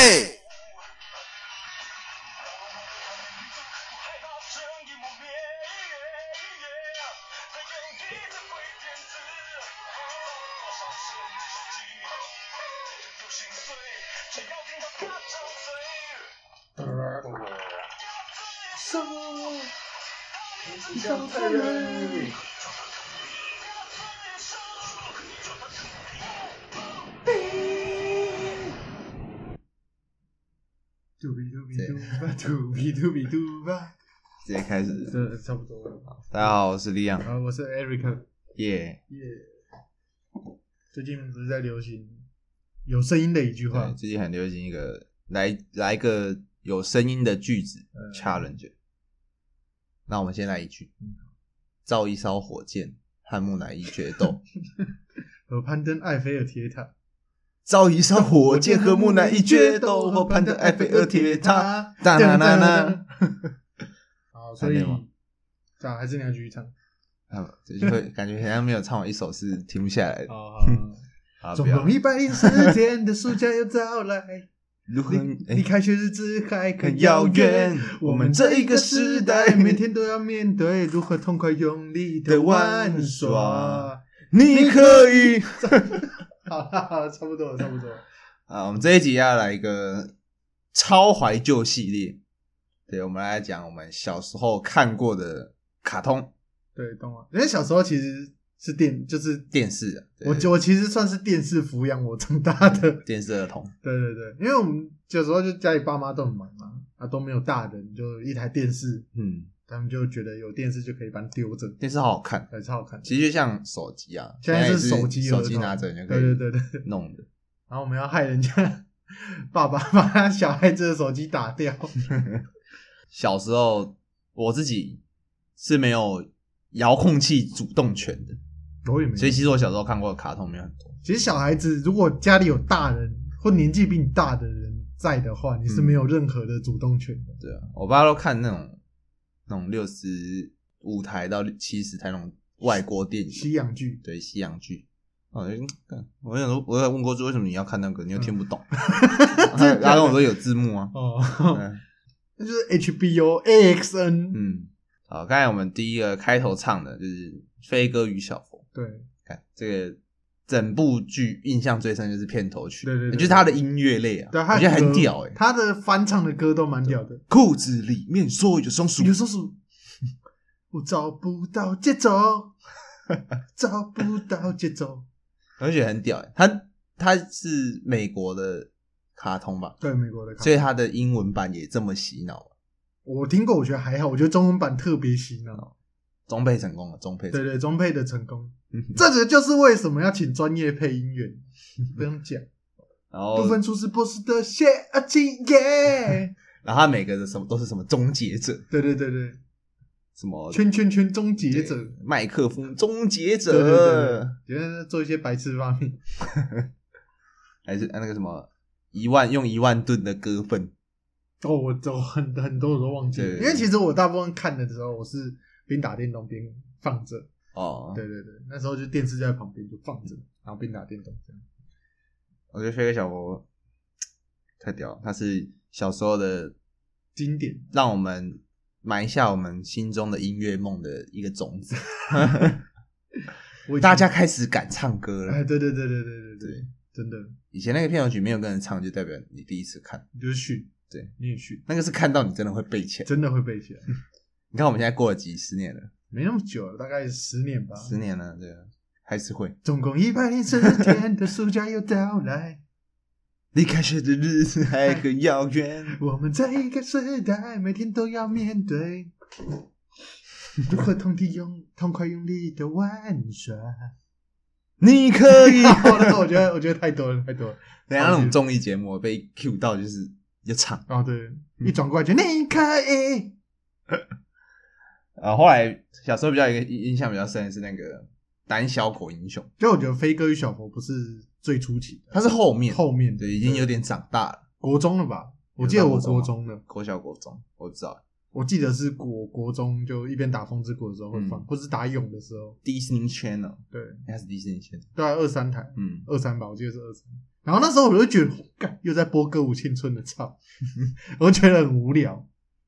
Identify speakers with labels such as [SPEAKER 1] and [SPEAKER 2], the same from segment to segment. [SPEAKER 1] OK，
[SPEAKER 2] 送我一双太人。嘟比嘟比嘟吧，嘟比嘟比嘟吧，
[SPEAKER 1] 直接开始。
[SPEAKER 2] 这差不多了。
[SPEAKER 1] 大家好，我是李昂，
[SPEAKER 2] 啊，我是 Eric，
[SPEAKER 1] 耶、
[SPEAKER 2] 耶、最近不是在流行有声音的一句话
[SPEAKER 1] 对，，最近很流行一个来来一个有声音的句子、challenge。那我们先来一句：造一艘火箭，和木乃伊决斗；
[SPEAKER 2] 和攀登埃菲尔铁塔，
[SPEAKER 1] 造一艘火箭和木乃伊决斗， 我攀登埃菲尔铁 塔。，哒啦啦啦。
[SPEAKER 2] 好，所以
[SPEAKER 1] 还可以吗
[SPEAKER 2] 啊，还是你要继续唱。
[SPEAKER 1] 啊，这就会感觉好像没有唱完一首是停不下来的
[SPEAKER 2] 好，
[SPEAKER 1] 啊！
[SPEAKER 2] 总
[SPEAKER 1] 哦不要
[SPEAKER 2] 共，一百零四天的暑假又 到来，
[SPEAKER 1] 如何
[SPEAKER 2] 离
[SPEAKER 1] 哎
[SPEAKER 2] 离开学日子还很
[SPEAKER 1] 很
[SPEAKER 2] 遥
[SPEAKER 1] 遥
[SPEAKER 2] 远
[SPEAKER 1] 远。
[SPEAKER 2] 我们这一个时代，每天都要面对如何痛快用力的玩耍。
[SPEAKER 1] 你可以
[SPEAKER 2] 好了好了，差不多了，差不多了。
[SPEAKER 1] 啊，我们这一集要来一个超怀旧系列，对，我们来讲我们小时候看过的卡通
[SPEAKER 2] 对，懂了。因为小时候其实是电，就是
[SPEAKER 1] 电视啊，对
[SPEAKER 2] 我我其实算是电视抚养我长大的。
[SPEAKER 1] 电视儿童，
[SPEAKER 2] 对对对，因为我们有时候就家里爸妈都很忙嘛，啊都没有大人，就一台电视，
[SPEAKER 1] 嗯，
[SPEAKER 2] 他们就觉得有电视就可以把它丢着，
[SPEAKER 1] 电视好好看，
[SPEAKER 2] 还超好看。
[SPEAKER 1] 其实就像手机啊，
[SPEAKER 2] 现
[SPEAKER 1] 在
[SPEAKER 2] 在
[SPEAKER 1] 也
[SPEAKER 2] 是
[SPEAKER 1] 是
[SPEAKER 2] 手机儿童
[SPEAKER 1] 手机拿着你就可
[SPEAKER 2] 对对
[SPEAKER 1] 以
[SPEAKER 2] 对对对，
[SPEAKER 1] 弄的，
[SPEAKER 2] 然后我们要害人家 爸爸把他小孩子的手机打掉，
[SPEAKER 1] 小时候我自己是没有遥控器主动权的，
[SPEAKER 2] 我也没有。
[SPEAKER 1] 所以其实我小时候看过的卡通没有很多，
[SPEAKER 2] 其实小孩子如果家里有大人或年纪比你大的人在的话，你
[SPEAKER 1] 嗯
[SPEAKER 2] 是没有任何的主动权的。
[SPEAKER 1] 对啊，我爸都看那种那种六十五台到七十台那种外国电影。
[SPEAKER 2] 西洋剧，
[SPEAKER 1] 对西洋剧。哦，嗯干我想说，我有问过说为什么你要看那个，你又听不懂。 他他跟我说有字幕啊。
[SPEAKER 2] 哦，
[SPEAKER 1] 嗯
[SPEAKER 2] 那就是 HBO AXN，、
[SPEAKER 1] 嗯，好，刚才我们第一个开头唱的就是《飞哥与小佛》，
[SPEAKER 2] 对，
[SPEAKER 1] 看这个整部剧印象最深就是片头曲，
[SPEAKER 2] 对对对
[SPEAKER 1] 就是它的音乐类啊，
[SPEAKER 2] 对，
[SPEAKER 1] 我觉得很屌嗯哎、
[SPEAKER 2] 哎，他的翻唱的歌都蛮屌的。
[SPEAKER 1] 裤子里面说有松鼠
[SPEAKER 2] 有，时候是， 我找不到节奏， 找不到节奏。
[SPEAKER 1] 我就觉得很屌哎、它它是美国的卡通吧，
[SPEAKER 2] 对，美国的卡
[SPEAKER 1] 所以它的英文版也这么洗脑。啊
[SPEAKER 2] 我听过，我觉得还好，我觉得中文版特别洗脑。
[SPEAKER 1] 哦中配成功了，中配成
[SPEAKER 2] 对
[SPEAKER 1] 功
[SPEAKER 2] 对，中配的成功，
[SPEAKER 1] 嗯哼
[SPEAKER 2] 这个就是为什么要请专业配音员。 不用讲，
[SPEAKER 1] 然后
[SPEAKER 2] 部分出是波士的谢啊七耶。
[SPEAKER 1] 然后他每个的什么都是什么终结者，
[SPEAKER 2] 对对对对，
[SPEAKER 1] 什么
[SPEAKER 2] 圈圈圈终结者，
[SPEAKER 1] 麦克风终结者，
[SPEAKER 2] 对对对对，觉得做一些白痴发明。
[SPEAKER 1] 还是啊那个什么一万用一万吨的鸽粪，
[SPEAKER 2] 哦，我都很很多我都忘记了，
[SPEAKER 1] 对
[SPEAKER 2] 因为其实我大部分看的时候，我是边打电动边放着。
[SPEAKER 1] 哦，
[SPEAKER 2] 对对对，那时候就电视就在旁边就放着，然后边打电动这样。
[SPEAKER 1] 我觉得飞哥小博太屌了，他是小时候的
[SPEAKER 2] 经典，
[SPEAKER 1] 让我们埋下我们心中的音乐梦的一个种子，
[SPEAKER 2] 我以前
[SPEAKER 1] 大家开始敢唱歌
[SPEAKER 2] 哎，
[SPEAKER 1] 了。
[SPEAKER 2] 对对对对对对对
[SPEAKER 1] 对，
[SPEAKER 2] 真的
[SPEAKER 1] 以前那个片头曲没有跟人唱，就代表你第一次看，
[SPEAKER 2] 你就去，
[SPEAKER 1] 对，
[SPEAKER 2] 你也去，
[SPEAKER 1] 那个是看到你真的会背起来。
[SPEAKER 2] 真的会 背起来，
[SPEAKER 1] 你看我们现在过了几十年了，
[SPEAKER 2] 没那么久了，大概十年吧。
[SPEAKER 1] 十年了，对啊，还是会。
[SPEAKER 2] 总共一百零四天的暑假又到来，
[SPEAKER 1] 离开学的日子还很遥远。
[SPEAKER 2] 我们这一个时代每天都要面对。如何痛地用 痛快用力的哦玩耍？
[SPEAKER 1] 你可以。
[SPEAKER 2] 好了，我觉得我 觉得太多了，太多了。
[SPEAKER 1] 等一下那种综艺节目被 Q 到，就是要唱。
[SPEAKER 2] 哦，对，一转过来就你可以，
[SPEAKER 1] 啊，后来小时候比较一个印象比较深的是那个《胆小狗英雄》，
[SPEAKER 2] 就我觉得飞哥与小佛不是最初期的，
[SPEAKER 1] 它是后面，
[SPEAKER 2] 后面的
[SPEAKER 1] 对，已经有点长大了，
[SPEAKER 2] 国中了吧？我记得我国中了，
[SPEAKER 1] 国小国中，我不知道。
[SPEAKER 2] 我记得是国国中就一边打风之谷的时候会放，
[SPEAKER 1] 嗯
[SPEAKER 2] 或是打勇的时候，
[SPEAKER 1] Disney Channel，
[SPEAKER 2] 对，
[SPEAKER 1] 它是 Disney Channel，
[SPEAKER 2] 对啊，二三台，
[SPEAKER 1] 嗯，
[SPEAKER 2] 二三吧，我记得是二三。然后那时候我就觉得，干又在播《歌舞青春》的，操，我觉得很无聊。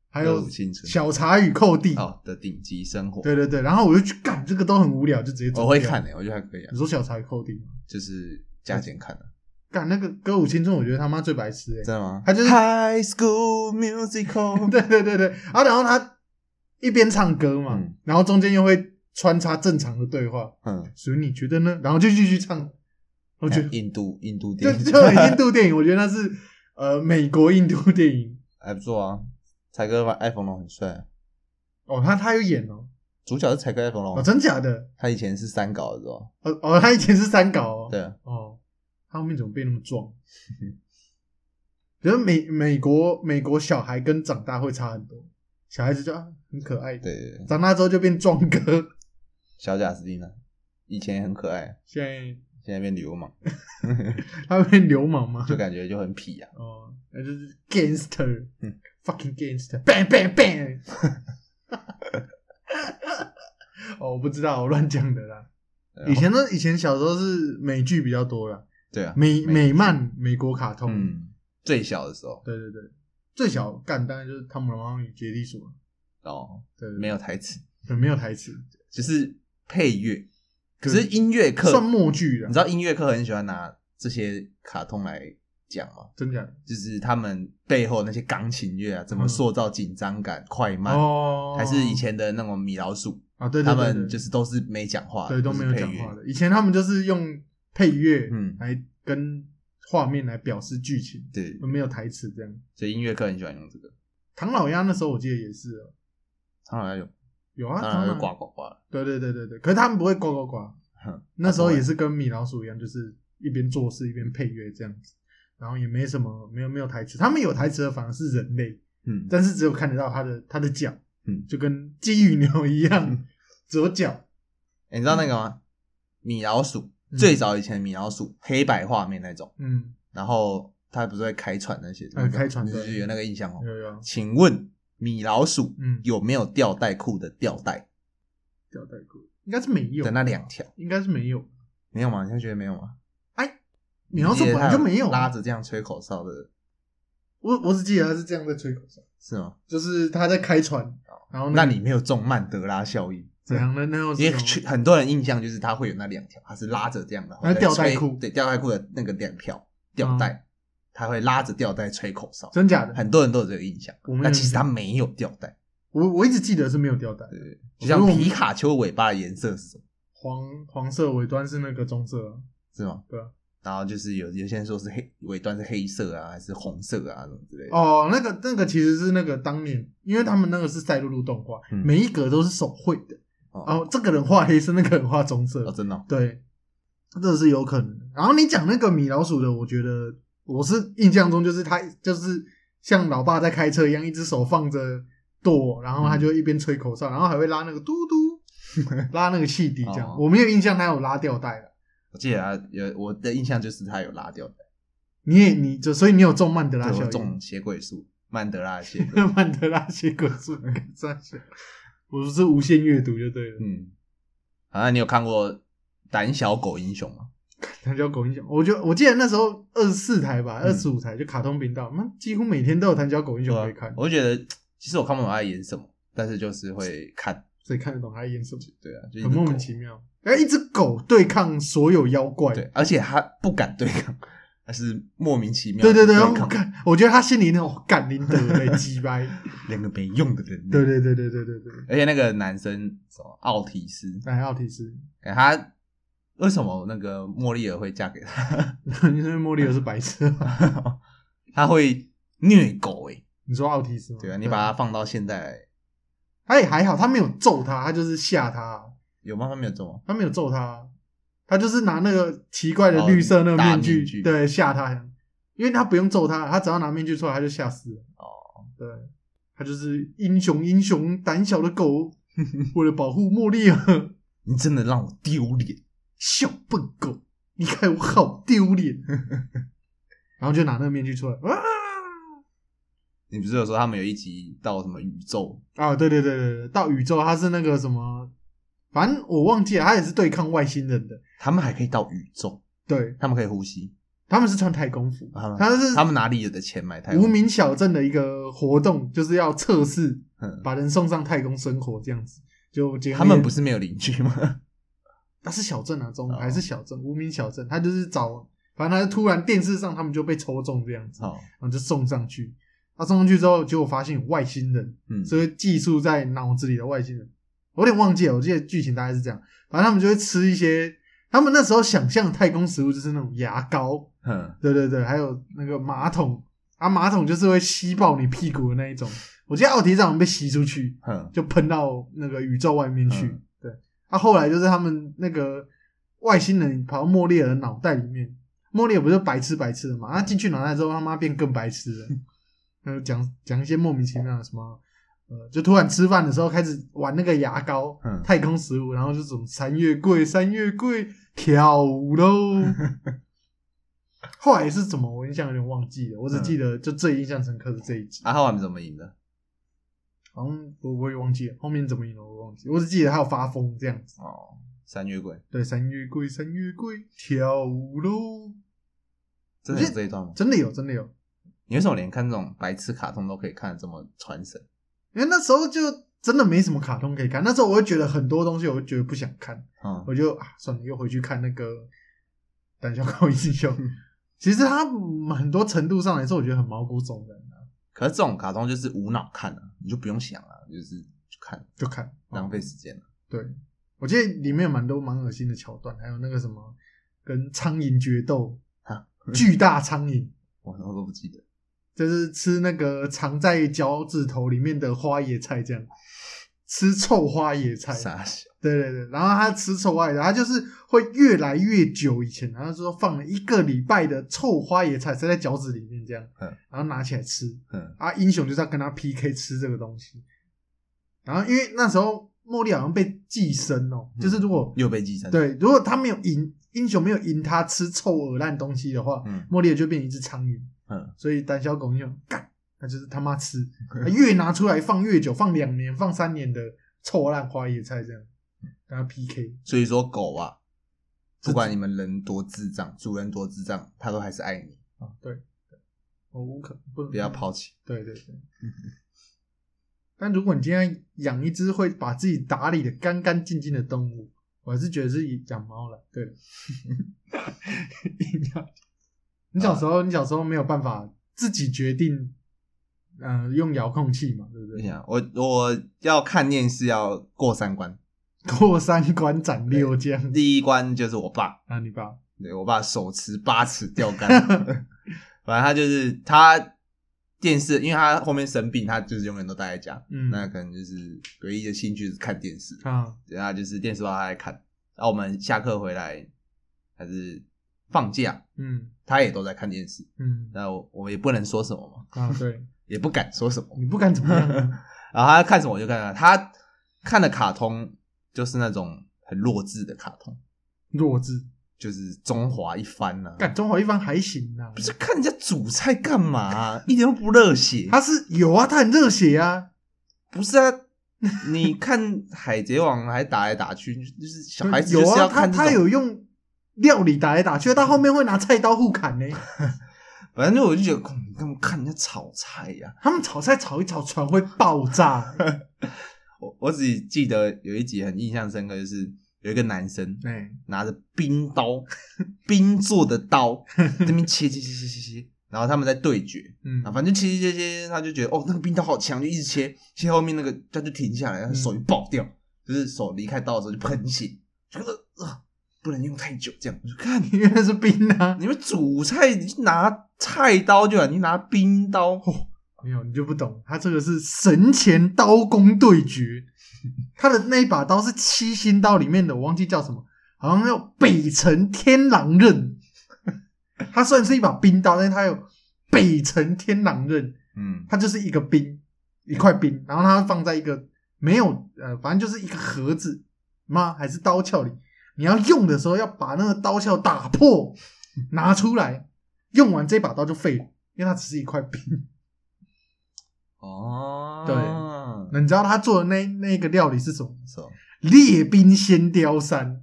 [SPEAKER 2] 还
[SPEAKER 1] 歌
[SPEAKER 2] 有
[SPEAKER 1] 舞青春
[SPEAKER 2] 小茶与寇弟，
[SPEAKER 1] 哦的顶级生活，
[SPEAKER 2] 对对对，然后我就去干这个都很无聊，就直接走
[SPEAKER 1] 我会
[SPEAKER 2] 掉
[SPEAKER 1] 看。诶，我觉得还可以啊
[SPEAKER 2] 你，说小茶与寇弟吗？
[SPEAKER 1] 就是加减看的，
[SPEAKER 2] 干那个《歌舞青春》，我觉得他妈最白痴哎、
[SPEAKER 1] 真的吗？
[SPEAKER 2] 它就是
[SPEAKER 1] High School Musical，
[SPEAKER 2] 对对对对，然后然后他一边唱歌嘛，
[SPEAKER 1] 嗯
[SPEAKER 2] 然后中间又会穿插正常的对话，
[SPEAKER 1] 嗯，
[SPEAKER 2] 所以你觉得呢？然后就继续唱，我觉得
[SPEAKER 1] 印度印度
[SPEAKER 2] 就
[SPEAKER 1] 电影
[SPEAKER 2] 就很印度电影，我觉得那是呃美国印度电影
[SPEAKER 1] 还不错啊，才哥把艾冯龙很帅啊，
[SPEAKER 2] 哦，他他有演哦，
[SPEAKER 1] 主角是才哥艾冯龙
[SPEAKER 2] 哦
[SPEAKER 1] 啊，
[SPEAKER 2] 真假的？
[SPEAKER 1] 他以前是三稿的时候，
[SPEAKER 2] 哦哦，他以前是三稿哦，
[SPEAKER 1] 对啊，
[SPEAKER 2] 哦，他后面怎么变那么壮？ 就是美美国美国小孩跟长大会差很多，小孩子就啊很可爱，
[SPEAKER 1] 对对对，
[SPEAKER 2] 长大之后就变壮哥，
[SPEAKER 1] 小贾斯汀呢，以前也很可爱，
[SPEAKER 2] 现在
[SPEAKER 1] 现在变流氓，
[SPEAKER 2] 他会变流氓吗？
[SPEAKER 1] 就感觉就很痞啊，
[SPEAKER 2] 哦，那就是 gangster，
[SPEAKER 1] 嗯
[SPEAKER 2] f u c k i n g gangster，bang bang bang。哦，我不知道，我乱讲的啦。
[SPEAKER 1] 对啊
[SPEAKER 2] 以前呢，以前小时候是美剧比较多啦，
[SPEAKER 1] 对啊，
[SPEAKER 2] 美美漫、美国卡通。
[SPEAKER 1] 嗯，最小的时候，
[SPEAKER 2] 对对对，最小干当然就是《汤姆龙王与杰地鼠》嘛。
[SPEAKER 1] 哦，
[SPEAKER 2] 对，
[SPEAKER 1] 没有台词，
[SPEAKER 2] 有没有台词，
[SPEAKER 1] 只是配乐，可
[SPEAKER 2] 可
[SPEAKER 1] 是音乐课
[SPEAKER 2] 算默剧啦
[SPEAKER 1] 你知。道音乐课很喜欢拿这些卡通来讲吗？
[SPEAKER 2] 真假的？
[SPEAKER 1] 就是他们背后那些钢琴乐啊，怎么塑造紧张感、快慢，
[SPEAKER 2] 嗯哦，
[SPEAKER 1] 还是以前的那种米老鼠，
[SPEAKER 2] 啊？对，对
[SPEAKER 1] 他
[SPEAKER 2] 对
[SPEAKER 1] 们
[SPEAKER 2] 对
[SPEAKER 1] 就是都是没讲话，
[SPEAKER 2] 对，都没有
[SPEAKER 1] 是配
[SPEAKER 2] 讲
[SPEAKER 1] 乐
[SPEAKER 2] 话。的。以前他们就是用配乐，
[SPEAKER 1] 嗯
[SPEAKER 2] 来跟画面来表示剧情，
[SPEAKER 1] 对，
[SPEAKER 2] 没有台词这样。
[SPEAKER 1] 所以音乐课很喜欢用这个。
[SPEAKER 2] 唐老鸭那时候我记得也是哦，
[SPEAKER 1] 唐老鸭有，
[SPEAKER 2] 有啊，
[SPEAKER 1] 唐
[SPEAKER 2] 唐
[SPEAKER 1] 老鸭
[SPEAKER 2] 老
[SPEAKER 1] 就呱呱呱了，
[SPEAKER 2] 对对对对对，可是他们不会呱呱呱，
[SPEAKER 1] 哼
[SPEAKER 2] 那时
[SPEAKER 1] 不
[SPEAKER 2] 候
[SPEAKER 1] 会
[SPEAKER 2] 也是跟米老鼠一样，就是一边做事一边配乐这样子，然后也没什么没有没有台词，他们有台词的反而是人类，
[SPEAKER 1] 嗯，
[SPEAKER 2] 但是只有看得到他的他的脚，
[SPEAKER 1] 嗯
[SPEAKER 2] 就跟鸡与牛一样，只有脚，
[SPEAKER 1] 欸你知道那个吗？米老鼠
[SPEAKER 2] 嗯
[SPEAKER 1] 最早以前的米老鼠黑白画面那种，
[SPEAKER 2] 嗯，
[SPEAKER 1] 然后它不是会开船那些，
[SPEAKER 2] 嗯开船
[SPEAKER 1] 你
[SPEAKER 2] 对
[SPEAKER 1] 有那个印象哦。
[SPEAKER 2] 有有，
[SPEAKER 1] 请问米老鼠
[SPEAKER 2] 嗯，
[SPEAKER 1] 有没有吊带裤的吊带
[SPEAKER 2] 吊带裤应该是没有
[SPEAKER 1] 的那两条？
[SPEAKER 2] 应该是没有，哎
[SPEAKER 1] 没有吗？你会觉得没有吗？
[SPEAKER 2] 米老鼠本来就没有啊
[SPEAKER 1] 拉着这样吹口哨的，
[SPEAKER 2] 我我只记得他是这样在吹口哨，
[SPEAKER 1] 是吗？
[SPEAKER 2] 就是他在开船，然后
[SPEAKER 1] 哦那
[SPEAKER 2] 个
[SPEAKER 1] 你没有中曼德拉效应，
[SPEAKER 2] 怎样的那种
[SPEAKER 1] 因为去很多人印象就是它会有那两条，它是拉着这样的，
[SPEAKER 2] 那吊带裤嗯
[SPEAKER 1] 然后吹对吊带裤的那个两条吊带，它会拉着吊带吹口哨，
[SPEAKER 2] 真假的？
[SPEAKER 1] 很多人都有这个印象
[SPEAKER 2] 我。没有
[SPEAKER 1] 那其实它没有吊带，
[SPEAKER 2] 我我一直记得是没有吊带，
[SPEAKER 1] 对，就像皮卡丘尾巴的颜色是什么？
[SPEAKER 2] 黄黄色尾端是那个棕色啊、
[SPEAKER 1] 是吗？
[SPEAKER 2] 对啊。
[SPEAKER 1] 然后就是有有些人说是黑尾端是黑色啊，还是红色啊，什么之类的。
[SPEAKER 2] 哦，那个那个其实是那个当年，因为他们那个是赛璐璐动画，
[SPEAKER 1] 嗯
[SPEAKER 2] 每一格都是手绘的。
[SPEAKER 1] 哦
[SPEAKER 2] 哦，这个人画黑色，那个人画棕色，
[SPEAKER 1] 哦，真的哦
[SPEAKER 2] 对，这是有可能的。然后你讲那个米老鼠的，我觉得我是印象中就是他就是像老爸在开车一样，一只手放着舵，然
[SPEAKER 1] 嗯
[SPEAKER 2] 后他就一边吹口哨，然后还会拉那个嘟嘟， 拉那个汽笛这样。
[SPEAKER 1] 哦
[SPEAKER 2] 我没有印象他有拉吊带的，
[SPEAKER 1] 我记得它有我的印象就是它有拉吊带，
[SPEAKER 2] 你也你就所以你有中曼德拉
[SPEAKER 1] 对
[SPEAKER 2] 效
[SPEAKER 1] 我
[SPEAKER 2] 应，
[SPEAKER 1] 中血鬼术，曼德拉的血鬼。
[SPEAKER 2] 曼德拉写鬼术，这是我是无限阅读就对了。
[SPEAKER 1] 嗯，啊，你有看过《胆小狗英雄》吗？
[SPEAKER 2] 他叫狗英雄，我就我记得那时候二十四台吧，
[SPEAKER 1] 嗯
[SPEAKER 2] 二十五台就卡通频道，那几乎每天都有《谭小狗英雄》可以看，
[SPEAKER 1] 啊我就觉得其实我看不懂他在演什么，但是就是会看。
[SPEAKER 2] 谁看得懂他在演什么？
[SPEAKER 1] 对啊，就是
[SPEAKER 2] 很莫名其妙。然后一只狗对抗所有妖怪，
[SPEAKER 1] 对，而且他不敢对抗， 他是莫名其妙
[SPEAKER 2] 对
[SPEAKER 1] 地
[SPEAKER 2] 对对，然后
[SPEAKER 1] 对抗
[SPEAKER 2] 干，我觉得他心里那种干林德嘞，鸡掰，
[SPEAKER 1] 两个没用的人。
[SPEAKER 2] 对，对对对对对对，
[SPEAKER 1] 而且那个男生什么奥提斯，
[SPEAKER 2] 来奥提斯，
[SPEAKER 1] 哎他为什么那个莫莉尔会嫁给他？
[SPEAKER 2] 你说莫里尔是白痴吗？
[SPEAKER 1] 他会虐狗哎、
[SPEAKER 2] 你说奥提斯吗？
[SPEAKER 1] 对啊，你把它放到现在来，
[SPEAKER 2] 他也还好，他没有揍他，他就是吓他，
[SPEAKER 1] 有吗？他没有中吗？
[SPEAKER 2] 他没有揍他，啊他就是拿那个奇怪的绿色那个面
[SPEAKER 1] 哦
[SPEAKER 2] 具，
[SPEAKER 1] 大面具
[SPEAKER 2] 对吓他，因为他不用揍他，他只要拿面具出来他就吓死了。
[SPEAKER 1] 哦，
[SPEAKER 2] 对，他就是英雄英雄胆小的 狗，为了保护茉莉尔，
[SPEAKER 1] 你真的让我丢脸。
[SPEAKER 2] 小笨狗，你看 我好丢脸，然后就拿那个面具出来啊，
[SPEAKER 1] 你不是有说他们有一集到什么宇宙？
[SPEAKER 2] 啊，对对对对对，到宇宙它是那个什么，反正我忘记了，它也是对抗外星人的。
[SPEAKER 1] 他们还可以到宇宙，
[SPEAKER 2] 对，
[SPEAKER 1] 他们可以呼吸。
[SPEAKER 2] 他们是穿太空服，
[SPEAKER 1] 他们
[SPEAKER 2] 它是
[SPEAKER 1] 他们哪里有的钱买太空
[SPEAKER 2] 无名小镇的一个活动，就是要测试
[SPEAKER 1] 嗯
[SPEAKER 2] 把人送上太空生活这样子。就结合
[SPEAKER 1] 他们不是没有邻居 吗？
[SPEAKER 2] 它是小镇啊，中
[SPEAKER 1] 哦
[SPEAKER 2] 还是小镇，无名小镇，他就是找，反正他突然电视上他们就被抽中这样子，
[SPEAKER 1] 哦，
[SPEAKER 2] 然后就送上去。他送上去之后，结果发现有外星人，
[SPEAKER 1] 嗯，
[SPEAKER 2] 所以寄宿在脑子里的外星人，我有点忘记了，我记得剧情大概是这样。反正他们就会吃一些，他们那时候想象的太空食物就是那种牙膏，
[SPEAKER 1] 哼，
[SPEAKER 2] 对对对，还有那个马桶啊，马桶就是会吸爆你屁股的那一种。我记得奥迪长被吸出去，
[SPEAKER 1] 哼，
[SPEAKER 2] 就喷到那个宇宙外面去。
[SPEAKER 1] 嗯
[SPEAKER 2] 对，啊，后来就是他们那个外星人跑到莫列尔的脑袋里面，莫列尔不是白痴白痴的嘛？他进去脑袋之后，他妈变更白痴 了，然后讲讲一些莫名其妙的什么。呃，就突然吃饭的时候开始玩那个牙膏，
[SPEAKER 1] 嗯
[SPEAKER 2] 太空食物，然后就什么三月桂，三月桂跳舞喽。 后来是怎么，我印象有点忘记了，我只记得就最印象深刻的这一集。
[SPEAKER 1] 啊，他们怎么赢的？
[SPEAKER 2] 好像我我也忘记了后面怎么赢了，我忘记，我只记得他有发疯这样子。
[SPEAKER 1] 哦，三月鬼，
[SPEAKER 2] 对，三月桂，三月桂，跳舞喽！
[SPEAKER 1] 真的有这一段吗？
[SPEAKER 2] 真的有，真的有，
[SPEAKER 1] 你为什么连看这种白痴卡通都可以看得这么传神？
[SPEAKER 2] 因哎为那时候就真的没什么卡通可以看，那时候我会觉得很多东西我会觉得不想看，
[SPEAKER 1] 嗯
[SPEAKER 2] 我就啊算了，又回去看那个《胆小狗英雄》。 其实它嗯很多程度上来说，我觉得很毛骨悚然啊，
[SPEAKER 1] 可是这种卡通就是无脑看啊，你就不用想啊，就是就看，
[SPEAKER 2] 就看
[SPEAKER 1] 浪费时间了。
[SPEAKER 2] 对，我记得里面有蛮多蛮恶心的桥段，还有那个什么跟苍蝇决斗
[SPEAKER 1] 啊，
[SPEAKER 2] 巨大苍蝇。
[SPEAKER 1] 我什么都不记得。
[SPEAKER 2] 就是吃那个藏在脚趾头里面的花椰菜，这样吃臭花椰菜。
[SPEAKER 1] 傻笑，
[SPEAKER 2] 对对对，然后他吃臭花椰菜，他就是会越来越久以前，然后说放了一个礼拜的臭花椰菜塞在脚趾里面这样
[SPEAKER 1] 嗯，
[SPEAKER 2] 然后拿起来吃
[SPEAKER 1] 嗯
[SPEAKER 2] 啊，英雄就是要跟他 PK 吃这个东西。然后因为那时候茉莉好像被寄生哦，
[SPEAKER 1] 嗯
[SPEAKER 2] 就是如果
[SPEAKER 1] 又被寄生。，
[SPEAKER 2] 对如果他没有赢英雄没有赢他吃臭鹅烂东西的话，
[SPEAKER 1] 嗯
[SPEAKER 2] 茉莉就变成一只苍蝇。
[SPEAKER 1] 嗯，
[SPEAKER 2] 所以胆小狗英雄干，那就是他妈吃，越拿出来放越久，放两年、放三年的臭烂花椰菜这样，跟他 PK。
[SPEAKER 1] 所以说狗啊，不管你们人多智障，主人多智障，它都还是爱你，
[SPEAKER 2] 啊，对，对我无可不
[SPEAKER 1] 嗯不要。抛弃。
[SPEAKER 2] 对对对。但如果你今天养一只会把自己打理的干干净净的动物，我还是觉得是养猫了。对， 硬要你小时候，你小时候没有办法自己决定，呃，用遥控器嘛，对不
[SPEAKER 1] 我
[SPEAKER 2] 对？
[SPEAKER 1] 想，我我要看电视要过三关，
[SPEAKER 2] 过三关斩六将
[SPEAKER 1] 第一关就是我爸，
[SPEAKER 2] 啊！你 爸
[SPEAKER 1] 对我爸手持八尺钓竿， 反正他就是他电视，因为他后面生病，他就是永远都待在家，
[SPEAKER 2] 嗯
[SPEAKER 1] 那可能就是唯一的兴趣是看电视，
[SPEAKER 2] 啊，
[SPEAKER 1] 然后就是电视都他在看，然后我们下课回来还是放假，
[SPEAKER 2] 嗯
[SPEAKER 1] 他也都在看电视，
[SPEAKER 2] 嗯
[SPEAKER 1] 那我我也不能说什么嘛，
[SPEAKER 2] 啊，对，
[SPEAKER 1] 也不敢说什么，
[SPEAKER 2] 你不敢怎么样啊
[SPEAKER 1] 然后他看什么我就看什么，他看的卡通就是那种很弱智的卡通，
[SPEAKER 2] 弱智。
[SPEAKER 1] 就是中华一番呐、
[SPEAKER 2] 干中华一番还行啊
[SPEAKER 1] 不，是看人家煮菜干嘛啊、 一点都不热血。
[SPEAKER 2] 他是有啊，他很热血啊，
[SPEAKER 1] 不是啊，你看海贼王还打来打去，就是小孩子就
[SPEAKER 2] 有
[SPEAKER 1] 是
[SPEAKER 2] 啊，
[SPEAKER 1] 要
[SPEAKER 2] 他
[SPEAKER 1] 看这种
[SPEAKER 2] 他有用料理打来打去，他后面会拿菜刀互 砍呢。
[SPEAKER 1] 反正我就觉得，哦你干嘛看人家炒菜呀、
[SPEAKER 2] 他们炒菜炒一炒，船会 爆炸。
[SPEAKER 1] 我我只记得有一集很印象深刻，就是有一个男生
[SPEAKER 2] 哎，
[SPEAKER 1] 拿着冰 刀，冰做的刀，这边切切切切切切，然后他们在对决，
[SPEAKER 2] 嗯
[SPEAKER 1] 啊，反正切切切切，他就觉得哦，那个冰刀好强，就一直切，切后面那个他就停下来，他手就爆掉，就是手离开刀的时候就喷血，觉得啊、不能用太久，这样我就看
[SPEAKER 2] 因为那是冰啊，
[SPEAKER 1] 你们煮菜，你拿菜刀就好，你拿冰 刀，哦、
[SPEAKER 2] 没有你就不懂，他这个是神前刀工对决，他的那一把刀是七星刀里面的，我忘记叫什么，好像叫北辰天狼刃。它虽然是一把冰刀，但是它有北辰天狼刃，
[SPEAKER 1] 嗯
[SPEAKER 2] 它就是一个冰，一块冰，然后它放在一个没有呃，反正就是一个盒子吗？还是刀鞘里？你要用的时候要把那个刀鞘打破，拿出来，用完这把刀就废了，因为它只是一块冰。
[SPEAKER 1] 哦，
[SPEAKER 2] 对那你知道他做的那那个料理是什么？
[SPEAKER 1] 是哦，
[SPEAKER 2] 列冰鲜雕山，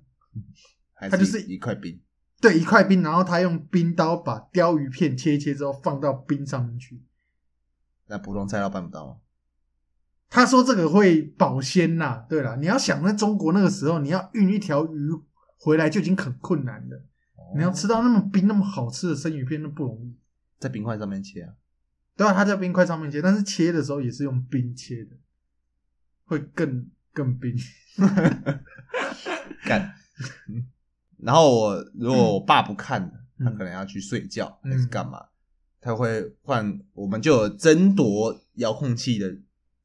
[SPEAKER 1] 还
[SPEAKER 2] 它就是
[SPEAKER 1] 一一块冰，
[SPEAKER 2] 对，一块冰，然后他用冰刀把鲷鱼片切一切之后放到冰上面去。
[SPEAKER 1] 那普通菜刀办不到吗？
[SPEAKER 2] 他说这个会保鲜呐、对啦，你要想在中国那个时候，你要运一条鱼回来就已经很困难了，你要吃
[SPEAKER 1] 到
[SPEAKER 2] 到那么冰那么好吃的生鱼片，那不容易。
[SPEAKER 1] 哦在冰块上面切啊，
[SPEAKER 2] 对啊，他在冰块上面切，但是切的时候也是用冰切的，会更更冰。
[SPEAKER 1] 干。然后我如果我爸不看了，
[SPEAKER 2] 嗯
[SPEAKER 1] 他可能要去睡觉
[SPEAKER 2] 嗯
[SPEAKER 1] 还是干嘛，他会换，我们就有争夺遥控器的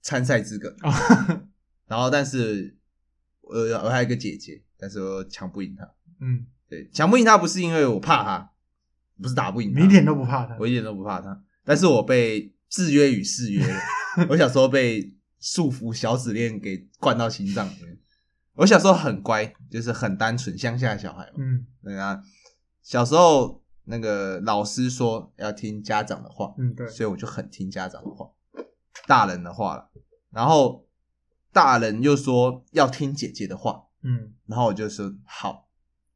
[SPEAKER 1] 参赛资
[SPEAKER 2] 哦
[SPEAKER 1] 格。然后，但是我我还有一个姐姐，但是我抢不赢她。
[SPEAKER 2] 嗯，
[SPEAKER 1] 对，抢不赢她不是因为我怕她，不是打不赢她，
[SPEAKER 2] 你一点都不怕他。
[SPEAKER 1] 我一点都不怕他，但是我被制约与誓约了。我小时候被束缚小指链给灌到心脏里面。我小时候很乖，就是很单纯，乡下小孩嘛。
[SPEAKER 2] 嗯
[SPEAKER 1] 对啊，小时候那个老师说要听家长的话，
[SPEAKER 2] 嗯，对，
[SPEAKER 1] 所以我就很听家长的话，大人的话了。然后大人又说要听姐姐的话，
[SPEAKER 2] 嗯
[SPEAKER 1] 然后我就说好，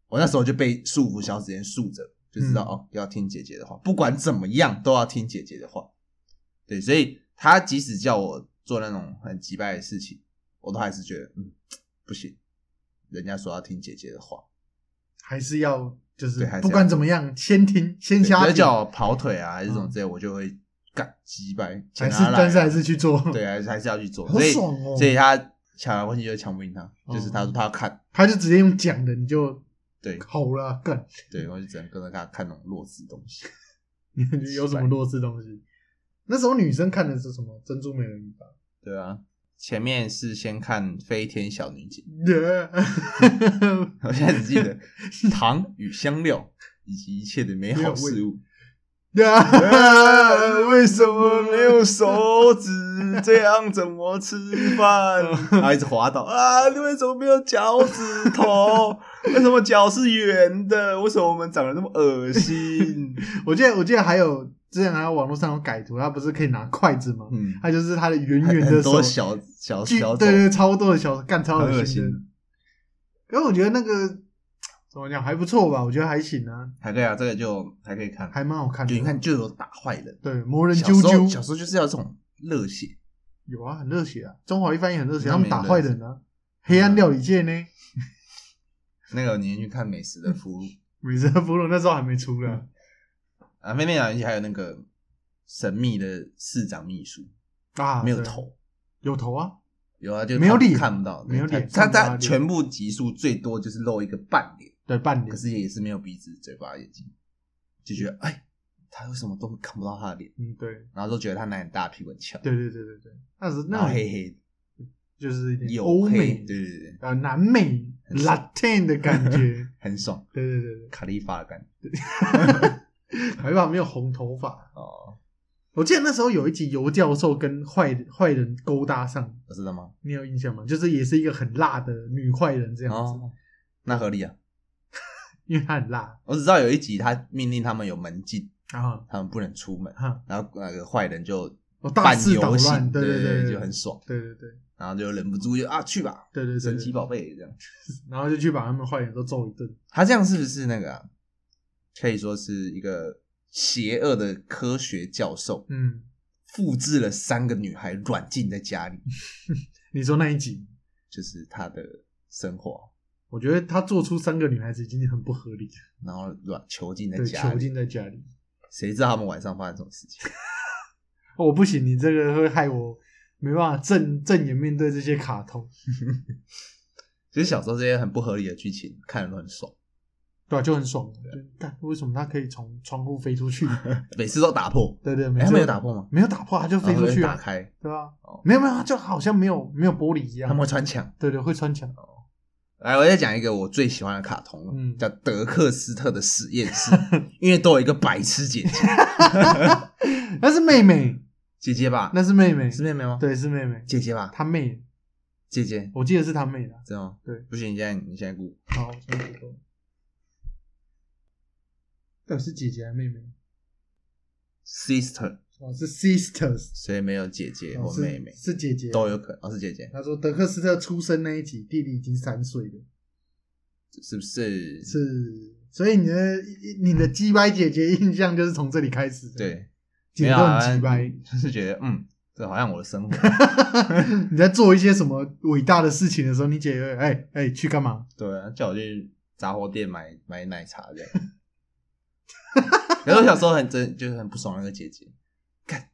[SPEAKER 1] 我那时候就被束缚小指尖束着，就知道、
[SPEAKER 2] 嗯
[SPEAKER 1] 哦要听姐姐的话，不管怎么样都要听姐姐的话。对，所以他即使叫我做那种很击败的事情，我都还是觉得嗯不行，人家说要听姐姐的话，
[SPEAKER 2] 还是要就是
[SPEAKER 1] 对还是要
[SPEAKER 2] 不管怎么样，先听先
[SPEAKER 1] 对不
[SPEAKER 2] 下
[SPEAKER 1] 要
[SPEAKER 2] 去，
[SPEAKER 1] 叫我跑腿啊还是什么之类，我就会干击败，
[SPEAKER 2] 嗯还
[SPEAKER 1] 请
[SPEAKER 2] 是
[SPEAKER 1] 他来啊
[SPEAKER 2] 但是还是去做。
[SPEAKER 1] 对，还是还是要去做，
[SPEAKER 2] 好
[SPEAKER 1] 所以
[SPEAKER 2] 爽哦
[SPEAKER 1] 所以他抢来问题就抢不赢他，就是
[SPEAKER 2] 哦
[SPEAKER 1] 他说他要看，
[SPEAKER 2] 他就直接用讲的，你就
[SPEAKER 1] 对
[SPEAKER 2] 吼了 啊，干，
[SPEAKER 1] 对，我就只能跟着他看那种弱智东西。
[SPEAKER 2] 你有什么弱智东西？那时候女生看的是什么？珍珠美人鱼吧。
[SPEAKER 1] 对啊，前面是先看《飞天小女警
[SPEAKER 2] Yeah 》，
[SPEAKER 1] 我现在只记 得糖与香料以及一切的美好事物。
[SPEAKER 2] 啊 Yeah 为什么没有？
[SPEAKER 1] 手指？这样怎么吃 饭？然后一直滑倒啊！你为什么没有脚趾头？ 为什么脚是圆的？为什么我们长得那么恶心？
[SPEAKER 2] 我记得我记得还有之前还有网络上有改图，他不是可以拿筷子吗？
[SPEAKER 1] 嗯，
[SPEAKER 2] 他就是他的圆圆
[SPEAKER 1] 很
[SPEAKER 2] 的手
[SPEAKER 1] 多，小小
[SPEAKER 2] 巨
[SPEAKER 1] 小手
[SPEAKER 2] 对对，超多的小干超
[SPEAKER 1] 很
[SPEAKER 2] 恶
[SPEAKER 1] 恶
[SPEAKER 2] 心的
[SPEAKER 1] 心。。
[SPEAKER 2] 可是我觉得那个怎么讲还不错吧，我觉得还行啊，
[SPEAKER 1] 还对啊，这个就还可以看。
[SPEAKER 2] 还蛮好看的。
[SPEAKER 1] 对，你看就有打坏人。
[SPEAKER 2] 对，魔人
[SPEAKER 1] 小
[SPEAKER 2] 啾
[SPEAKER 1] 时候小
[SPEAKER 2] 啾
[SPEAKER 1] 时候就是要这种热血，
[SPEAKER 2] 有啊，很热血啊，中华一番也很热血，
[SPEAKER 1] 那
[SPEAKER 2] 他们
[SPEAKER 1] 没
[SPEAKER 2] 打
[SPEAKER 1] 热
[SPEAKER 2] 坏
[SPEAKER 1] 血
[SPEAKER 2] 人啊，黑暗料理界呢，
[SPEAKER 1] 那个你去看美食的服务
[SPEAKER 2] 美食俘虏那时候还没出呢。
[SPEAKER 1] 啊，飞面小游戏还有那个神秘的市长秘书，
[SPEAKER 2] 啊，
[SPEAKER 1] 没有
[SPEAKER 2] 对，
[SPEAKER 1] 头，
[SPEAKER 2] 有头啊，
[SPEAKER 1] 有啊，就
[SPEAKER 2] 没有
[SPEAKER 1] 看
[SPEAKER 2] 脸
[SPEAKER 1] 看不到，对
[SPEAKER 2] 没有脸
[SPEAKER 1] 他
[SPEAKER 2] 看不
[SPEAKER 1] 他
[SPEAKER 2] 到
[SPEAKER 1] 他
[SPEAKER 2] 他脸
[SPEAKER 1] 全部集数最多就是露一个半脸，
[SPEAKER 2] 对，半
[SPEAKER 1] 可
[SPEAKER 2] 脸，
[SPEAKER 1] 是也是没有鼻子、嘴巴、眼睛，就觉得哎，他为什么都看不到他的脸，
[SPEAKER 2] 嗯，对，
[SPEAKER 1] 然后都觉得他奶很大，屁股很翘，
[SPEAKER 2] 对对对对对，那是
[SPEAKER 1] 然后
[SPEAKER 2] 那
[SPEAKER 1] 黑黑的，
[SPEAKER 2] 就是一点
[SPEAKER 1] 黝
[SPEAKER 2] 欧
[SPEAKER 1] 黑，
[SPEAKER 2] 美
[SPEAKER 1] 对对对，
[SPEAKER 2] 啊，南美
[SPEAKER 1] 很爽
[SPEAKER 2] Latin 的感 觉，
[SPEAKER 1] 很爽，
[SPEAKER 2] 对对对
[SPEAKER 1] 卡利发的感觉
[SPEAKER 2] 对，还好没有红头发。
[SPEAKER 1] 哦，
[SPEAKER 2] 我记得那时候有一集尤教授跟坏坏人勾搭上，
[SPEAKER 1] 知道吗？
[SPEAKER 2] 你有印象吗？就是也是一个很辣的女坏人这样子，
[SPEAKER 1] 哦，那合理啊，
[SPEAKER 2] 因为她很辣
[SPEAKER 1] 我只知道有一集他命令他们有门禁，
[SPEAKER 2] 啊，
[SPEAKER 1] 他们不能出门。
[SPEAKER 2] 哈，
[SPEAKER 1] 然后那个坏人就
[SPEAKER 2] 哦大
[SPEAKER 1] 办
[SPEAKER 2] 肆捣
[SPEAKER 1] 游戏
[SPEAKER 2] 乱，，对
[SPEAKER 1] 对
[SPEAKER 2] 对对，
[SPEAKER 1] 就很爽，
[SPEAKER 2] 对对对
[SPEAKER 1] 然后就忍不住就啊去吧，
[SPEAKER 2] 对对对，
[SPEAKER 1] 神奇
[SPEAKER 2] 对，
[SPEAKER 1] 宝贝这样。
[SPEAKER 2] 然后就去把他们坏人都揍一顿，
[SPEAKER 1] 他这样是不是那个、啊、可以说是一个邪恶的科学教授，
[SPEAKER 2] 嗯，
[SPEAKER 1] 复制了三个女孩软禁在家里，
[SPEAKER 2] 你说那一集，
[SPEAKER 1] 就是他的生活，
[SPEAKER 2] 我觉得他做出三个女孩子已经很不合理了。
[SPEAKER 1] 然后软囚禁在
[SPEAKER 2] 对，
[SPEAKER 1] 家
[SPEAKER 2] 囚
[SPEAKER 1] 里，
[SPEAKER 2] 禁在家里。
[SPEAKER 1] 谁知道他们晚上发生什么事情？
[SPEAKER 2] 哦，我不行，你这个会害我没办法正正眼面对这些卡通，
[SPEAKER 1] 其实小时候这些很不合理的剧情看着都很爽，
[SPEAKER 2] 对啊吧、就很爽。就干，为什么他可以从窗户飞出去？
[SPEAKER 1] 每次都打破，
[SPEAKER 2] 对对，
[SPEAKER 1] 哎
[SPEAKER 2] 没
[SPEAKER 1] 他
[SPEAKER 2] 错，
[SPEAKER 1] 们有打破吗？
[SPEAKER 2] 没有打破，他就飞
[SPEAKER 1] 然后
[SPEAKER 2] 出去
[SPEAKER 1] 打
[SPEAKER 2] 啊，
[SPEAKER 1] 开，
[SPEAKER 2] 对吧、
[SPEAKER 1] 哦
[SPEAKER 2] 没有没有，他就好像没有没有玻璃一
[SPEAKER 1] 他
[SPEAKER 2] 样
[SPEAKER 1] 们。会穿墙。
[SPEAKER 2] 对对，会穿墙。
[SPEAKER 1] 来，我再讲一个我最喜欢的卡通了，啊
[SPEAKER 2] 嗯
[SPEAKER 1] 叫德克斯特的实验 室，因为都有一个白痴姐姐，
[SPEAKER 2] 那是妹妹，
[SPEAKER 1] 姐姐吧？
[SPEAKER 2] 那是妹妹，
[SPEAKER 1] 是妹妹吗？，
[SPEAKER 2] 对，是妹妹，
[SPEAKER 1] 姐姐吧，
[SPEAKER 2] 她妹，
[SPEAKER 1] 姐姐，
[SPEAKER 2] 我记得是她妹的。
[SPEAKER 1] 知道吗？
[SPEAKER 2] 对
[SPEAKER 1] 不行，你现在你现在顾，
[SPEAKER 2] 好，我先解哎说。到底是姐姐还是妹妹？
[SPEAKER 1] sister，
[SPEAKER 2] 哦，是 sisters，
[SPEAKER 1] 所以没有姐姐
[SPEAKER 2] 哦
[SPEAKER 1] 或
[SPEAKER 2] 是
[SPEAKER 1] 妹妹
[SPEAKER 2] 是姐姐。
[SPEAKER 1] 都有可能。哦，是姐姐，
[SPEAKER 2] 他说德克斯特出生那一集，弟弟已经三岁了，
[SPEAKER 1] 嗯是不是？
[SPEAKER 2] 是，所以你的你的鸡掰姐姐印象就是从这里开始的，，
[SPEAKER 1] 对，
[SPEAKER 2] 解
[SPEAKER 1] 没有
[SPEAKER 2] 冻
[SPEAKER 1] 啊
[SPEAKER 2] 鸡掰，
[SPEAKER 1] 就是觉得嗯，这好像我的生活。
[SPEAKER 2] 嗯你在做一些什么伟大的事情的时候，你姐姐会哎哎去干嘛？
[SPEAKER 1] 对啊，叫我去杂货店买买奶茶这样。 可是我小时候很真，就是很不爽那个姐姐，干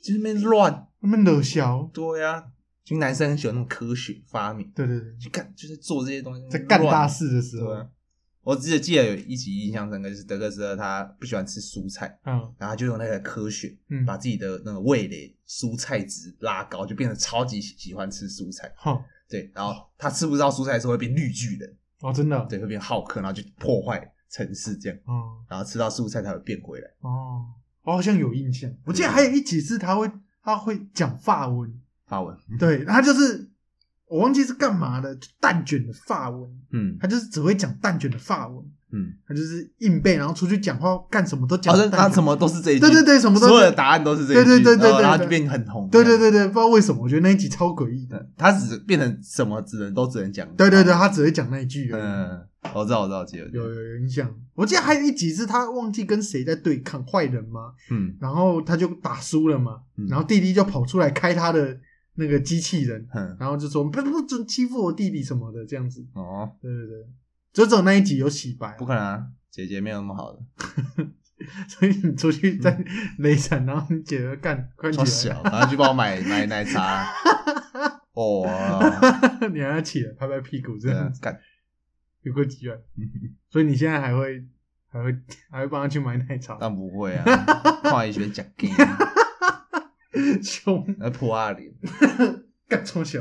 [SPEAKER 1] 就是那边乱。
[SPEAKER 2] 他们惹笑，
[SPEAKER 1] 对呀、啊，就男生很喜欢那种科学发明，
[SPEAKER 2] 对对对，
[SPEAKER 1] 就干就是做这些东西，
[SPEAKER 2] 在干大
[SPEAKER 1] 乱。
[SPEAKER 2] 事的时候，
[SPEAKER 1] 对啊，我只记得有一集印象深刻，就是德克斯特他不喜欢吃蔬菜，
[SPEAKER 2] 嗯
[SPEAKER 1] 然后他就用那个科学
[SPEAKER 2] 嗯，
[SPEAKER 1] 把自己的那个味蕾蔬菜值拉高，就变得超级喜喜欢吃蔬菜。
[SPEAKER 2] 好，
[SPEAKER 1] 对，然后他吃不到蔬菜的时候会变绿巨人，
[SPEAKER 2] 哦，真的，
[SPEAKER 1] 对，会变浩克，然后就破坏城市这样，
[SPEAKER 2] 哦
[SPEAKER 1] 然后吃到蔬菜才会变回来。
[SPEAKER 2] 哦，我好像有印象，我记得还有一集是他会他会讲法文，
[SPEAKER 1] 发文，
[SPEAKER 2] 对他就是我忘记是干嘛的，就蛋卷的法文，
[SPEAKER 1] 嗯
[SPEAKER 2] 他就是只会讲蛋卷的法文，
[SPEAKER 1] 嗯，
[SPEAKER 2] 他就是硬背，然后出去讲话干什么都讲
[SPEAKER 1] 好
[SPEAKER 2] 蛋
[SPEAKER 1] 像
[SPEAKER 2] 卷。
[SPEAKER 1] 他什么都是这一句，
[SPEAKER 2] 对对对，什么都
[SPEAKER 1] 所有的答案都是这一句，
[SPEAKER 2] 对对对对
[SPEAKER 1] 然后
[SPEAKER 2] 对
[SPEAKER 1] 然后就
[SPEAKER 2] 对
[SPEAKER 1] 变很红。
[SPEAKER 2] 对对对对，不知道为什么，我觉得那一集超诡异的。
[SPEAKER 1] 对，他只变成什么只能都只能讲。
[SPEAKER 2] 对对对，，他只会讲那一句而已。
[SPEAKER 1] 嗯，我知道我知道，记得
[SPEAKER 2] 有有有印象，我记得还有一集是他忘记跟谁在对抗坏人嘛，
[SPEAKER 1] 嗯
[SPEAKER 2] 然后他就打输了嘛，
[SPEAKER 1] 嗯
[SPEAKER 2] 然后弟弟就跑出来开他的那个机器人，
[SPEAKER 1] 哼
[SPEAKER 2] 然后就说不不准欺负我弟弟什么的这样子。
[SPEAKER 1] 哦，
[SPEAKER 2] 对对对，就只有那一集有洗白
[SPEAKER 1] 不，可能啊，姐姐没有那么好的，
[SPEAKER 2] 所以你出去在雷闪，然后你姐姐干快
[SPEAKER 1] 嗯超
[SPEAKER 2] 起来，
[SPEAKER 1] 小，然后去帮我买买奶茶。哦，
[SPEAKER 2] 你还要起来拍拍屁股这
[SPEAKER 1] 对啊
[SPEAKER 2] 样子，
[SPEAKER 1] 干，
[SPEAKER 2] 有
[SPEAKER 1] 啊
[SPEAKER 2] 个几人，所以你现在还会还会还会帮他去买奶茶，
[SPEAKER 1] 但不会啊，跨一学假 gay，
[SPEAKER 2] 凶
[SPEAKER 1] 那破阿脸。
[SPEAKER 2] 干从小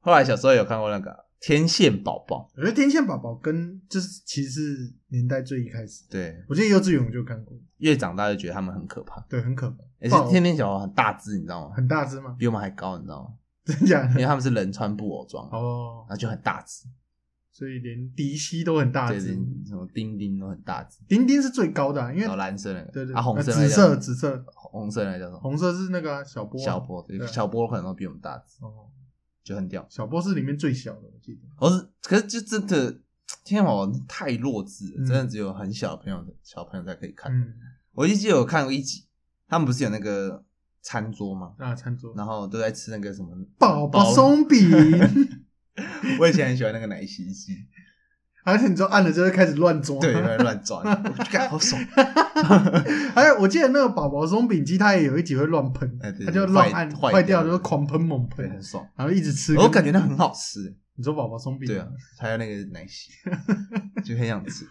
[SPEAKER 1] 后来小时候有看过那个《天线宝宝
[SPEAKER 2] 我觉得天线宝宝跟就是其实是年代最一开始》，，
[SPEAKER 1] 对，
[SPEAKER 2] 我记得幼稚园我就看过，
[SPEAKER 1] 越长大就觉得他们很可怕，
[SPEAKER 2] 对，很可怕，
[SPEAKER 1] 而
[SPEAKER 2] 豹
[SPEAKER 1] 且天线小宝很大只，你知道吗？
[SPEAKER 2] 很大只吗？
[SPEAKER 1] 比我们还高，你知道吗？
[SPEAKER 2] 真假
[SPEAKER 1] 因
[SPEAKER 2] 的？
[SPEAKER 1] 为他们是人穿布偶 装，然
[SPEAKER 2] 哦，
[SPEAKER 1] 后就很大只，
[SPEAKER 2] 所以连迪西都很大
[SPEAKER 1] 对，
[SPEAKER 2] 只，
[SPEAKER 1] 什么丁丁都很大只，
[SPEAKER 2] 丁丁是最高的啊、因为
[SPEAKER 1] 然后蓝色那个，
[SPEAKER 2] 对对
[SPEAKER 1] 啊红
[SPEAKER 2] 呃
[SPEAKER 1] 色那
[SPEAKER 2] 紫
[SPEAKER 1] 个叫什
[SPEAKER 2] 色
[SPEAKER 1] 么
[SPEAKER 2] 紫色
[SPEAKER 1] 红色那个叫什么？
[SPEAKER 2] 红色是那个啊、小波啊、
[SPEAKER 1] 小波，对
[SPEAKER 2] 对啊
[SPEAKER 1] 小波可能都比我们大只，
[SPEAKER 2] 哦，
[SPEAKER 1] 就很屌。
[SPEAKER 2] 小波是里面最小的，我记得。
[SPEAKER 1] 我是，可是就真的，天宝太弱智了，
[SPEAKER 2] 嗯
[SPEAKER 1] 真的只有很小的朋友的小朋友才可以看。
[SPEAKER 2] 嗯，
[SPEAKER 1] 我一记得有看过一集，他们不是有那个餐桌吗？
[SPEAKER 2] 那餐桌
[SPEAKER 1] 然后都在吃那个什么
[SPEAKER 2] 宝宝
[SPEAKER 1] 包
[SPEAKER 2] 松饼，
[SPEAKER 1] 我以前很喜欢那个奶昔 机，
[SPEAKER 2] 而且你知道按了就会开始乱抓。
[SPEAKER 1] 对，乱乱抓，我就感觉好爽。
[SPEAKER 2] 还有我记得那个宝宝松饼机，它也有一集会乱喷，
[SPEAKER 1] 哎对
[SPEAKER 2] 它就乱按
[SPEAKER 1] 坏坏
[SPEAKER 2] 坏掉，
[SPEAKER 1] 掉
[SPEAKER 2] 就
[SPEAKER 1] 了
[SPEAKER 2] 是狂喷猛
[SPEAKER 1] 对，
[SPEAKER 2] 喷，
[SPEAKER 1] 很爽。
[SPEAKER 2] 然后一直吃。
[SPEAKER 1] 我感觉那很好吃，
[SPEAKER 2] 你说宝宝松饼，
[SPEAKER 1] 对啊，，还有那个奶昔， 就很想吃。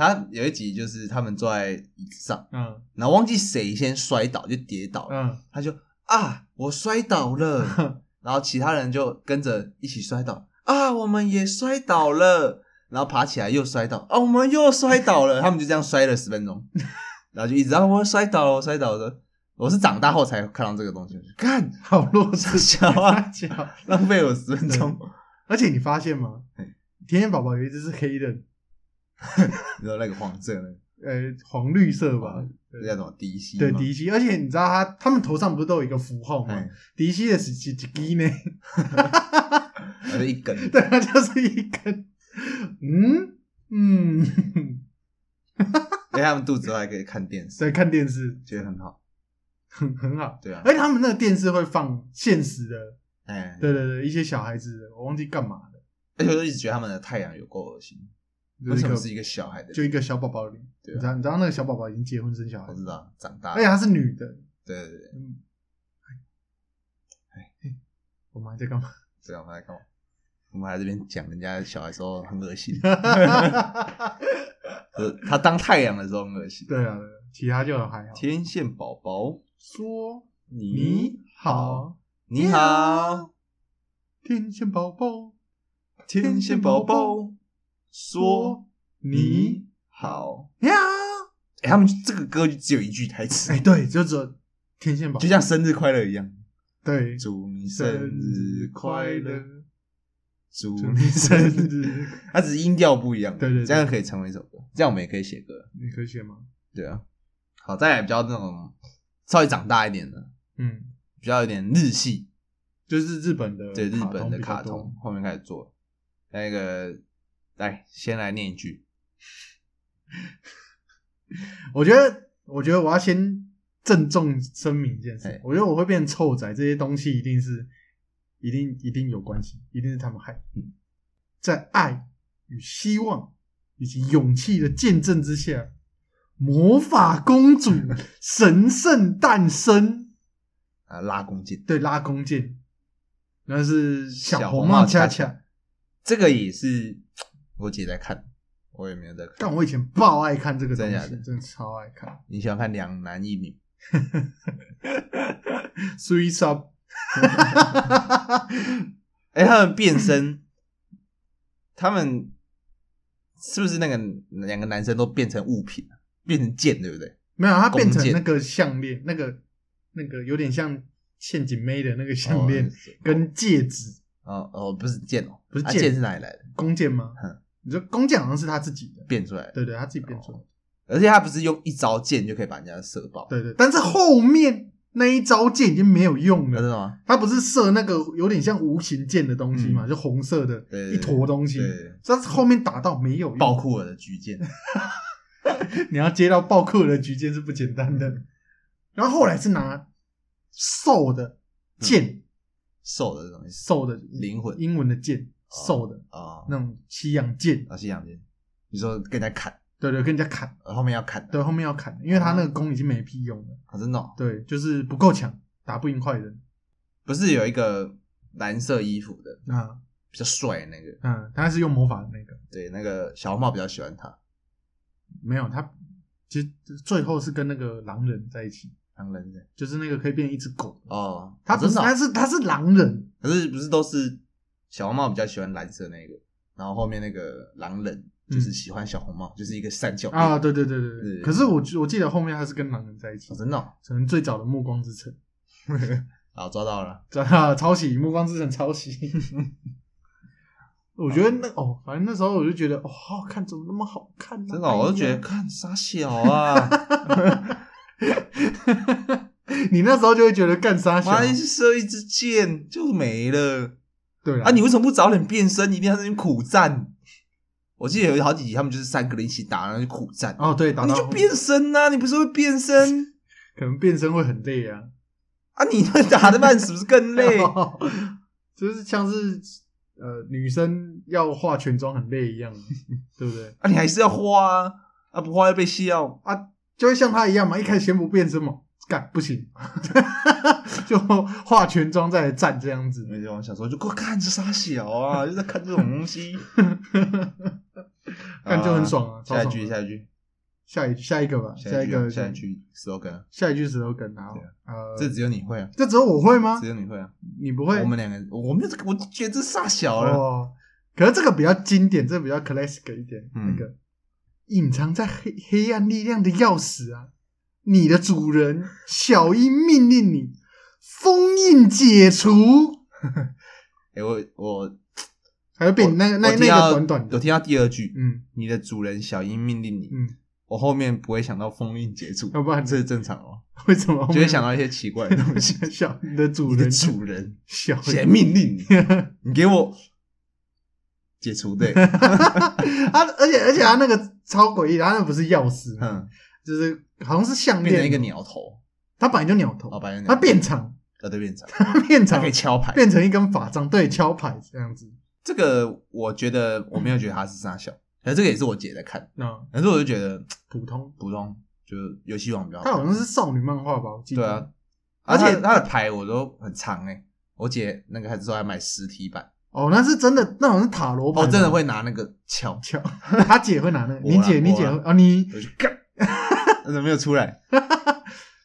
[SPEAKER 1] 他有一集就是他们坐在椅子上，
[SPEAKER 2] 嗯
[SPEAKER 1] 然后忘记谁先摔倒就跌倒了，
[SPEAKER 2] 嗯，
[SPEAKER 1] 他就啊我摔倒 了，然后其他人就跟着一起摔倒啊我们也摔倒了，然后爬起来又摔倒啊我们又摔倒 了，他们就这样摔了十分钟，然后就一直啊我摔倒了我摔倒了，我是长大后才看到这个东西， 我就看
[SPEAKER 2] 好弱
[SPEAKER 1] 傻
[SPEAKER 2] 智，
[SPEAKER 1] 小 啊，
[SPEAKER 2] 笑。
[SPEAKER 1] 浪费我十分钟。
[SPEAKER 2] 而且你发现吗
[SPEAKER 1] 嗯？
[SPEAKER 2] 甜甜宝宝有一只是黑的，
[SPEAKER 1] 你知道那个黄色那个
[SPEAKER 2] 呃，黄绿色吧
[SPEAKER 1] 黄？那叫什么迪西吗？
[SPEAKER 2] 对，迪西。而且你知道他他们头上不是都有一个符号吗
[SPEAKER 1] 哎？，
[SPEAKER 2] 迪西的是几几几呢？
[SPEAKER 1] 还是一根，
[SPEAKER 2] 对，它就是一根。嗯嗯，
[SPEAKER 1] 因为他们肚子都还可以看电视，
[SPEAKER 2] 在看电视
[SPEAKER 1] 觉得很好。
[SPEAKER 2] 很很好，
[SPEAKER 1] 对啊，
[SPEAKER 2] 而且哎他们那个电视会放现实的，
[SPEAKER 1] 哎，
[SPEAKER 2] 对对对，一些小孩子的，我忘记干嘛的，
[SPEAKER 1] 而且我就一直觉得他们的太阳有够恶心，
[SPEAKER 2] 就
[SPEAKER 1] 为
[SPEAKER 2] 是一
[SPEAKER 1] 什
[SPEAKER 2] 个
[SPEAKER 1] 么是一个小孩的
[SPEAKER 2] 就
[SPEAKER 1] 脸？
[SPEAKER 2] 一个小宝宝脸，
[SPEAKER 1] 对啊
[SPEAKER 2] 你知道你知道那个小宝宝已经结婚生小孩
[SPEAKER 1] 我
[SPEAKER 2] 了，
[SPEAKER 1] 知道，长大
[SPEAKER 2] 而
[SPEAKER 1] 了，
[SPEAKER 2] 且她是女的，
[SPEAKER 1] 对对对，
[SPEAKER 2] 嗯，哎，哎我们还在干嘛？
[SPEAKER 1] 这样我们来干嘛？我们还在这边讲人家小孩时候很恶心，就是他当太阳的时候很恶心。
[SPEAKER 2] 对啊，对啊其他就还好。
[SPEAKER 1] 天线宝宝，
[SPEAKER 2] 说
[SPEAKER 1] 你
[SPEAKER 2] 你好，
[SPEAKER 1] 你好，
[SPEAKER 2] 天线宝宝，
[SPEAKER 1] 天线宝宝，说你好。
[SPEAKER 2] 你好。
[SPEAKER 1] 哎，他们这个歌就只有一句台词
[SPEAKER 2] 哎，，对，就只有天线宝宝，
[SPEAKER 1] 就像生日快乐一样。
[SPEAKER 2] 对，
[SPEAKER 1] 祝你生日快乐，，祝
[SPEAKER 2] 祝
[SPEAKER 1] 你
[SPEAKER 2] 你
[SPEAKER 1] 生
[SPEAKER 2] 生
[SPEAKER 1] 日。
[SPEAKER 2] 日。
[SPEAKER 1] 它只是音调不一样，
[SPEAKER 2] 对对对
[SPEAKER 1] 这样可以成为一首歌。这样我们也可以写歌，
[SPEAKER 2] 你可以写吗？
[SPEAKER 1] 对啊。好，再来比较那种稍微长大一点的，
[SPEAKER 2] 嗯，
[SPEAKER 1] 比较有点日系，
[SPEAKER 2] 就是日本的
[SPEAKER 1] 对日本的
[SPEAKER 2] 嗯卡
[SPEAKER 1] 卡
[SPEAKER 2] 通
[SPEAKER 1] 通后面开始做。那个，来先来念一句，
[SPEAKER 2] 比较多。我觉得，我觉得我要先郑重声明一件事
[SPEAKER 1] 哎，
[SPEAKER 2] 我觉得我会变臭仔，这些东西一定是一定一定有关系，一定是他们害的。
[SPEAKER 1] 嗯
[SPEAKER 2] 在爱与希望以及勇气的见证之下，魔法公 主神圣诞生。
[SPEAKER 1] 啊，拉弓箭，
[SPEAKER 2] 对，拉弓箭，那是小红
[SPEAKER 1] 帽
[SPEAKER 2] 恰恰
[SPEAKER 1] 恰。，这个也是我姐在看，我也没有在看。
[SPEAKER 2] 但我以前爆爱看这个东
[SPEAKER 1] 真假
[SPEAKER 2] 西，
[SPEAKER 1] 的
[SPEAKER 2] 真的超爱看。
[SPEAKER 1] 你喜欢看两男一女？
[SPEAKER 2] Three sub，
[SPEAKER 1] 哎、他们变身，他们是不是那个两个男生都变成物品，啊变成剑，对不对？
[SPEAKER 2] 没有，它变
[SPEAKER 1] 弓
[SPEAKER 2] 成
[SPEAKER 1] 箭
[SPEAKER 2] 那个项链，那个那个有点像陷阱妹的那个项链
[SPEAKER 1] 哦是
[SPEAKER 2] 跟戒指，
[SPEAKER 1] 哦哦，不是剑哦，
[SPEAKER 2] 不是
[SPEAKER 1] 啊
[SPEAKER 2] 剑
[SPEAKER 1] 剑是哪里来的？
[SPEAKER 2] 弓箭吗
[SPEAKER 1] 嗯？
[SPEAKER 2] 你说弓箭好像是他自己的，
[SPEAKER 1] 变出来的，
[SPEAKER 2] 对对，他自己变出来的。
[SPEAKER 1] 而且他不是用一招剑就可以把人家射爆，
[SPEAKER 2] 对对，但是后面那一招箭已经没有用
[SPEAKER 1] 你知
[SPEAKER 2] 了。
[SPEAKER 1] 道吗？
[SPEAKER 2] 它不是射那个有点像无形箭的东西嘛，就红色的
[SPEAKER 1] 嗯对对
[SPEAKER 2] 一
[SPEAKER 1] 对
[SPEAKER 2] 坨东西，
[SPEAKER 1] 对，
[SPEAKER 2] 但是后面打到没有用，
[SPEAKER 1] 爆库尔的巨剑，
[SPEAKER 2] 你要接到暴客的局间是不简单的。
[SPEAKER 1] 嗯
[SPEAKER 2] 然后后来是拿瘦的
[SPEAKER 1] 嗯
[SPEAKER 2] 剑，
[SPEAKER 1] 瘦的这东西
[SPEAKER 2] 瘦的
[SPEAKER 1] 灵 魂
[SPEAKER 2] 英文的剑，瘦的
[SPEAKER 1] 啊，
[SPEAKER 2] 那种西洋剑，
[SPEAKER 1] 啊，西洋剑，你说跟人家砍，
[SPEAKER 2] 对对，跟人家砍，
[SPEAKER 1] 呃后面要砍，
[SPEAKER 2] 对，后面要砍，因为他那个弓已经没屁用了，
[SPEAKER 1] 啊，真的哦
[SPEAKER 2] 对，就是不够强，打不赢坏人
[SPEAKER 1] 不是有一个蓝色衣服的
[SPEAKER 2] 啊，
[SPEAKER 1] 比较帅的那个，
[SPEAKER 2] 嗯，他是用魔法的那个，
[SPEAKER 1] 对，那个小红帽比较喜欢他，
[SPEAKER 2] 没有他，其实最后是跟那个狼人在一起，
[SPEAKER 1] 狼人的
[SPEAKER 2] 就是那个可以变一只狗，
[SPEAKER 1] 哦，
[SPEAKER 2] 他
[SPEAKER 1] 啊
[SPEAKER 2] 不
[SPEAKER 1] 真
[SPEAKER 2] 是，
[SPEAKER 1] 的哦
[SPEAKER 2] 他是他是狼人，
[SPEAKER 1] 可是不是都是小红帽比较喜欢蓝色那个，然后后面那个狼人就是喜欢小红帽，就是一个三角恋
[SPEAKER 2] 嗯啊，，对对对对对，
[SPEAKER 1] 对
[SPEAKER 2] 可是我我记得后面他是跟狼人在一起
[SPEAKER 1] 哦，真的哦，
[SPEAKER 2] 可能最早的《暮光之城》
[SPEAKER 1] 好抓到 了，
[SPEAKER 2] 啊，抄袭《暮光之城》抄袭。我觉得那哦，反正那时候我就觉得哦，好好看，怎么那么好看、呢？
[SPEAKER 1] 真的哦，我就觉得看傻小啊，
[SPEAKER 2] 得，哎 你那时候就会觉得干啥小
[SPEAKER 1] 妈一射一支箭就没了
[SPEAKER 2] 对啦
[SPEAKER 1] 啊！你为什么不早点变身？一定要在那边苦战？我记得有好几集他们就是三个人一起打，然后就苦战。
[SPEAKER 2] 哦对，打
[SPEAKER 1] 你
[SPEAKER 2] 到
[SPEAKER 1] 就
[SPEAKER 2] 后面
[SPEAKER 1] 变身呐、啊！你不是会变身
[SPEAKER 2] 可能变身会很累啊，
[SPEAKER 1] 啊？你会打的慢，是不是更累？
[SPEAKER 2] 就是像是呃女生要化全妆很累一样， 对不对？
[SPEAKER 1] 啊，你还是要花啊，啊不花要被笑。
[SPEAKER 2] 啊，就会像他一样嘛，一开始先不变身嘛，干不行， 就化全妆再来战这样子。
[SPEAKER 1] 没错，我想说就给我看这傻小啊，就在看这种东西，
[SPEAKER 2] 干就很爽啊，
[SPEAKER 1] 啊。
[SPEAKER 2] 超
[SPEAKER 1] 下
[SPEAKER 2] 爽
[SPEAKER 1] 一
[SPEAKER 2] 的
[SPEAKER 1] 句，下一句，
[SPEAKER 2] 下一下一个吧，
[SPEAKER 1] 下
[SPEAKER 2] 一
[SPEAKER 1] 一
[SPEAKER 2] 个
[SPEAKER 1] 句，下一句 slogan，
[SPEAKER 2] 下一句石头梗，然后
[SPEAKER 1] 对啊
[SPEAKER 2] 呃，
[SPEAKER 1] 这只有你会啊，
[SPEAKER 2] 这只有我会吗
[SPEAKER 1] 只？有你会啊。
[SPEAKER 2] 你不会？
[SPEAKER 1] 我们两个，我没有这个，我就觉得这傻小啊了。
[SPEAKER 2] 哦，可是这个比较经典，这个比较 classic 一点，
[SPEAKER 1] 嗯
[SPEAKER 2] 那个隐藏在黑黑暗力量的钥匙啊，你的主人小樱命令你封印解除，
[SPEAKER 1] 哎、我我
[SPEAKER 2] 还有变那个那
[SPEAKER 1] 我
[SPEAKER 2] 那
[SPEAKER 1] 听到
[SPEAKER 2] 个短短
[SPEAKER 1] 我
[SPEAKER 2] 的，
[SPEAKER 1] 听到第二句，
[SPEAKER 2] 嗯
[SPEAKER 1] 你的主人小樱命令你，
[SPEAKER 2] 嗯，
[SPEAKER 1] 我后面不会想到封印解除，
[SPEAKER 2] 要不然
[SPEAKER 1] 这是正常哦，
[SPEAKER 2] 为什么
[SPEAKER 1] 就会想到一些奇怪的东西。
[SPEAKER 2] 小你的主
[SPEAKER 1] 你的
[SPEAKER 2] 人
[SPEAKER 1] 主人
[SPEAKER 2] 小
[SPEAKER 1] 谁命令 你？你给我解除 对，
[SPEAKER 2] 他啊而且而且他那个超诡异的，他那不是钥匙吗？
[SPEAKER 1] 嗯，
[SPEAKER 2] 就是好像是项链，
[SPEAKER 1] 变成一个，鸟头，
[SPEAKER 2] 他本来就鸟头，
[SPEAKER 1] 老白
[SPEAKER 2] 他变长，
[SPEAKER 1] 呃对变 长，
[SPEAKER 2] 他变
[SPEAKER 1] 它
[SPEAKER 2] 长
[SPEAKER 1] 可以敲牌。
[SPEAKER 2] 变成一根法杖，对，敲牌这样子。
[SPEAKER 1] 这个我觉得我没有觉得它是傻小，可是这个也是我姐在看，
[SPEAKER 2] 那
[SPEAKER 1] 可是我就觉得
[SPEAKER 2] 普通，
[SPEAKER 1] 普通，就是游戏王比较
[SPEAKER 2] 他
[SPEAKER 1] 好
[SPEAKER 2] 好。像是少女漫画吧？我记得。
[SPEAKER 1] 对啊，
[SPEAKER 2] 而
[SPEAKER 1] 而
[SPEAKER 2] 且
[SPEAKER 1] 且它的牌我都很长哎、我姐那个还是说还买实体版，
[SPEAKER 2] 哦，那是真的，那好像是塔罗牌。
[SPEAKER 1] 我哦真的会拿那个敲，
[SPEAKER 2] 敲， 他姐会拿那个，
[SPEAKER 1] 我啦
[SPEAKER 2] 你姐你姐
[SPEAKER 1] 我
[SPEAKER 2] 会
[SPEAKER 1] 啦
[SPEAKER 2] 啊？你
[SPEAKER 1] 我就干， 怎么没有出来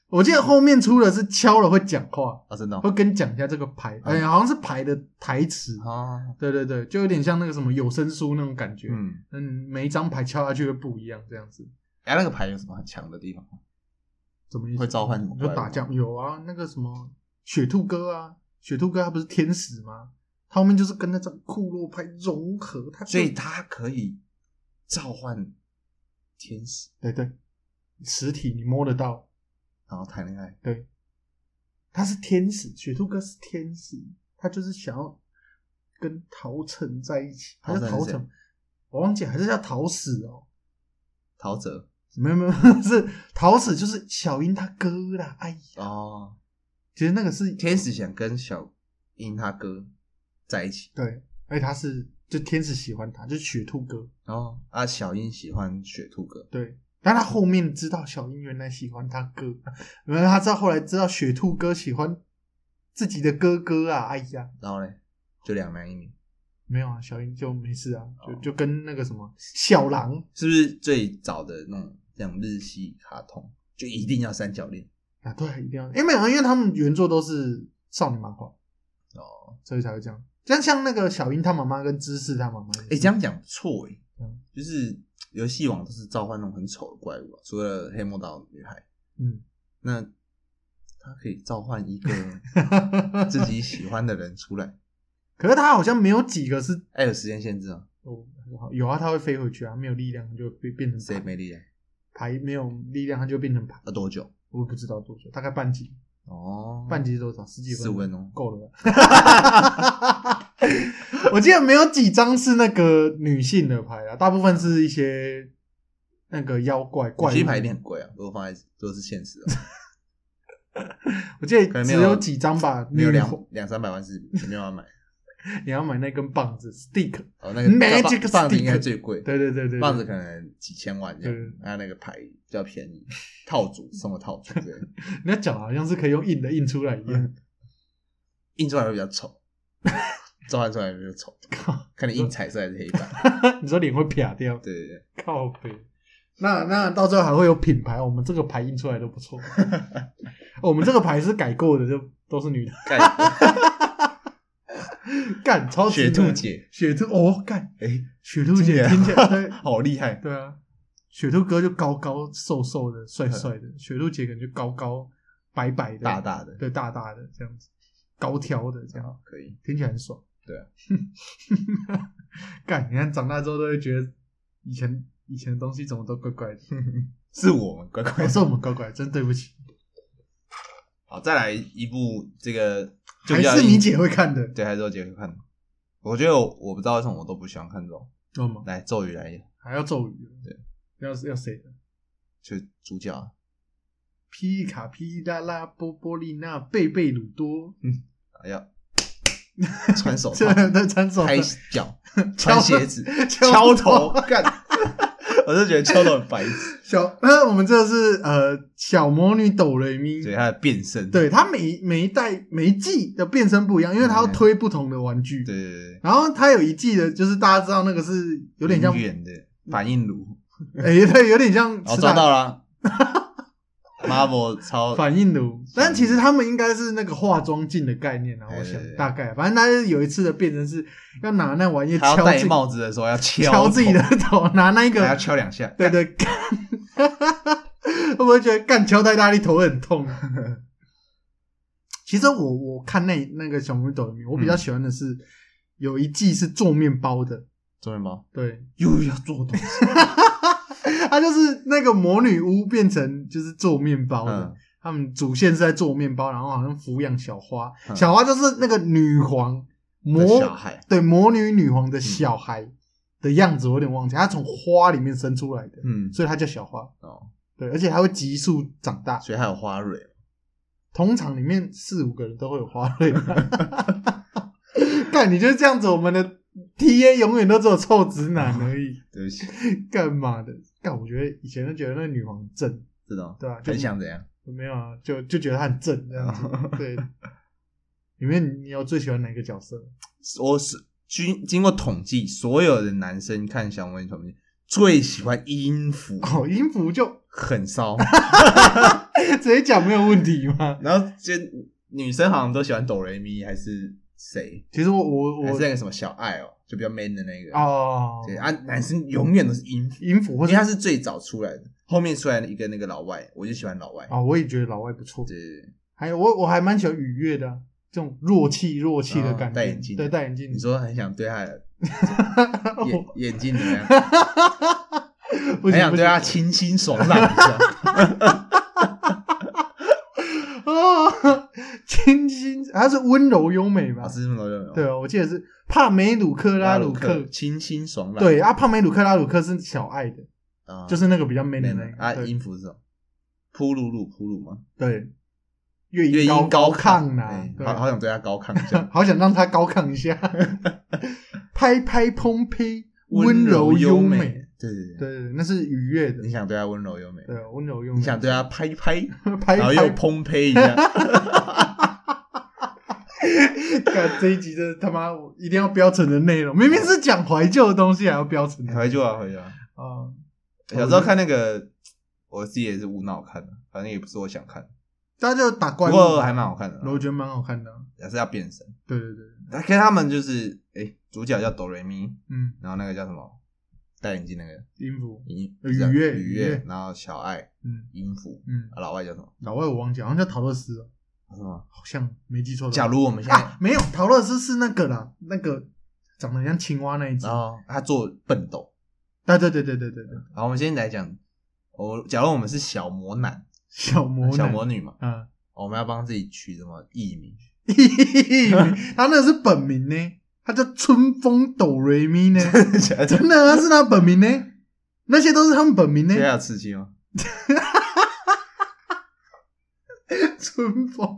[SPEAKER 2] 我记得后面出的是敲了会讲话，
[SPEAKER 1] 啊？真的哦
[SPEAKER 2] 会跟你讲一下这个牌，
[SPEAKER 1] 嗯
[SPEAKER 2] 哎，好像是牌的台词。
[SPEAKER 1] 啊，
[SPEAKER 2] 对对对，就有点像那个什么有声书那种感觉。
[SPEAKER 1] 嗯。
[SPEAKER 2] 嗯，每一张牌敲下去会不一样，这样子。
[SPEAKER 1] 哎、那个牌有什么很强的地方吗？
[SPEAKER 2] 怎么意思？
[SPEAKER 1] 会召唤什么
[SPEAKER 2] 你说
[SPEAKER 1] 怪物
[SPEAKER 2] 打架有啊，那个什么雪兔哥啊，雪兔哥他不是天使吗？他后面就是跟那张库洛派融合，他就
[SPEAKER 1] 所以它可以召唤天使，
[SPEAKER 2] 对对，实体你摸得到，
[SPEAKER 1] 然后谈恋爱，
[SPEAKER 2] 他是天使，雪兔哥是天使，他就是想要跟陶晨在一起，还是
[SPEAKER 1] 陶晨是
[SPEAKER 2] 陶
[SPEAKER 1] 谁
[SPEAKER 2] 晨？我忘记还是叫陶死哦，
[SPEAKER 1] 陶喆
[SPEAKER 2] 没有没有， 是陶死就是小英他哥啦。哎呀，
[SPEAKER 1] 哦，
[SPEAKER 2] 其实那个是
[SPEAKER 1] 天使想跟小英他哥在一起，
[SPEAKER 2] 对，而且他是就天使喜欢他，就是雪兔哥。
[SPEAKER 1] 哦啊，小英喜欢雪兔哥，
[SPEAKER 2] 对，但他后面知道小英原来喜欢他哥，原来他知道后来知道雪兔哥喜欢自己的哥哥啊！哎呀，
[SPEAKER 1] 然后嘞就两男一女，
[SPEAKER 2] 没有啊，小英就没事啊，
[SPEAKER 1] 哦
[SPEAKER 2] 就就跟那个什么小狼
[SPEAKER 1] 是不是最早的那种那种日系卡通就一定要三角恋？
[SPEAKER 2] 啊，对，一定要，因为没有啊，因为他们原作都是少女漫画
[SPEAKER 1] 哦，
[SPEAKER 2] 所以才会这样。像像那个小英她妈妈跟芝士她妈妈也是，
[SPEAKER 1] 哎、这样讲不错哎、
[SPEAKER 2] 嗯
[SPEAKER 1] 就是游戏王都是召唤那种很丑的怪物、啊，除了黑魔导女孩，
[SPEAKER 2] 嗯，
[SPEAKER 1] 那他可以召唤一个 自己喜欢的人出来。
[SPEAKER 2] 可是她好像没有几个是
[SPEAKER 1] 哎、有时间限制啊，
[SPEAKER 2] 哦，有啊，她会飞回去啊，没有力量她就变变成
[SPEAKER 1] 谁
[SPEAKER 2] 牌
[SPEAKER 1] 没力量？
[SPEAKER 2] 牌，没有力量她就变成牌，
[SPEAKER 1] 要多久？
[SPEAKER 2] 我不知道多久，大概半集。
[SPEAKER 1] 哦，
[SPEAKER 2] 半集多少？十几分？
[SPEAKER 1] 15分钟
[SPEAKER 2] 够了吧。 我记得没有几张是那个女性的牌啊，大部分是一些那个妖怪怪
[SPEAKER 1] 有
[SPEAKER 2] 物
[SPEAKER 1] 些牌一定很贵啊，如果放在如果是现实、 啊，
[SPEAKER 2] 我记
[SPEAKER 1] 可
[SPEAKER 2] 得
[SPEAKER 1] 能没
[SPEAKER 2] 只
[SPEAKER 1] 有
[SPEAKER 2] 有几张吧。
[SPEAKER 1] 没有
[SPEAKER 2] 女
[SPEAKER 1] 两
[SPEAKER 2] 红
[SPEAKER 1] 两三百万是没有办法买。
[SPEAKER 2] 你要买那根棒子 stick。
[SPEAKER 1] 哦，那个
[SPEAKER 2] Magic
[SPEAKER 1] 棒棒子应该
[SPEAKER 2] stick
[SPEAKER 1] 最贵，
[SPEAKER 2] 对对对对，
[SPEAKER 1] 棒子可能几千万这
[SPEAKER 2] 对
[SPEAKER 1] 样，那那个牌比较便宜，套组送个套组这样，
[SPEAKER 2] 你要讲好像是可以用印的印出来一样。
[SPEAKER 1] 嗯印出来会比较丑，召唤出来会比较丑，
[SPEAKER 2] 靠，
[SPEAKER 1] 看你印彩色还是黑白。
[SPEAKER 2] 你说脸会撇掉？
[SPEAKER 1] 对对对，
[SPEAKER 2] 靠北。那那到最后还会有品牌，我们这个牌印出来都不错。 哦我们这个牌是改过的，就都是女的。
[SPEAKER 1] 盖
[SPEAKER 2] 干超级
[SPEAKER 1] 雪兔
[SPEAKER 2] 的
[SPEAKER 1] 姐，
[SPEAKER 2] 雪兔哦，干
[SPEAKER 1] 哎，
[SPEAKER 2] 雪兔姐听
[SPEAKER 1] 听
[SPEAKER 2] 起
[SPEAKER 1] 起
[SPEAKER 2] 来 对
[SPEAKER 1] 好厉害，
[SPEAKER 2] 对啊，雪兔哥就高高瘦瘦的、帅帅的，雪兔姐感觉高高白白的、
[SPEAKER 1] 大大的，
[SPEAKER 2] 对大大的这样子，高挑的这样，
[SPEAKER 1] 好可以。
[SPEAKER 2] 听起来很爽。
[SPEAKER 1] 对啊，
[SPEAKER 2] 干，你看长大之后都会觉得以前以前的东西怎么都怪怪的，
[SPEAKER 1] 是我们乖
[SPEAKER 2] 我
[SPEAKER 1] 乖
[SPEAKER 2] 说我们怪怪，真对不起，
[SPEAKER 1] 好，再来一部这个，就
[SPEAKER 2] 还
[SPEAKER 1] 比较
[SPEAKER 2] 是你姐会看的，
[SPEAKER 1] 对，还是我姐会看。我觉得我我不知道为什么我都不喜欢看这种。
[SPEAKER 2] 知道吗？
[SPEAKER 1] 来，咒语来演，
[SPEAKER 2] 哦还要咒语，
[SPEAKER 1] 对，
[SPEAKER 2] 要要谁的？
[SPEAKER 1] 就主角啊
[SPEAKER 2] 皮卡皮拉拉波波利娜贝贝鲁多，
[SPEAKER 1] 要 穿手
[SPEAKER 2] 这
[SPEAKER 1] 套、
[SPEAKER 2] 那穿手
[SPEAKER 1] 哦拍脚、穿鞋 子、
[SPEAKER 2] 敲
[SPEAKER 1] 敲
[SPEAKER 2] 头
[SPEAKER 1] 头， 干。 我就觉得敲头很白痴。
[SPEAKER 2] 小，那我们这是呃小魔女斗雷咪，
[SPEAKER 1] 对，啊他的变身，
[SPEAKER 2] 对，它每一每一代每一季的变身不一样，因为它要推不同的玩具。
[SPEAKER 1] 对对对
[SPEAKER 2] 然后它有一季的，就是大家知道那个是有
[SPEAKER 1] 有
[SPEAKER 2] 点像，嗯
[SPEAKER 1] 远的反应炉，
[SPEAKER 2] 哎、对，有点像
[SPEAKER 1] 然后哦
[SPEAKER 2] 吃
[SPEAKER 1] 抓
[SPEAKER 2] 大
[SPEAKER 1] 到了。Marvel 超
[SPEAKER 2] 啊 反应炉，但其实他们应该是那个化妆镜的概念啊，
[SPEAKER 1] 对
[SPEAKER 2] 我想
[SPEAKER 1] 对对
[SPEAKER 2] 大概，反正他有一次的变身是要拿那玩意
[SPEAKER 1] 他
[SPEAKER 2] 敲
[SPEAKER 1] 要
[SPEAKER 2] 自
[SPEAKER 1] 戴
[SPEAKER 2] 己
[SPEAKER 1] 帽子的时候要敲
[SPEAKER 2] 敲自己的
[SPEAKER 1] 头，
[SPEAKER 2] 头，拿那个
[SPEAKER 1] 还要敲两下。
[SPEAKER 2] 对对，干， 会不会觉得干敲太大力头会很痛？啊其实我我看那那个小魔女斗
[SPEAKER 1] 嗯
[SPEAKER 2] 里面，我比较喜欢的是、有一季是做面包的，
[SPEAKER 1] 做面包
[SPEAKER 2] 对，
[SPEAKER 1] 又要做东西，
[SPEAKER 2] 它就是那个魔女屋变成就是做面包的。
[SPEAKER 1] 嗯
[SPEAKER 2] 他们主线是在做面包，然后好像抚养小花，
[SPEAKER 1] 嗯
[SPEAKER 2] 小花就是那个女皇魔
[SPEAKER 1] 小孩嗯
[SPEAKER 2] 对魔女女皇的小孩的样子，我有点忘记，她从花里面生出来的，
[SPEAKER 1] 嗯
[SPEAKER 2] 所以她叫小花。
[SPEAKER 1] 哦，
[SPEAKER 2] 对，而且还会急速长大。
[SPEAKER 1] 所以还有花蕊，
[SPEAKER 2] 同场里面四五个人都会有花蕊。 干，你就是这样子，我们的 T A 永远都只有臭直男而已。
[SPEAKER 1] 对不 起，
[SPEAKER 2] 干嘛的？干，我觉得以前都觉得那女皇正，
[SPEAKER 1] 知道
[SPEAKER 2] 对啊就
[SPEAKER 1] 很想怎样？
[SPEAKER 2] 没有啊，就就觉得她很正这样子。 对，里面你有最喜欢哪个角色？
[SPEAKER 1] 我是经经过统计，所有的男生看小魔女团最喜欢音符，
[SPEAKER 2] 哦，音符就
[SPEAKER 1] 很骚。
[SPEAKER 2] 直接讲没有问题吗？
[SPEAKER 1] 然后就女生好像都喜欢哆瑞咪，还是谁？
[SPEAKER 2] 其实我我
[SPEAKER 1] 还是
[SPEAKER 2] 我
[SPEAKER 1] 那个什么小爱哦，就比较 man 的那个。
[SPEAKER 2] 哦，
[SPEAKER 1] 对啊，男生永远都是音符，
[SPEAKER 2] 音符
[SPEAKER 1] 因
[SPEAKER 2] 或
[SPEAKER 1] 为
[SPEAKER 2] 者
[SPEAKER 1] 他是最早出来的，后面出来的一个那个老外，我就喜欢老外。
[SPEAKER 2] 哦，我也觉得老外不错。
[SPEAKER 1] 对对对，
[SPEAKER 2] 还有我我还蛮喜欢愉悦的啊、这种弱气弱气的感觉，
[SPEAKER 1] 哦戴眼镜
[SPEAKER 2] 对，戴眼镜
[SPEAKER 1] 你，说很想对他的眼眼睛怎么样？
[SPEAKER 2] 不
[SPEAKER 1] 很
[SPEAKER 2] 行
[SPEAKER 1] 想
[SPEAKER 2] 不
[SPEAKER 1] 对
[SPEAKER 2] 行
[SPEAKER 1] 他清新爽朗一 下。
[SPEAKER 2] 啊，清新，他是温柔优美吧
[SPEAKER 1] 啊，？是这么多
[SPEAKER 2] 对啊，我记得是帕梅鲁克拉鲁克，
[SPEAKER 1] 清新爽朗。
[SPEAKER 2] 对啊，帕梅鲁克拉鲁克是小爱的，
[SPEAKER 1] 啊，
[SPEAKER 2] 就是那个比较 man 的
[SPEAKER 1] 没
[SPEAKER 2] 那
[SPEAKER 1] 了啊，
[SPEAKER 2] 个，对
[SPEAKER 1] 音符是什么？铺露露铺露吗？
[SPEAKER 2] 对，乐
[SPEAKER 1] 乐
[SPEAKER 2] 音
[SPEAKER 1] 音
[SPEAKER 2] 高
[SPEAKER 1] 亢
[SPEAKER 2] 亢啊
[SPEAKER 1] 哎，
[SPEAKER 2] 对。
[SPEAKER 1] 好好想对他高亢一下
[SPEAKER 2] 好想让他高亢一 下，拍拍砰呸，温柔优美，，
[SPEAKER 1] 对对对，
[SPEAKER 2] 对，对那是愉悦的
[SPEAKER 1] 你，想对他温柔优美，
[SPEAKER 2] 对，哦温柔优美，
[SPEAKER 1] 你想对他拍一拍，
[SPEAKER 2] 拍
[SPEAKER 1] 然后又
[SPEAKER 2] 拍
[SPEAKER 1] 砰呸一 下，
[SPEAKER 2] 干这一集真的他妈我一定要标成的内容，明明是讲怀旧的东西，还要标成的
[SPEAKER 1] 回去啊回去啊。
[SPEAKER 2] 啊！
[SPEAKER 1] 小时候看那个，我自己也是无脑看的，反正也不是我想看，
[SPEAKER 2] 大家就打怪
[SPEAKER 1] 不
[SPEAKER 2] 物，
[SPEAKER 1] 过还蛮好看的啊，
[SPEAKER 2] 我觉得蛮好看的啊。
[SPEAKER 1] 也是要变身。
[SPEAKER 2] 对对对，
[SPEAKER 1] 可是他们就是，哎，主角叫哆瑞咪，
[SPEAKER 2] 嗯，
[SPEAKER 1] 然后那个叫什么戴眼镜那个
[SPEAKER 2] 音符，
[SPEAKER 1] 音
[SPEAKER 2] 呃雨月
[SPEAKER 1] 啊雨
[SPEAKER 2] 雨月
[SPEAKER 1] 月，然后小爱
[SPEAKER 2] 嗯
[SPEAKER 1] 音符，
[SPEAKER 2] 嗯，
[SPEAKER 1] 啊老外叫什么？
[SPEAKER 2] 老外我忘记，好像叫陶乐斯哦，
[SPEAKER 1] 是吗？
[SPEAKER 2] 好像没记错的话。
[SPEAKER 1] 假如我们现在
[SPEAKER 2] 啊，没有陶乐斯是那个啦，那个长得很像青蛙那一只
[SPEAKER 1] 然。后他做笨斗，
[SPEAKER 2] 对对对对对对对，
[SPEAKER 1] 好，我们先来讲，我假如我们是小魔男、
[SPEAKER 2] 小魔
[SPEAKER 1] 小
[SPEAKER 2] 男
[SPEAKER 1] 魔女嘛，哦
[SPEAKER 2] 啊，
[SPEAKER 1] 我们要帮自己取什么艺 名？
[SPEAKER 2] 他那个是本名呢，他叫春风斗瑞咪呢。
[SPEAKER 1] 这
[SPEAKER 2] 真的啊，是他本名呢，那些都是他们本名呢。
[SPEAKER 1] 样有刺激吗？
[SPEAKER 2] 春风，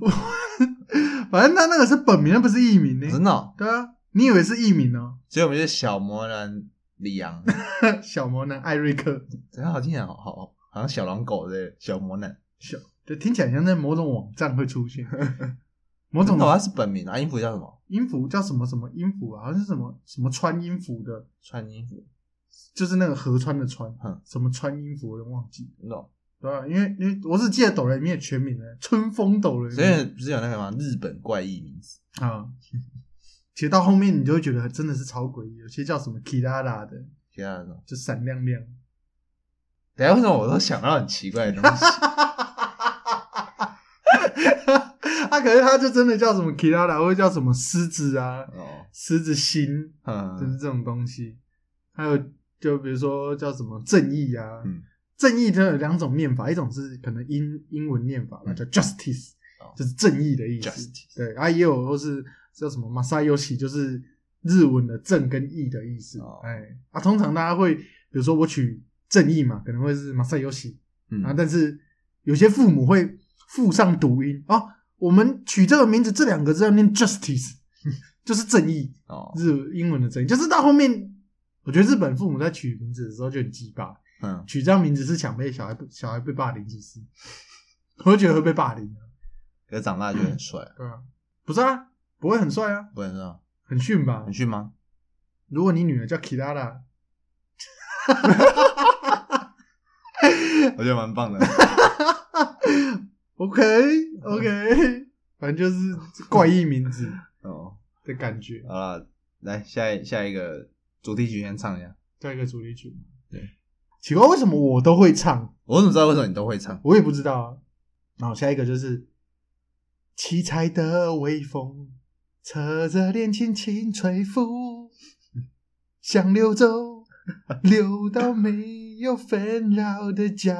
[SPEAKER 2] 我反正他那个是本名，那不是艺名
[SPEAKER 1] 真
[SPEAKER 2] 呢。
[SPEAKER 1] 的哦，
[SPEAKER 2] 对啊，你以为是艺名哦？
[SPEAKER 1] 所以我们就是小魔男李阳，
[SPEAKER 2] 小魔男艾瑞克，
[SPEAKER 1] 真好听啊，好好好像小狼狗的小魔男，
[SPEAKER 2] 小就听起来像在某种网站会 出现，某种
[SPEAKER 1] 那他是本名啊，音符叫什么？
[SPEAKER 2] 音符叫什么什么音符啊？好像是什么什么穿音符的，
[SPEAKER 1] 穿衣服，
[SPEAKER 2] 就是那个河川的川
[SPEAKER 1] 嗯，
[SPEAKER 2] 什么穿音符我都忘记。
[SPEAKER 1] 你懂？
[SPEAKER 2] 对啊，因为因为我只记得斗雷米的全名呢，春风斗雷
[SPEAKER 1] 所
[SPEAKER 2] 米。
[SPEAKER 1] 以不是有那个吗？日本怪异名字，
[SPEAKER 2] 啊， 其实到后面你就会觉得真的是超诡异，有些叫什么 Kirara 的，
[SPEAKER 1] 其他的什么？
[SPEAKER 2] 就闪亮 亮。
[SPEAKER 1] 等一下为什么我都想到很奇怪的东 西？
[SPEAKER 2] 啊，可是他就真的叫什么 Kirara，或者叫什么狮子啊、
[SPEAKER 1] 哦，
[SPEAKER 2] 狮子心，就
[SPEAKER 1] 嗯
[SPEAKER 2] 是，这种东西。还有就比如说叫什么正义啊，
[SPEAKER 1] 嗯
[SPEAKER 2] 正义它有两种念法，一种是可能英英文念法，那叫 justice，、
[SPEAKER 1] 嗯哦
[SPEAKER 2] 就是正义的意思。
[SPEAKER 1] Justice
[SPEAKER 2] 对，啊，也有或是叫什么 masayoshi，就是日文的正跟义的意思。
[SPEAKER 1] 哦
[SPEAKER 2] 哎，啊，通常大家会，比如说我取正义嘛，可能会是 masayoshi，、啊，
[SPEAKER 1] 嗯，
[SPEAKER 2] 但是有些父母会附上读音哦，我们取这个名字这两个字要念 justice，就是 正义，
[SPEAKER 1] 哦，
[SPEAKER 2] 日英文的正义，就是到后面。我觉得日本父母在取名字的时候就很鸡巴，
[SPEAKER 1] 嗯，
[SPEAKER 2] 取这样名字是想被小孩小孩被霸凌，是不 是？我会觉得会被霸凌啊，
[SPEAKER 1] 可是长大就很帅啊，
[SPEAKER 2] 对啊，不是啊，不会很帅啊，
[SPEAKER 1] 不能说
[SPEAKER 2] 很逊吧
[SPEAKER 1] 你？去吗？
[SPEAKER 2] 如果你女儿叫 Kirara，
[SPEAKER 1] 我觉得蛮棒的。
[SPEAKER 2] OK
[SPEAKER 1] 嗯
[SPEAKER 2] OK，反正 就是怪异名字
[SPEAKER 1] 哦，
[SPEAKER 2] 的 感觉。
[SPEAKER 1] 好了，来下一下一个主题曲先唱一下。
[SPEAKER 2] 下一个主题曲，
[SPEAKER 1] 对，
[SPEAKER 2] 奇怪为什么我都会唱，
[SPEAKER 1] 我怎么知道为什么你都会唱？
[SPEAKER 2] 我也不知道啊。然后下一个就是七彩的微风，侧着脸轻轻 吹拂，想溜走，溜到没有纷扰的角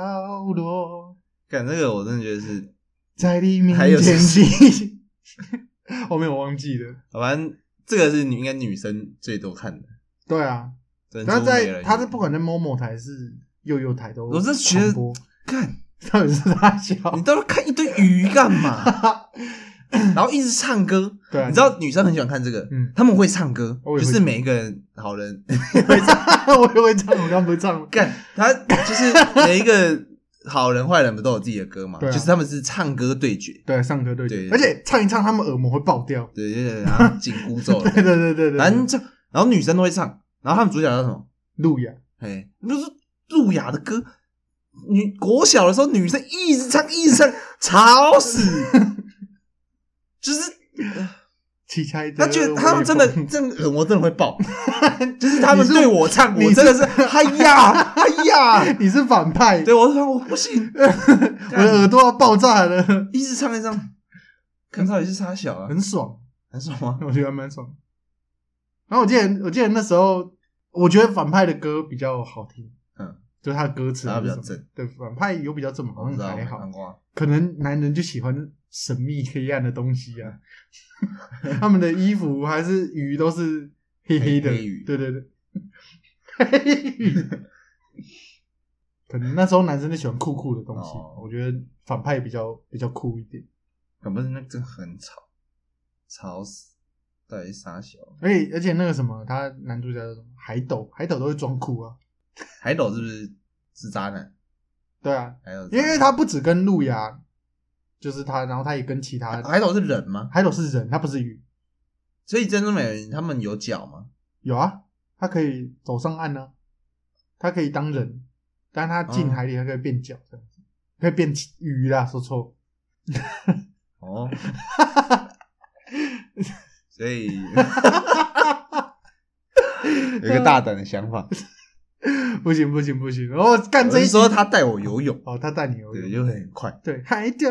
[SPEAKER 2] 落。
[SPEAKER 1] 干这个我真的觉得是，
[SPEAKER 2] 在黎明
[SPEAKER 1] 还有
[SPEAKER 2] 前
[SPEAKER 1] 是
[SPEAKER 2] 进。 后面我忘记了。
[SPEAKER 1] 反正这个是女应该女生最多看的。
[SPEAKER 2] 对啊，
[SPEAKER 1] 珍珠
[SPEAKER 2] 他
[SPEAKER 1] 美
[SPEAKER 2] 在
[SPEAKER 1] 人鱼
[SPEAKER 2] 他在不管在某某台是幼幼台都
[SPEAKER 1] 我是觉得
[SPEAKER 2] 传播
[SPEAKER 1] 干，
[SPEAKER 2] 到底是他小，
[SPEAKER 1] 你到时候看一堆鱼干嘛？ 然后一直唱歌，
[SPEAKER 2] 对啊，
[SPEAKER 1] 你知道女生很喜欢看这个，
[SPEAKER 2] 嗯，
[SPEAKER 1] 他们会唱歌，
[SPEAKER 2] 我
[SPEAKER 1] 就
[SPEAKER 2] 也会
[SPEAKER 1] 是每一个人好 人
[SPEAKER 2] 我也会唱， 我刚不是唱了，
[SPEAKER 1] 干，他就是每一个好人坏人不都有自己的歌嘛？
[SPEAKER 2] 对啊
[SPEAKER 1] 就是他们是唱歌对决，
[SPEAKER 2] 对，上歌对决
[SPEAKER 1] 对，
[SPEAKER 2] 而且唱一唱他们耳膜会爆掉，
[SPEAKER 1] 对对对，然后紧箍咒的
[SPEAKER 2] 对
[SPEAKER 1] 感觉，
[SPEAKER 2] 对对对对，
[SPEAKER 1] 反正这然后女生都会唱，然后他们主角叫什么？
[SPEAKER 2] 路亚，
[SPEAKER 1] 哎，那是路雅的歌。女国小的时候，女生一直唱，一直唱，吵 死。就是
[SPEAKER 2] 七彩的
[SPEAKER 1] 他
[SPEAKER 2] 微风，
[SPEAKER 1] 觉得他们真的，真的，呃我真的会 爆。就是他们对我唱，
[SPEAKER 2] 你
[SPEAKER 1] 我
[SPEAKER 2] 是
[SPEAKER 1] 真的是，哎 呀，哎呀，
[SPEAKER 2] 你是反派，
[SPEAKER 1] 对我唱我不行，
[SPEAKER 2] 我的耳朵要爆炸了，
[SPEAKER 1] 一直唱一直唱，看到底是傻小啊，
[SPEAKER 2] 很爽。
[SPEAKER 1] 很爽吗？
[SPEAKER 2] 我觉得还蛮爽。然后我记得，我记得那时候我觉得反派的歌比较好听，
[SPEAKER 1] 嗯，
[SPEAKER 2] 就是他的歌词
[SPEAKER 1] 然后
[SPEAKER 2] 还
[SPEAKER 1] 比较
[SPEAKER 2] 是什么
[SPEAKER 1] 正，
[SPEAKER 2] 对，反派有比较正，
[SPEAKER 1] 我
[SPEAKER 2] 好
[SPEAKER 1] 不
[SPEAKER 2] 像
[SPEAKER 1] 知道，
[SPEAKER 2] 还
[SPEAKER 1] 没
[SPEAKER 2] 好
[SPEAKER 1] 看，过。
[SPEAKER 2] 可能男人就喜欢神秘黑暗的东西啊， 他们的衣服还是鱼都是黑的，
[SPEAKER 1] 黑黑鱼
[SPEAKER 2] 对对对， 黑鱼。可能那时候男生就喜欢酷酷的东西，
[SPEAKER 1] 哦
[SPEAKER 2] 我觉得反派比较比较酷一点。
[SPEAKER 1] 可不是那真的很吵，吵死，到底是啥小？
[SPEAKER 2] 而且而且那个什么，他男主角叫什么海斗，海斗都会装酷啊，
[SPEAKER 1] 海斗是不是是渣男？
[SPEAKER 2] 对啊，
[SPEAKER 1] 海斗是渣
[SPEAKER 2] 因
[SPEAKER 1] 男，
[SPEAKER 2] 为他不只跟路亚，就是他，然后他也跟 其他
[SPEAKER 1] 海啊斗是人吗？
[SPEAKER 2] 海斗是人，他不是鱼，
[SPEAKER 1] 所以珍珠美人鱼他们有脚吗？
[SPEAKER 2] 有啊，他可以走上岸呢、啊，他可以
[SPEAKER 1] 嗯
[SPEAKER 2] 当人，但他进海里，他可以变脚这样子，可以变鱼啦，说错，
[SPEAKER 1] 哦， 所 以有一个大胆的想法，
[SPEAKER 2] 不行不行不行，哦，干
[SPEAKER 1] 我
[SPEAKER 2] 这一
[SPEAKER 1] 是
[SPEAKER 2] 集
[SPEAKER 1] 说 他带我游泳，
[SPEAKER 2] 哦，他带你游
[SPEAKER 1] 对，
[SPEAKER 2] 泳，
[SPEAKER 1] 就会很快。
[SPEAKER 2] 对，海斗，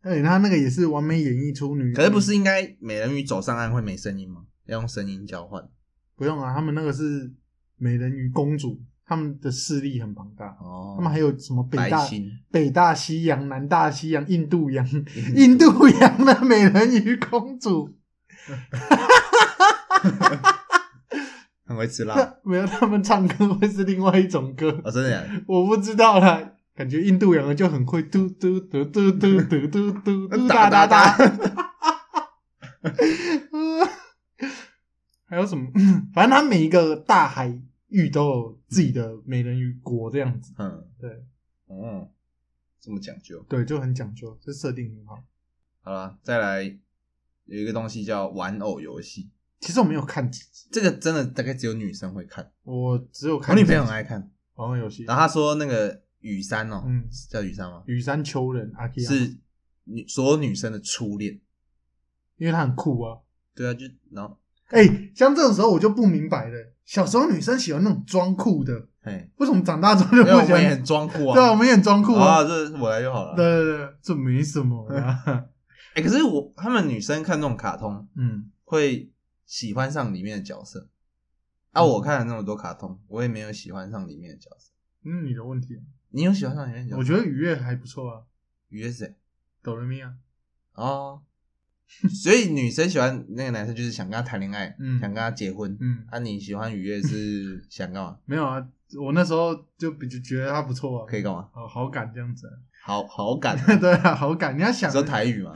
[SPEAKER 2] 而且他那个也是完美演绎出女，
[SPEAKER 1] 可是不是应该美人鱼走上岸会没声音吗？要用声音交换。
[SPEAKER 2] 不用啊，他们那个是美人鱼公主，他们的势力很庞大，
[SPEAKER 1] 哦，
[SPEAKER 2] 他们还有什么北
[SPEAKER 1] 白
[SPEAKER 2] 大
[SPEAKER 1] 星，
[SPEAKER 2] 北大西洋、南大西洋、印 度洋、印度洋的美人鱼公主，
[SPEAKER 1] 很会吃辣
[SPEAKER 2] 没有他们唱歌会是另外一种歌，
[SPEAKER 1] 哦，真的假 的？
[SPEAKER 2] 我不知道啦。感觉印度洋的就很会嘟嘟嘟嘟嘟嘟嘟 嘟嘟哒哒哒。 还有什么？ 反正它每一个大海域都有自己的美人鱼国这样子，
[SPEAKER 1] 嗯，
[SPEAKER 2] 对，
[SPEAKER 1] 哦，这么讲究。
[SPEAKER 2] 对，就很讲究，这设定很好。
[SPEAKER 1] 好啦，再来有一个东西叫玩偶游戏，
[SPEAKER 2] 其实我没有看几集，
[SPEAKER 1] 这个真的大概只有女生会看，
[SPEAKER 2] 我只有
[SPEAKER 1] 我
[SPEAKER 2] 看
[SPEAKER 1] 女朋友很
[SPEAKER 2] 几集
[SPEAKER 1] 爱看。
[SPEAKER 2] 玩玩游戏，
[SPEAKER 1] 然后她说那个雨山哦，
[SPEAKER 2] 嗯
[SPEAKER 1] 是叫雨山吗？
[SPEAKER 2] 羽山丘人阿 K
[SPEAKER 1] 是女所有女生的初恋。
[SPEAKER 2] 因为他很酷啊。
[SPEAKER 1] 对啊，就然后
[SPEAKER 2] 哎、像这种时候我就不明白了，小时候女生喜欢那种装酷的，
[SPEAKER 1] 哎，
[SPEAKER 2] 为什么长大之后就
[SPEAKER 1] 因为
[SPEAKER 2] 不
[SPEAKER 1] 我
[SPEAKER 2] 喜
[SPEAKER 1] 们也
[SPEAKER 2] 欢？
[SPEAKER 1] 很装酷啊。
[SPEAKER 2] 对啊，我们也很装酷啊。
[SPEAKER 1] 啊，这我来就好了。
[SPEAKER 2] 对对对，这没什么啦。
[SPEAKER 1] 哎、可是我他们女生看这种卡通
[SPEAKER 2] 嗯，
[SPEAKER 1] 会喜欢上里面的角色，啊，
[SPEAKER 2] 嗯
[SPEAKER 1] 我看了那么多卡通，我也没有喜欢上里面的角色。
[SPEAKER 2] 那是你的问题。
[SPEAKER 1] 你有喜欢上里面的角色？
[SPEAKER 2] 我觉得愉悦还不错啊，
[SPEAKER 1] 鱼是谁？
[SPEAKER 2] 哆来咪啊。
[SPEAKER 1] 哦， 所以女生喜欢那个男生，就是想跟他谈恋爱，
[SPEAKER 2] 嗯
[SPEAKER 1] 想跟他结婚。
[SPEAKER 2] 嗯，
[SPEAKER 1] 啊，你喜欢愉悦是想 干嘛？
[SPEAKER 2] 没有啊，我那时候就比较觉得他不错啊，
[SPEAKER 1] 可以干嘛？
[SPEAKER 2] 好好感这样子啊。，
[SPEAKER 1] 好好感 哦
[SPEAKER 2] 对啊，好感。你要想
[SPEAKER 1] 你，说台语嘛？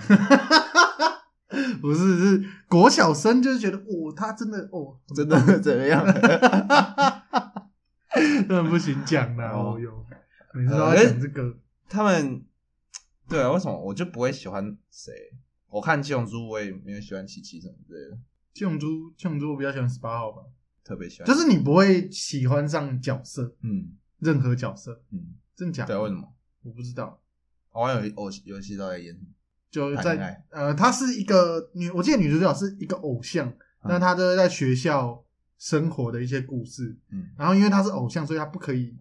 [SPEAKER 2] 不是是国小生，就是觉得哦，他 真的哦，
[SPEAKER 1] 真 的怎么样？呃
[SPEAKER 2] 真的不行讲啦，
[SPEAKER 1] 哦呃
[SPEAKER 2] 哦哟，每次都要讲这个。
[SPEAKER 1] 他们对啊，为什么我就不会喜欢谁？我看七龙珠，我也没有喜欢琪琪什么之类的，
[SPEAKER 2] 七龙珠，七龙珠我比较喜欢十八号吧，
[SPEAKER 1] 特别喜欢。
[SPEAKER 2] 就是你不会喜欢上角色，
[SPEAKER 1] 嗯
[SPEAKER 2] 任何角色，
[SPEAKER 1] 嗯，
[SPEAKER 2] 真假？
[SPEAKER 1] 对啊，为什么？哦
[SPEAKER 2] 我不知道。
[SPEAKER 1] 玩游戏偶游戏都在演什么，
[SPEAKER 2] 就
[SPEAKER 1] 谈恋爱
[SPEAKER 2] 在呃，她是一个女，我记得女主角是一个偶像，
[SPEAKER 1] 嗯
[SPEAKER 2] 那她都是在学校生活的一些故事。
[SPEAKER 1] 嗯
[SPEAKER 2] 然后因为她是偶像，所以她不可以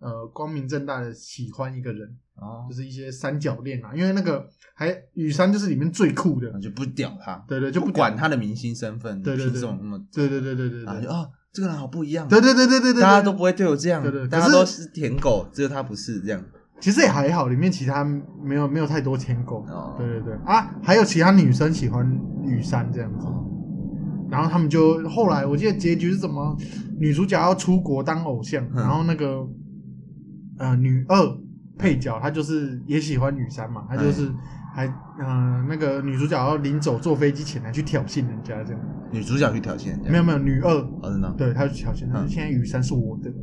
[SPEAKER 2] 呃光明正大的喜欢一个人，
[SPEAKER 1] 哦
[SPEAKER 2] 就，是一些三角恋啊。因为那个还雨山就是里面最酷的
[SPEAKER 1] 然后，就不屌他，
[SPEAKER 2] 对对，就
[SPEAKER 1] 不
[SPEAKER 2] 不
[SPEAKER 1] 管他的明星身份，
[SPEAKER 2] 对对对
[SPEAKER 1] 凭什么那么
[SPEAKER 2] 对对对对对
[SPEAKER 1] 啊
[SPEAKER 2] 对
[SPEAKER 1] 就啊，这个人好不一样，
[SPEAKER 2] 对对对对对对，
[SPEAKER 1] 大家都不会对我这样
[SPEAKER 2] 对对，对
[SPEAKER 1] 大家
[SPEAKER 2] 可是
[SPEAKER 1] 都是舔狗，只有他不是这样。
[SPEAKER 2] 其实也还好，里面其他没有没有太多舔狗。
[SPEAKER 1] 哦
[SPEAKER 2] 对对对啊，还有其他女生喜欢雨山这样子，然后他们就后来我记得结局是什么，女主角要出国当偶像，
[SPEAKER 1] 嗯
[SPEAKER 2] 然后那个呃女二配角她就是也喜欢雨山嘛，她就是
[SPEAKER 1] 哎
[SPEAKER 2] 还呃那个女主角要临走坐飞机前还去挑衅人家这样，
[SPEAKER 1] 女主角去挑衅人家，
[SPEAKER 2] 没有没有女二，
[SPEAKER 1] 哦，真的哦，
[SPEAKER 2] 对她去挑衅，她说
[SPEAKER 1] 嗯
[SPEAKER 2] 现在雨山是我的了，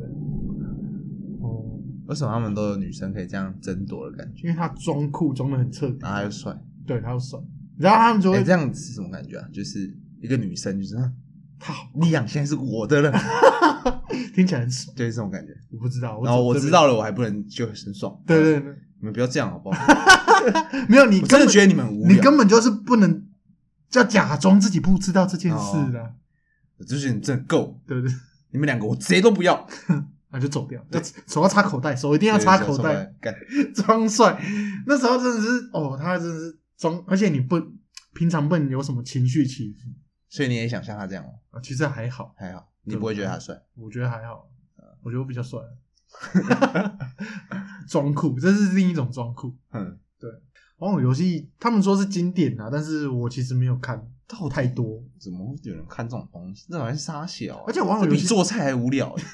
[SPEAKER 2] 哦，
[SPEAKER 1] 为什么他们都有女生可以这样争夺的感觉？
[SPEAKER 2] 因为她装酷装的很彻底
[SPEAKER 1] 然。后他又帅。
[SPEAKER 2] 对，他要甩，然后他们就
[SPEAKER 1] 啊哎、
[SPEAKER 2] 会
[SPEAKER 1] 这样是什么感觉啊？就是一个女生，就是哼
[SPEAKER 2] 他好，
[SPEAKER 1] 你养现在是我 的了，
[SPEAKER 2] 听起来很爽，
[SPEAKER 1] 就是这种感觉。
[SPEAKER 2] 我不知道，
[SPEAKER 1] 然后哦我
[SPEAKER 2] 只
[SPEAKER 1] 知，道了，我还不能就很爽。
[SPEAKER 2] 对对对，
[SPEAKER 1] 你们不要这样好不好？
[SPEAKER 2] 没 有你
[SPEAKER 1] 我真
[SPEAKER 2] 根
[SPEAKER 1] 的
[SPEAKER 2] 本
[SPEAKER 1] 觉得你们很无
[SPEAKER 2] 你
[SPEAKER 1] 聊，
[SPEAKER 2] 根本就是不能要假装自己不知道这件事的，
[SPEAKER 1] 哦我就是你真的够，
[SPEAKER 2] 对不对？
[SPEAKER 1] 你们两个我谁都不要，
[SPEAKER 2] 那就走掉，
[SPEAKER 1] 对
[SPEAKER 2] 手要插口袋，手一定要插口
[SPEAKER 1] 对
[SPEAKER 2] 袋，，
[SPEAKER 1] 干
[SPEAKER 2] 装帅。那时候真的是，哦，他真的是装，而且你不平常不能有什么情绪起伏
[SPEAKER 1] 所以你也想像他这样吗？
[SPEAKER 2] 啊，其实还好，
[SPEAKER 1] 还好，你不会觉得他帅？
[SPEAKER 2] 我觉得还好，我觉得我比较帅， 装酷，这是另一种装酷。
[SPEAKER 1] 嗯，
[SPEAKER 2] 网友游戏他们说是经典啊，但是我其实没有看到太多。
[SPEAKER 1] 怎么会有人看这种东西？这玩意傻小、啊，
[SPEAKER 2] 而且网友
[SPEAKER 1] 这
[SPEAKER 2] 游
[SPEAKER 1] 比
[SPEAKER 2] 戏，
[SPEAKER 1] 做菜还无聊、欸。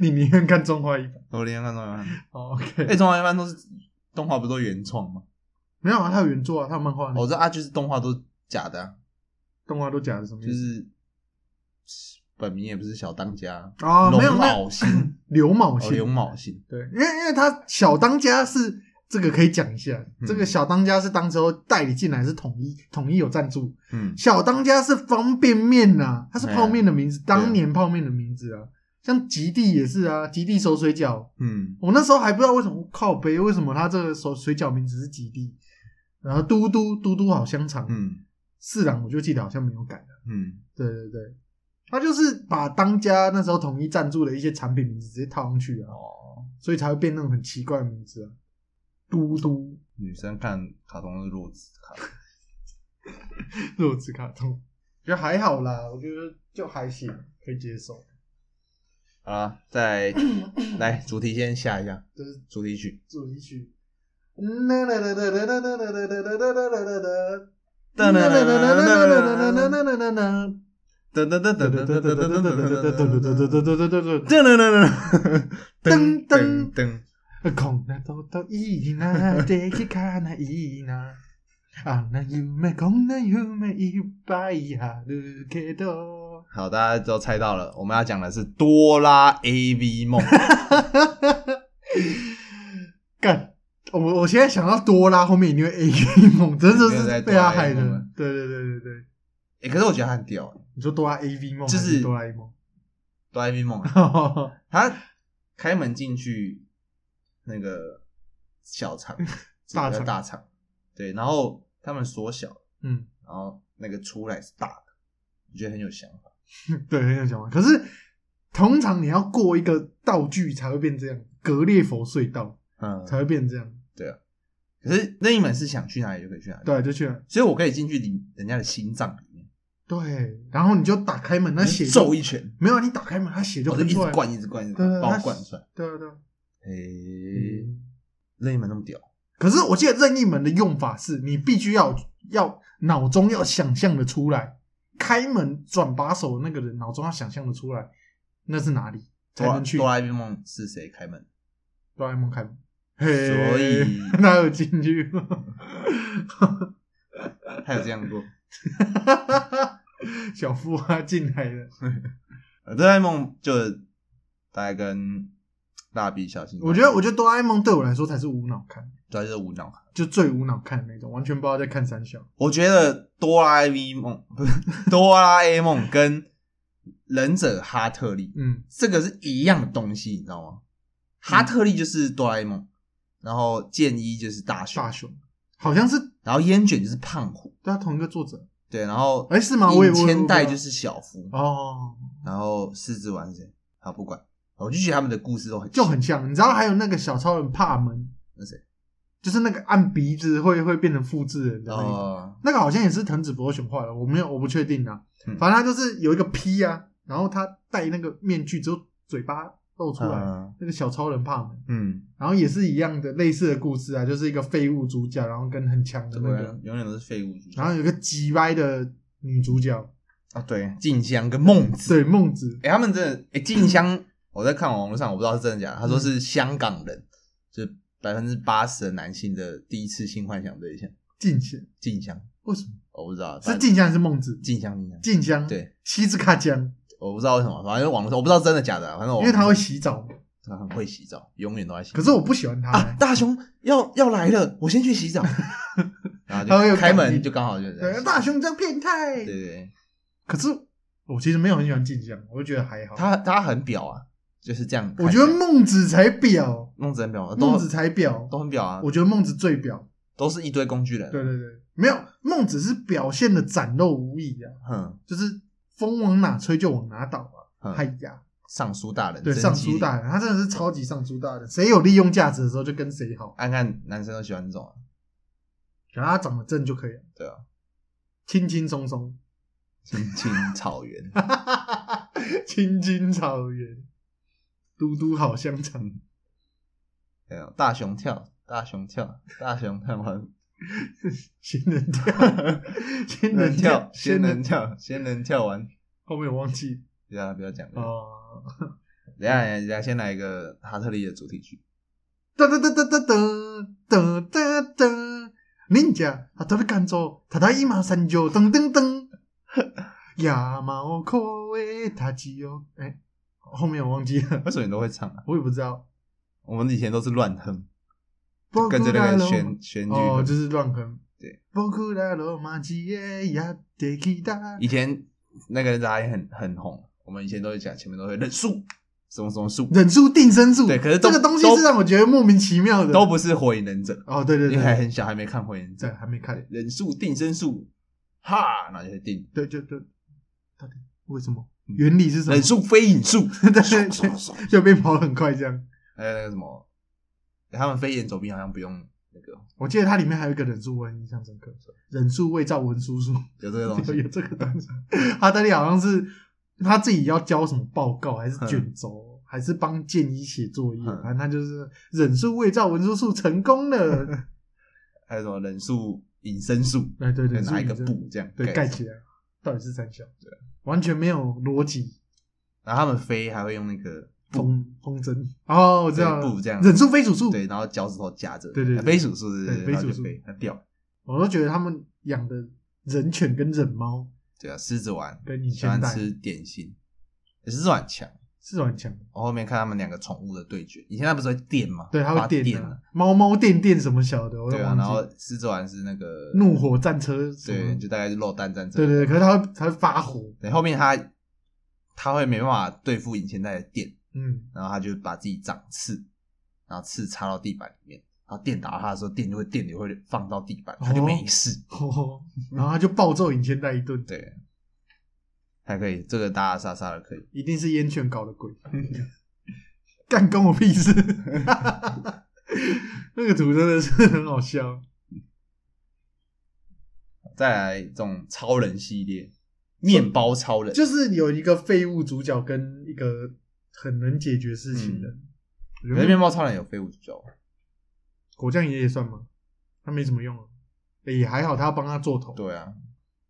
[SPEAKER 2] 你宁愿看《中华一番》
[SPEAKER 1] 我连看动画， 哎、
[SPEAKER 2] 哦？OK，、
[SPEAKER 1] 中华一般都是动画，不都原创吗？
[SPEAKER 2] 没有啊，他有原作啊，他有漫画啊、
[SPEAKER 1] 我知道啊，就是动画都是假的、啊，
[SPEAKER 2] 动画都假的什么意
[SPEAKER 1] 就
[SPEAKER 2] 思？
[SPEAKER 1] 是本名也不是小当家，
[SPEAKER 2] 啊、
[SPEAKER 1] 龙
[SPEAKER 2] 没有那
[SPEAKER 1] 卯 星，
[SPEAKER 2] 刘卯
[SPEAKER 1] 哦
[SPEAKER 2] 星，
[SPEAKER 1] 刘卯星，
[SPEAKER 2] 对，因为因为他小当家是这个可以讲一下，
[SPEAKER 1] 嗯
[SPEAKER 2] 这个小当家是当时候代理进来是统一，统一有赞助，
[SPEAKER 1] 嗯，
[SPEAKER 2] 小当家是方便面呐、它是泡面的
[SPEAKER 1] 哎
[SPEAKER 2] 名字，当年泡面的名字啊，像极地也是啊，极地手水饺，
[SPEAKER 1] 嗯，
[SPEAKER 2] 我那时候还不知道为什么靠背，为什么他这个手水饺名字是极地，然后嘟嘟嘟嘟好香肠，
[SPEAKER 1] 嗯，
[SPEAKER 2] 四郎我就记得好像没有改。
[SPEAKER 1] 嗯，
[SPEAKER 2] 对对对，他就是把当家那时候统一赞助的一些产品名字直接套上去啊，
[SPEAKER 1] 哦，
[SPEAKER 2] 所以才会变那种很奇怪的名字啊，嘟嘟
[SPEAKER 1] 女生看卡通都是弱智卡，
[SPEAKER 2] 肉质卡通，我觉得还好啦，我觉得就还行，可以接受。
[SPEAKER 1] 好啦， 再来来主题先下一下
[SPEAKER 2] 这是
[SPEAKER 1] 主题曲，
[SPEAKER 2] 主题曲。啦啦啦啦啦啦啦啦啦啦啦啦啦啦啦。
[SPEAKER 1] 噔噔噔噔噔噔噔噔噔噔噔噔噔噔噔噔噔噔噔噔噔噔噔噔噔噔，
[SPEAKER 2] こんなこといいな、できかないいな。あんな夢、こんな夢いっぱいあるけど。
[SPEAKER 1] 好，大家都猜到了，我们要讲的是哆啦 A V 梦，哎
[SPEAKER 2] 干，我我现在想到多拉后面一定会 A V 梦，真的是被他
[SPEAKER 1] 没有在哆啦 A
[SPEAKER 2] 害
[SPEAKER 1] 梦了
[SPEAKER 2] 的。对对对对对，
[SPEAKER 1] 哎，可是我觉得他很屌欸，
[SPEAKER 2] 你说多拉 A V 梦
[SPEAKER 1] 就
[SPEAKER 2] 还
[SPEAKER 1] 是
[SPEAKER 2] 是哆啦 A 梦？
[SPEAKER 1] 哆啦 A 梦啊，他开门进去那个小 厂，是
[SPEAKER 2] 大厂
[SPEAKER 1] 比较大厂，对，然后他们缩小，
[SPEAKER 2] 嗯，
[SPEAKER 1] 然后那个出来是大的，我觉得很有想法。
[SPEAKER 2] 对，很有想法。可是通常你要过一个道具才会变这样，格列佛隧道
[SPEAKER 1] 嗯，
[SPEAKER 2] 才会变这样。
[SPEAKER 1] 可是任意门是想去哪里就可以去哪里，
[SPEAKER 2] 对，就去了。
[SPEAKER 1] 所以我可以进去里人家的心脏里面，
[SPEAKER 2] 对，然后你就打开门，那血就
[SPEAKER 1] 揍一拳，
[SPEAKER 2] 没有，你打开门，它血就
[SPEAKER 1] 我就一
[SPEAKER 2] 喷
[SPEAKER 1] 直
[SPEAKER 2] 出来。
[SPEAKER 1] 灌，一直灌，一直
[SPEAKER 2] 对
[SPEAKER 1] 灌，
[SPEAKER 2] 对对
[SPEAKER 1] 把
[SPEAKER 2] 他嗯
[SPEAKER 1] 我灌出来。
[SPEAKER 2] 对啊对啊。
[SPEAKER 1] 诶，任意门那么屌，
[SPEAKER 2] 可是我记得任意门的用法是，你必须要要脑中要想象的出来，开门转把手的那个人脑中要想象的出来，那是哪里才
[SPEAKER 1] 哆啦
[SPEAKER 2] 能去？
[SPEAKER 1] 哆啦 A 梦是谁开门？
[SPEAKER 2] 哆啦 A 梦开门。嘿
[SPEAKER 1] 啊所 以
[SPEAKER 2] 哪有进去？
[SPEAKER 1] 他有这样过。
[SPEAKER 2] 小夫啊进来了，
[SPEAKER 1] 呃哆啦 A 梦就大概跟蜡笔小新，
[SPEAKER 2] 我觉得我觉得哆啦 A 梦对我来说才是无脑看，
[SPEAKER 1] 主要就是无脑。
[SPEAKER 2] 就最无脑看的那种，完全不知道在看三小。
[SPEAKER 1] 我觉得哆啦 A 梦不是哆啦 A 梦跟忍者哈特利
[SPEAKER 2] 嗯，
[SPEAKER 1] 这个是一样的东西，你知道吗？哈特利就是哆啦 A 梦，然后剑一就是大雄
[SPEAKER 2] 大，雄好像是
[SPEAKER 1] 然后烟卷就是胖虎，
[SPEAKER 2] 对啊，同一个作者。
[SPEAKER 1] 对，然后
[SPEAKER 2] 哎、是吗？我也
[SPEAKER 1] 引
[SPEAKER 2] 我也
[SPEAKER 1] 千代
[SPEAKER 2] 我
[SPEAKER 1] 就是小夫，
[SPEAKER 2] 哦，
[SPEAKER 1] 然后狮子丸是谁？好不管，我就觉得他们的故事都很
[SPEAKER 2] 就很像。你知道还有那个小超人帕门，
[SPEAKER 1] 那谁？
[SPEAKER 2] 就是那个按鼻子会会变成复制人的那个，
[SPEAKER 1] 哦，
[SPEAKER 2] 那个好像也是藤子不二雄画的，我没有我不确定啊。
[SPEAKER 1] 嗯
[SPEAKER 2] 反正他就是有一个 P 啊，然后他戴那个面具，只有嘴巴露出来。
[SPEAKER 1] 嗯
[SPEAKER 2] 那个小超人帕门，
[SPEAKER 1] 嗯，
[SPEAKER 2] 然后也是一样的类似的故事啊，就是一个废物主角，然后跟很强的
[SPEAKER 1] 这
[SPEAKER 2] 那
[SPEAKER 1] 个
[SPEAKER 2] 个
[SPEAKER 1] 人，永远都是废物主角
[SPEAKER 2] 然后有一个极歪的女主角，
[SPEAKER 1] 啊，对，静香跟孟子。
[SPEAKER 2] 对孟子，
[SPEAKER 1] 哎、他们真的，哎、静香，我在看网络上，我不知道是真的假的，他说
[SPEAKER 2] 嗯
[SPEAKER 1] 是香港人，就是百分之八十的男性的第一次性幻想对象，
[SPEAKER 2] 静香
[SPEAKER 1] 静香，
[SPEAKER 2] 为什么
[SPEAKER 1] 我不知道
[SPEAKER 2] 是静香还是孟子？
[SPEAKER 1] 静香，静香，
[SPEAKER 2] 静香，
[SPEAKER 1] 对，
[SPEAKER 2] 西之卡江，
[SPEAKER 1] 我不知道为什么，反正网络上我不知道真的假的啊、反正我
[SPEAKER 2] 因为他会洗澡嘛。
[SPEAKER 1] 他很会洗澡，永远都在洗澡。
[SPEAKER 2] 可是我不喜欢他、
[SPEAKER 1] 啊，大雄要要来了，我先去洗 澡，然
[SPEAKER 2] 他会
[SPEAKER 1] 后
[SPEAKER 2] 有
[SPEAKER 1] 就开
[SPEAKER 2] 感
[SPEAKER 1] 门
[SPEAKER 2] 应
[SPEAKER 1] 就刚好就是
[SPEAKER 2] 对，哎大雄这样变态。
[SPEAKER 1] 对对对，
[SPEAKER 2] 可是我其实没有很喜欢静香，我就觉得还好。
[SPEAKER 1] 他他很表啊，就是这样看
[SPEAKER 2] 我
[SPEAKER 1] 起
[SPEAKER 2] 觉
[SPEAKER 1] 来。
[SPEAKER 2] 得孟子才表，
[SPEAKER 1] 孟子很表啊，都
[SPEAKER 2] 孟子才表。
[SPEAKER 1] 都很表啊，
[SPEAKER 2] 我觉得孟子最表。
[SPEAKER 1] 都是一堆工具人。
[SPEAKER 2] 对，对对，没有孟子是表现的展露无遗啊，
[SPEAKER 1] 哼
[SPEAKER 2] 就是风往哪吹就往哪倒啊。
[SPEAKER 1] 哼
[SPEAKER 2] 哎呀，
[SPEAKER 1] 尚书大人，
[SPEAKER 2] 对，
[SPEAKER 1] 真
[SPEAKER 2] 尚
[SPEAKER 1] 机
[SPEAKER 2] 书
[SPEAKER 1] 灵
[SPEAKER 2] 大人，他真的是超级尚书大人，谁有利用价值的时候就跟谁好，
[SPEAKER 1] 按看男生都喜欢这种啊，
[SPEAKER 2] 只要他长得正就可以了，
[SPEAKER 1] 对啊，
[SPEAKER 2] 轻轻松松。
[SPEAKER 1] 青青草原，
[SPEAKER 2] 青青草原，嘟嘟好香肠，
[SPEAKER 1] 还有啊大熊跳，大熊跳，大熊跳完，
[SPEAKER 2] 仙人 跳，仙人跳，
[SPEAKER 1] 仙
[SPEAKER 2] 仙人
[SPEAKER 1] 人，跳，仙人跳完，
[SPEAKER 2] 后面我忘记
[SPEAKER 1] 不要不要讲了，
[SPEAKER 2] 哦，
[SPEAKER 1] 等一下等一下先来一个哈特利的主题曲，
[SPEAKER 2] 哒哒哒哒哒哒哒哒哒，忍者あたる感情ただいま参上噔 噔噔，山を越え立ちよ，哎，后面我忘记了，
[SPEAKER 1] 为什么你都会唱啊？
[SPEAKER 2] 我也不知道，
[SPEAKER 1] 我们以前都是乱哼，跟着那个旋旋律
[SPEAKER 2] 哦，
[SPEAKER 1] 哼，
[SPEAKER 2] 就是乱哼，
[SPEAKER 1] 对，
[SPEAKER 2] 僕らの街へやってきた，
[SPEAKER 1] 以前那个人家也很很红，我们以前都会讲前面都会认输，什么什么数，
[SPEAKER 2] 忍术定身术，
[SPEAKER 1] 对可是都
[SPEAKER 2] 这个东西
[SPEAKER 1] 都
[SPEAKER 2] 是让我觉得莫名其妙的，
[SPEAKER 1] 都不是火影忍者，
[SPEAKER 2] 哦，对对
[SPEAKER 1] 因为还
[SPEAKER 2] 对，
[SPEAKER 1] 很小，还没看火影忍
[SPEAKER 2] 这
[SPEAKER 1] 者，
[SPEAKER 2] 还没看，
[SPEAKER 1] 忍术定身术，哈，那就是定
[SPEAKER 2] 对对对，到底为什么？
[SPEAKER 1] 嗯
[SPEAKER 2] 原理是什么？
[SPEAKER 1] 忍术非影术，
[SPEAKER 2] 对就被跑得很快这样。
[SPEAKER 1] 还有那个什么，他们飞檐走壁好像不用那个，
[SPEAKER 2] 我记得它里面还有一个忍术，我很印象深刻，忍术未造文叔叔
[SPEAKER 1] 有这个东
[SPEAKER 2] 有有
[SPEAKER 1] 西，
[SPEAKER 2] 这个东西。哈德利好像是他自己要交什么报告，还是卷轴，还是帮建一写作业，
[SPEAKER 1] 嗯
[SPEAKER 2] 反正他就是忍术未造文叔叔成 功了。
[SPEAKER 1] 还有什么忍术隐身术，
[SPEAKER 2] 哎，对对，
[SPEAKER 1] 拿一个
[SPEAKER 2] 忍术
[SPEAKER 1] 布这样
[SPEAKER 2] 对盖起来，到底是三小，对，完全没有逻辑。
[SPEAKER 1] 然后他们飞还会用那个布，
[SPEAKER 2] 风风筝哦，我知道
[SPEAKER 1] 对
[SPEAKER 2] 了
[SPEAKER 1] 布这样
[SPEAKER 2] 忍术非主术，
[SPEAKER 1] 对，然后脚趾头夹着，
[SPEAKER 2] 对对对
[SPEAKER 1] 飞鼠术是，
[SPEAKER 2] 对
[SPEAKER 1] 然后
[SPEAKER 2] 飞鼠
[SPEAKER 1] 就
[SPEAKER 2] 术
[SPEAKER 1] 飞，它掉，
[SPEAKER 2] 我都觉得他们养的人犬跟忍猫
[SPEAKER 1] 对啊，狮子丸
[SPEAKER 2] 跟以
[SPEAKER 1] 喜
[SPEAKER 2] 前
[SPEAKER 1] 欢
[SPEAKER 2] 带
[SPEAKER 1] 吃点心，也是很强。
[SPEAKER 2] 是很强的，
[SPEAKER 1] 我后面看他们两个宠物的对决，以前他不是会电吗？
[SPEAKER 2] 对，它
[SPEAKER 1] 发
[SPEAKER 2] 会
[SPEAKER 1] 电
[SPEAKER 2] 电啊，猫猫电电什么小的，我都
[SPEAKER 1] 对啊，
[SPEAKER 2] 忘
[SPEAKER 1] 然后
[SPEAKER 2] 记。
[SPEAKER 1] 狮子丸是那个
[SPEAKER 2] 怒，火战车什
[SPEAKER 1] 对，
[SPEAKER 2] 么，
[SPEAKER 1] 就大概是肉蛋战争。
[SPEAKER 2] 对对对，可是它会它会发火，
[SPEAKER 1] 对，后面他他会没办法对付引擎带的电，
[SPEAKER 2] 嗯，
[SPEAKER 1] 然后他就把自己长刺，然后刺插到地板里面，然后电打到他的时候，电就会电流会放到地板，
[SPEAKER 2] 哦
[SPEAKER 1] 他就没事。
[SPEAKER 2] 然后它就暴揍尹千代一顿，
[SPEAKER 1] 对，还可以，这个打打杀杀的可以。
[SPEAKER 2] 一定是烟犬搞的鬼， 干跟我屁事。 那个图真的是很好笑，
[SPEAKER 1] 再来这种超人系列，面包超人，
[SPEAKER 2] 就是有一个废物主角跟一个很能解决事情的，
[SPEAKER 1] 嗯
[SPEAKER 2] 我觉
[SPEAKER 1] 可
[SPEAKER 2] 得
[SPEAKER 1] 是面包超人有废物主角，
[SPEAKER 2] 果酱爷爷算吗？他没什么用啊，欸也还好，他要帮他做头。
[SPEAKER 1] 对啊，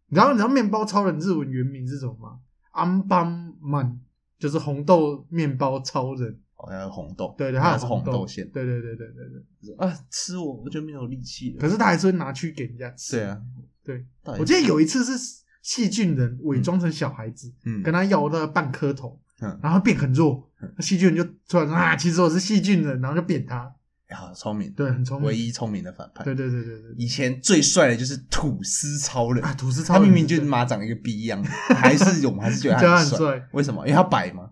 [SPEAKER 2] 你知道你知道面包超人日文原名是什么吗？安邦曼，就是红豆面包超人。
[SPEAKER 1] 好像有红豆，
[SPEAKER 2] 对对，
[SPEAKER 1] 它
[SPEAKER 2] 他
[SPEAKER 1] 是
[SPEAKER 2] 有
[SPEAKER 1] 红
[SPEAKER 2] 豆
[SPEAKER 1] 馅，
[SPEAKER 2] 对对对对对对。
[SPEAKER 1] 啊，吃我我就没有力气了。
[SPEAKER 2] 可是他还是会拿去给人家吃。
[SPEAKER 1] 对，啊，
[SPEAKER 2] 对，
[SPEAKER 1] 到底
[SPEAKER 2] 我记得有一次是细菌人伪装成小孩子，
[SPEAKER 1] 嗯
[SPEAKER 2] 跟他要了半颗头，
[SPEAKER 1] 嗯，
[SPEAKER 2] 然后变很弱，细菌人就突然说啊，其实我是细菌人，然后就扁他。
[SPEAKER 1] 哎好聪明，
[SPEAKER 2] 对，很聪明。
[SPEAKER 1] 唯一聪明的反派。
[SPEAKER 2] 对对对对对。
[SPEAKER 1] 以前最帅的就是吐司超人，
[SPEAKER 2] 啊，吐司超
[SPEAKER 1] 他
[SPEAKER 2] 人
[SPEAKER 1] 明明就是
[SPEAKER 2] 对
[SPEAKER 1] 马长一个逼一样，还是我们还是觉 得
[SPEAKER 2] 觉得
[SPEAKER 1] 他
[SPEAKER 2] 他很
[SPEAKER 1] 啊很
[SPEAKER 2] 帅
[SPEAKER 1] 帅。为什么？因为他白嘛。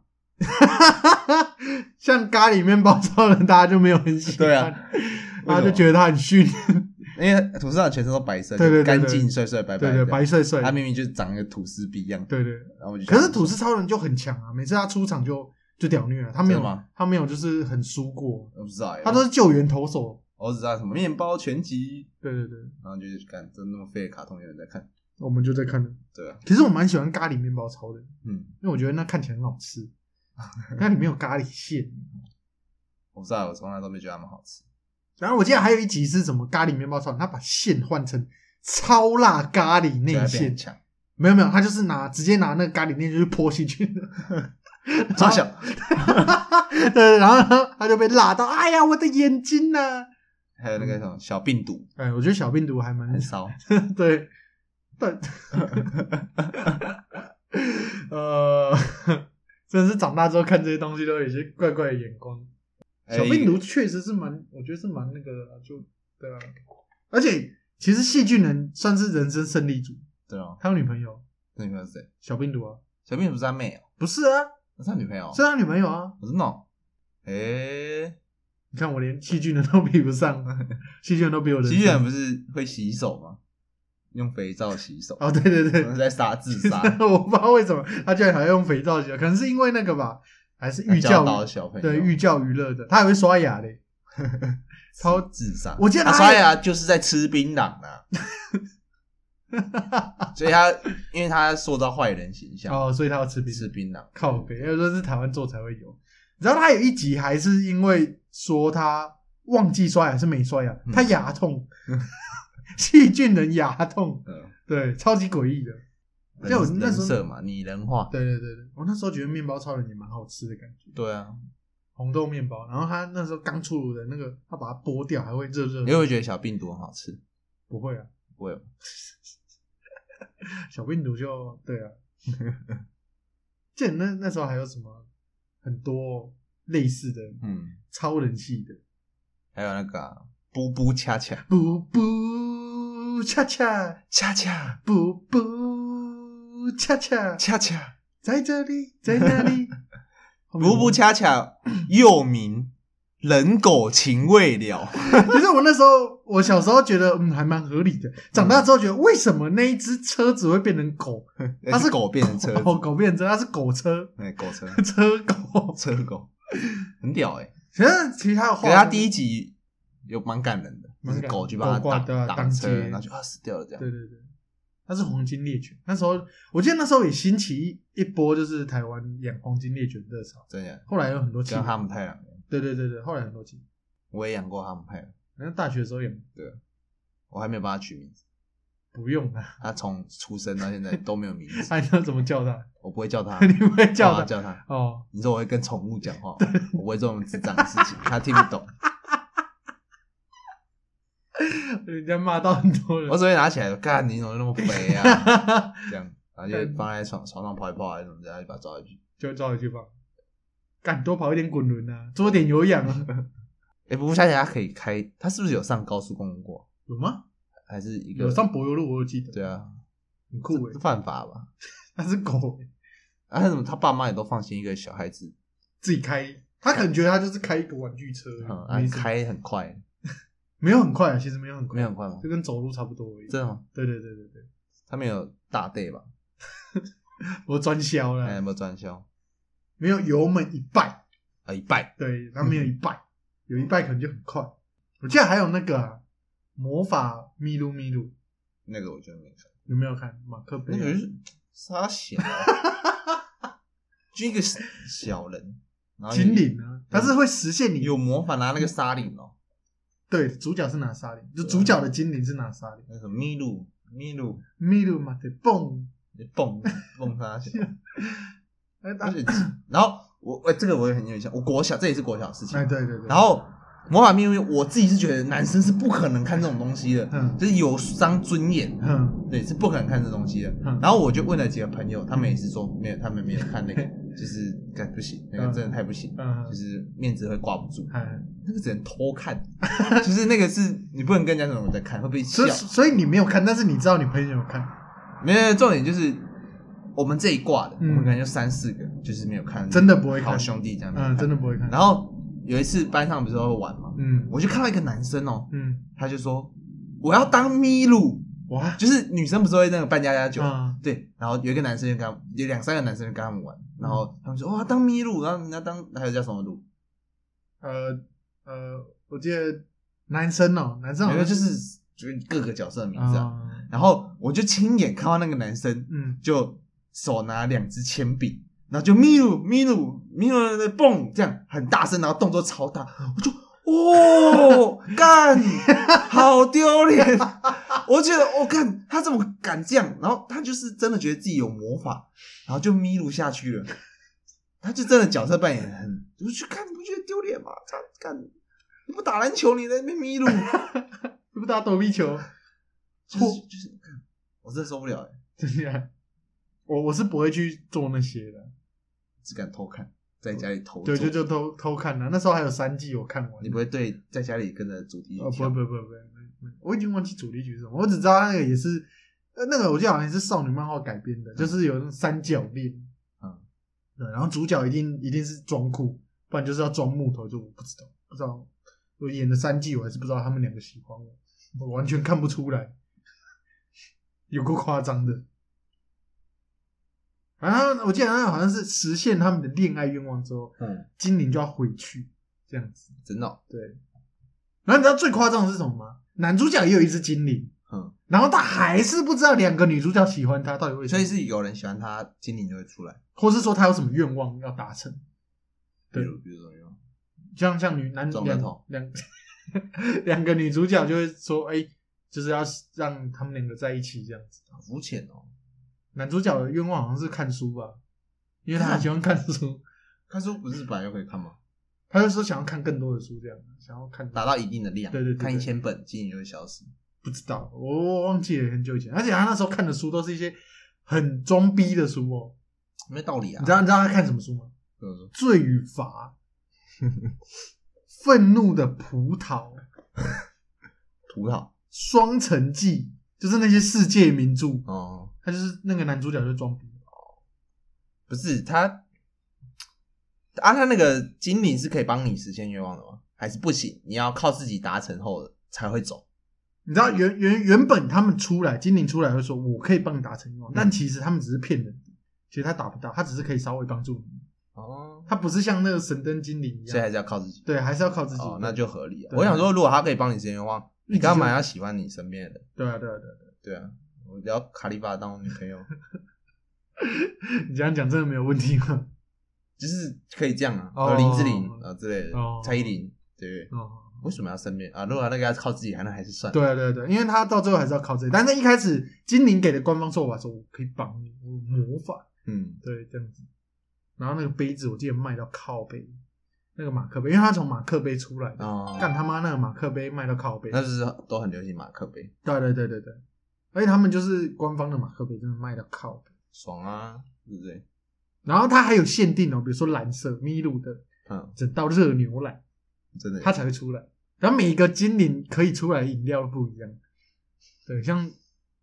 [SPEAKER 2] 像咖喱面包超人，大家就没有很喜欢，
[SPEAKER 1] 对啊，
[SPEAKER 2] 大家就觉得他很逊，
[SPEAKER 1] 因为吐司长全身都白色，
[SPEAKER 2] 对对对对
[SPEAKER 1] 干净帅帅白白
[SPEAKER 2] 对
[SPEAKER 1] 的
[SPEAKER 2] 对，白帅帅，
[SPEAKER 1] 他明明就是长一个吐司逼一样，
[SPEAKER 2] 对对。
[SPEAKER 1] 然后我就觉
[SPEAKER 2] 可
[SPEAKER 1] 得
[SPEAKER 2] 是吐司超人就很强啊，每次他出场就就屌虐啊了，他没有
[SPEAKER 1] 真的吗
[SPEAKER 2] 他没有就是很输过，
[SPEAKER 1] 我不知道欸，
[SPEAKER 2] 他都是救援投手。
[SPEAKER 1] 我只知道什么面包全集，
[SPEAKER 2] 对对对，
[SPEAKER 1] 然后就是看真那么废的卡通有人在看，
[SPEAKER 2] 我们就在看了。
[SPEAKER 1] 对啊，
[SPEAKER 2] 其实我蛮喜欢咖喱面包超人，
[SPEAKER 1] 嗯，
[SPEAKER 2] 因为我觉得那看起来很好 吃，那里面有咖喱馅。
[SPEAKER 1] 我不知道，我从来都没觉得他们好吃，
[SPEAKER 2] 然后我记得还有一集是什么咖喱面包超人，他把馅换成超辣咖喱
[SPEAKER 1] 觉
[SPEAKER 2] 内
[SPEAKER 1] 得他变
[SPEAKER 2] 馅
[SPEAKER 1] 很，强，
[SPEAKER 2] 没有没有，他就是拿直接拿那个咖喱面就去泼细菌了，
[SPEAKER 1] 超小，
[SPEAKER 2] 对，然后他就被辣到，哎呀，我的眼睛呐、
[SPEAKER 1] 还有那个什么小病毒
[SPEAKER 2] 哎，我觉得小病毒还 蛮
[SPEAKER 1] 很骚，
[SPEAKER 2] 对，但 呃， 真的是长大之后看这些东西都有一些怪怪的眼光。
[SPEAKER 1] 哎
[SPEAKER 2] 小病毒确实是蛮，我觉得是蛮那个的啊、就对啊。而且其实细菌人算是人生胜利组，
[SPEAKER 1] 对哦，
[SPEAKER 2] 他有女朋友，
[SPEAKER 1] 那女朋友是谁？
[SPEAKER 2] 小病毒啊，
[SPEAKER 1] 小病毒是他妹哦，
[SPEAKER 2] 不是啊，
[SPEAKER 1] 那是他女朋友，
[SPEAKER 2] 是他女朋友啊。
[SPEAKER 1] 我是哦，哎诶，
[SPEAKER 2] 你看我连细菌人都比不上，细菌人都比我人
[SPEAKER 1] 机器人
[SPEAKER 2] 生。
[SPEAKER 1] 不是会洗手吗？用肥皂洗手，
[SPEAKER 2] 哦，对对对
[SPEAKER 1] 然，后在杀自杀，
[SPEAKER 2] 我不知道为什么他居然还要用肥皂洗，可能是因为那个吧，还是寓
[SPEAKER 1] 教
[SPEAKER 2] 教
[SPEAKER 1] 导
[SPEAKER 2] 于
[SPEAKER 1] 小朋友
[SPEAKER 2] 对寓教于乐的，他还会刷牙嘞。超
[SPEAKER 1] 自杀。
[SPEAKER 2] 我记得
[SPEAKER 1] 他
[SPEAKER 2] 他
[SPEAKER 1] 刷牙就是在吃槟榔啊，啊所以他因为他塑造坏人形象，
[SPEAKER 2] 哦，所以他要吃冰
[SPEAKER 1] 吃槟榔，
[SPEAKER 2] 靠北，要说是台湾做才会有。你知道他有一集还是因为说他忘记刷牙还是没刷牙，
[SPEAKER 1] 嗯
[SPEAKER 2] 他 牙痛，细菌人牙痛，
[SPEAKER 1] 嗯，
[SPEAKER 2] 对，超级诡异的。对我
[SPEAKER 1] 人
[SPEAKER 2] 那
[SPEAKER 1] 人
[SPEAKER 2] 时候
[SPEAKER 1] 设嘛，拟人化，
[SPEAKER 2] 对对对对，我那时候觉得面包超人也蛮好吃的感觉，
[SPEAKER 1] 对啊，
[SPEAKER 2] 红豆面包。然后他那时候刚出炉的那个，他把它剥掉还会热热的。
[SPEAKER 1] 你会不会觉得小病毒很好吃？
[SPEAKER 2] 不会啊，
[SPEAKER 1] 不会吗，哦
[SPEAKER 2] 小病毒就对啊。记得那那时候还有什么很多类似的
[SPEAKER 1] 嗯，
[SPEAKER 2] 超人系的，
[SPEAKER 1] 还有那个啊布布恰恰
[SPEAKER 2] 不不恰恰，
[SPEAKER 1] 恰恰
[SPEAKER 2] 不不恰恰，
[SPEAKER 1] 恰恰，
[SPEAKER 2] 在这里，在那 里，
[SPEAKER 1] 布布恰 恰又名人狗情未 了，
[SPEAKER 2] 其实我那时候，我小时候觉得嗯还蛮合理的，长大之后觉得为什么那一只车子会变成狗？它
[SPEAKER 1] 那是狗变成车子，
[SPEAKER 2] 哦，狗变成车，它是狗车，
[SPEAKER 1] 哎，狗车
[SPEAKER 2] 车狗。
[SPEAKER 1] 车狗，很屌 哎，
[SPEAKER 2] 其实其实它的
[SPEAKER 1] 可是
[SPEAKER 2] 画面，
[SPEAKER 1] 他第一集有蛮感人的，就
[SPEAKER 2] 蛮
[SPEAKER 1] 是
[SPEAKER 2] 感人
[SPEAKER 1] 狗去把
[SPEAKER 2] 狗挂
[SPEAKER 1] 他
[SPEAKER 2] 对
[SPEAKER 1] 挡
[SPEAKER 2] 啊
[SPEAKER 1] 挡
[SPEAKER 2] 当
[SPEAKER 1] 车，
[SPEAKER 2] 街
[SPEAKER 1] 然后就啊死掉了这样
[SPEAKER 2] 对，对对，它是黄金猎犬。那时候我记得那时候也兴起一一波，就是台湾养黄金猎犬热潮，
[SPEAKER 1] 真的，
[SPEAKER 2] 后来有很多
[SPEAKER 1] 就
[SPEAKER 2] 企
[SPEAKER 1] 像哈
[SPEAKER 2] 鹅。
[SPEAKER 1] 姆太郎，
[SPEAKER 2] 对对对对，后来很多企鹅。
[SPEAKER 1] 我也养过哈姆太郎，
[SPEAKER 2] 好像大学的时候也
[SPEAKER 1] 我还没有帮他取名字，
[SPEAKER 2] 不用啊，
[SPEAKER 1] 他从出生到现在都没有名字，
[SPEAKER 2] 那你要怎么叫它？
[SPEAKER 1] 我不会叫他，
[SPEAKER 2] 哎你不会叫
[SPEAKER 1] 他
[SPEAKER 2] 它
[SPEAKER 1] 叫他，
[SPEAKER 2] 哦，
[SPEAKER 1] 你说我会跟宠物讲话，我不会做那种智障的事情，他听不懂，
[SPEAKER 2] 哦人家骂到很多人
[SPEAKER 1] 我。只会拿起来，干你怎么那么肥啊，这样，然后就
[SPEAKER 2] 干
[SPEAKER 1] 放在床床上跑一跑还是怎么的，然后就把它抓回去。
[SPEAKER 2] 就找你去放。敢多跑一点滚轮啊，做点有氧 啊，
[SPEAKER 1] 哎，不过夏姐他可以开，他是不是有上高速公路过？
[SPEAKER 2] 有吗？
[SPEAKER 1] 还是一个
[SPEAKER 2] 有上柏油路，我有记得，
[SPEAKER 1] 对啊，
[SPEAKER 2] 很酷欸
[SPEAKER 1] 这
[SPEAKER 2] 诶。
[SPEAKER 1] 犯法吧？
[SPEAKER 2] 他是狗欸，
[SPEAKER 1] 啊，他怎么他爸妈也都放心一个小孩子，
[SPEAKER 2] 自己开，他可能觉得他就是开一个玩具车
[SPEAKER 1] 嗯，啊
[SPEAKER 2] 没什么
[SPEAKER 1] 开很快，
[SPEAKER 2] 没有很快啊，其实没有很
[SPEAKER 1] 没
[SPEAKER 2] 快
[SPEAKER 1] 有，很快吗
[SPEAKER 2] 就？跟走路差不多而已。
[SPEAKER 1] 真的吗？
[SPEAKER 2] 对对对对对，
[SPEAKER 1] 他们有大 day 吧？
[SPEAKER 2] 我专销
[SPEAKER 1] 还有
[SPEAKER 2] 了，
[SPEAKER 1] 没有专销？
[SPEAKER 2] 没有油门一拜，
[SPEAKER 1] 啊，一拜
[SPEAKER 2] 对，他没有一拜，
[SPEAKER 1] 嗯
[SPEAKER 2] 有一拜可能就很快。我记得还有那个啊，魔法咪噜咪噜，
[SPEAKER 1] 那个我就没看，
[SPEAKER 2] 有没有看马克
[SPEAKER 1] 那
[SPEAKER 2] 杯啊？
[SPEAKER 1] 个是傻小，啊 就一个小人，然后
[SPEAKER 2] 精灵啊，它是会实现你
[SPEAKER 1] 嗯有魔法拿那个沙粒哦，
[SPEAKER 2] 对，主角是拿沙林，
[SPEAKER 1] 啊
[SPEAKER 2] 就主角的精灵是拿沙林。
[SPEAKER 1] 那什么麋鹿麋鹿
[SPEAKER 2] 米鲁嘛，对，蹦，
[SPEAKER 1] 蹦蹦他小，
[SPEAKER 2] 哎，打
[SPEAKER 1] 而，且然后我哎这个我也很有印象，我国小这也是国小的事情
[SPEAKER 2] 哎，，对对对，
[SPEAKER 1] 然后魔法命运，我自己是觉得男生是不可能看这种东西的，
[SPEAKER 2] 嗯
[SPEAKER 1] 就是有伤尊严，
[SPEAKER 2] 嗯
[SPEAKER 1] 对，是不可能看这东西的。
[SPEAKER 2] 嗯
[SPEAKER 1] 然后我就问了几个朋友，他们也是说没有，他们没有看那个，就是干不行，那个
[SPEAKER 2] 嗯
[SPEAKER 1] 真的太不行，
[SPEAKER 2] 嗯
[SPEAKER 1] 就，是面子会挂不住，
[SPEAKER 2] 哎，
[SPEAKER 1] 那个只能偷看，就是那个是你不能跟人家讲我在看，会被笑
[SPEAKER 2] 所以。所以你没有看，但是你知道你朋友有看，
[SPEAKER 1] 没有，重点就是我们这一挂的，
[SPEAKER 2] 嗯
[SPEAKER 1] 我们可能就三四个，就是没有看，
[SPEAKER 2] 真的不会看
[SPEAKER 1] 好兄弟这样，
[SPEAKER 2] 嗯，真的。不会看，
[SPEAKER 1] 然后有一次班上不是都会玩嘛，
[SPEAKER 2] 嗯
[SPEAKER 1] 我就看到一个男生哦，
[SPEAKER 2] 嗯，
[SPEAKER 1] 他就说我要当麋鹿，
[SPEAKER 2] 哇，
[SPEAKER 1] 就是女生不是会那个扮家家酒，
[SPEAKER 2] 啊，
[SPEAKER 1] 对，然后有一个男生就跟他们，有两三个男生就跟他们玩，然后他们说哇当麋鹿，然后人家当还有叫什么鹿，
[SPEAKER 2] 呃呃，我记得男生哦，男生好
[SPEAKER 1] 有一个
[SPEAKER 2] 像
[SPEAKER 1] 就是就是各个角色的名字啊，
[SPEAKER 2] 啊，
[SPEAKER 1] 然后我就亲眼看到那个男生
[SPEAKER 2] 嗯，
[SPEAKER 1] 就手拿两支铅笔，然后就麋鹿麋鹿麋鹿的蹦这样很大声，然后动作超大，我就。哦， 干，好丢脸！我觉得，我、干，他怎么敢这样？然后他就是真的觉得自己有魔法，然后就迷路下去了。他就真的角色扮演很，我去看你不觉得丢脸吗？他干，你不打篮球，你在那边迷 路，
[SPEAKER 2] 是不是打躲避球？
[SPEAKER 1] 就是就是，干我真的受不了、欸，
[SPEAKER 2] 真的，我我是不会去做那些的，
[SPEAKER 1] 只敢偷看，在家里偷
[SPEAKER 2] 对，
[SPEAKER 1] 做
[SPEAKER 2] 就就偷偷看了，那时候还有三季我看完，
[SPEAKER 1] 你不会对在家里跟着主题曲
[SPEAKER 2] 哦，不
[SPEAKER 1] 跳
[SPEAKER 2] 会不会不会不会，不会我已经忘记主题曲是什么，我只知道那个也是，呃，那个我记得好像也是少女漫画改编的，就是有那种三角恋，
[SPEAKER 1] 嗯，
[SPEAKER 2] 对，然后主角一定一定是装酷，不然就是要装木头，就我不知道不知道，我演了三季我还是不知道他们两个喜欢我，我完全看不出来，有够夸张的。然后我记得那个好像是实现他们的恋爱愿望之后，
[SPEAKER 1] 嗯，
[SPEAKER 2] 精灵就要回去这样子。
[SPEAKER 1] 真的哦、
[SPEAKER 2] 对。然后你知道最夸张的是什么吗？男主角也有一只精灵，
[SPEAKER 1] 嗯，
[SPEAKER 2] 然后他还是不知道两个女主角喜欢他到底为什
[SPEAKER 1] 所
[SPEAKER 2] 么，
[SPEAKER 1] 以是有人喜欢他，精灵就会出来。
[SPEAKER 2] 或是说他有什么愿望要达成，
[SPEAKER 1] 比
[SPEAKER 2] 对
[SPEAKER 1] 如，比如说用
[SPEAKER 2] 像像女男
[SPEAKER 1] 撞
[SPEAKER 2] 两
[SPEAKER 1] 人头
[SPEAKER 2] 两 两个女主角就会说，哎、就是要让他们两个在一起这样子。
[SPEAKER 1] 好肤浅哦。
[SPEAKER 2] 男主角的愿望好像是看书吧，因为他很喜欢看书，
[SPEAKER 1] 看书不是本来就可以看吗？
[SPEAKER 2] 他就说想要看更多的书，这样想要看
[SPEAKER 1] 达到一定的量，
[SPEAKER 2] 对对对对
[SPEAKER 1] 看一千本精灵就会消失。
[SPEAKER 2] 不知道，我忘记了很久以前，而且他那时候看的书都是一些很装逼的书哦。
[SPEAKER 1] 没道理啊！
[SPEAKER 2] 你知道你知道他看什么书吗？
[SPEAKER 1] 嗯，
[SPEAKER 2] 《罪与罚》《愤怒的葡萄》《
[SPEAKER 1] 葡萄
[SPEAKER 2] 双城记》，就是那些世界名著。
[SPEAKER 1] 哦，
[SPEAKER 2] 他就是那个男主角就装逼，
[SPEAKER 1] 不是他啊，他那个精灵是可以帮你实现愿望的吗？还是不行？你要靠自己达成后的才会走。
[SPEAKER 2] 你知道原原原本他们出来，精灵出来会说我可以帮你达成愿望，
[SPEAKER 1] 嗯
[SPEAKER 2] 但其实他们只是骗人的，其实他达不到，他只是可以稍微帮助你，
[SPEAKER 1] 哦，
[SPEAKER 2] 他不是像那个神灯精灵一
[SPEAKER 1] 所以还
[SPEAKER 2] 样，
[SPEAKER 1] 是要靠自己。
[SPEAKER 2] 对，还是要靠自己。
[SPEAKER 1] 哦，那就合理啊。
[SPEAKER 2] 对
[SPEAKER 1] 我想说，如果他可以帮你实现愿望，你干嘛
[SPEAKER 2] 就
[SPEAKER 1] 要喜欢你身边的人？
[SPEAKER 2] 对啊对啊对啊，
[SPEAKER 1] 对啊，我聊卡莉巴当我女朋友，
[SPEAKER 2] 啊你这样讲真的没有问题吗？
[SPEAKER 1] 就是可以这样啊，
[SPEAKER 2] 哦
[SPEAKER 1] 和林志玲啊之类的
[SPEAKER 2] 哦，
[SPEAKER 1] 蔡依林，对不对？
[SPEAKER 2] 哦，
[SPEAKER 1] 为什么要身边啊？如果那个要靠自己，还那还是算。
[SPEAKER 2] 对啊对啊对啊，因为他到最后还是要靠自己，但是一开始精灵给的官方说法说我可以帮你，我魔法，
[SPEAKER 1] 嗯，
[SPEAKER 2] 对，这样子。然后那个杯子我记得卖到靠背，那个马克杯，因为他从马克杯出来的，
[SPEAKER 1] 哦，
[SPEAKER 2] 干他妈那个马克杯卖到靠背，
[SPEAKER 1] 那就是都很流行马克杯，
[SPEAKER 2] 对对对对对，而且他们就是官方的马克杯，真的卖的靠谱。
[SPEAKER 1] 爽啊，对不对？
[SPEAKER 2] 然后它还有限定哦，比如说蓝色麋鹿的
[SPEAKER 1] 嗯，
[SPEAKER 2] 整到热牛奶，
[SPEAKER 1] 真的。
[SPEAKER 2] 它才会出来。然后每一个精灵可以出来的饮料都不一样。对，像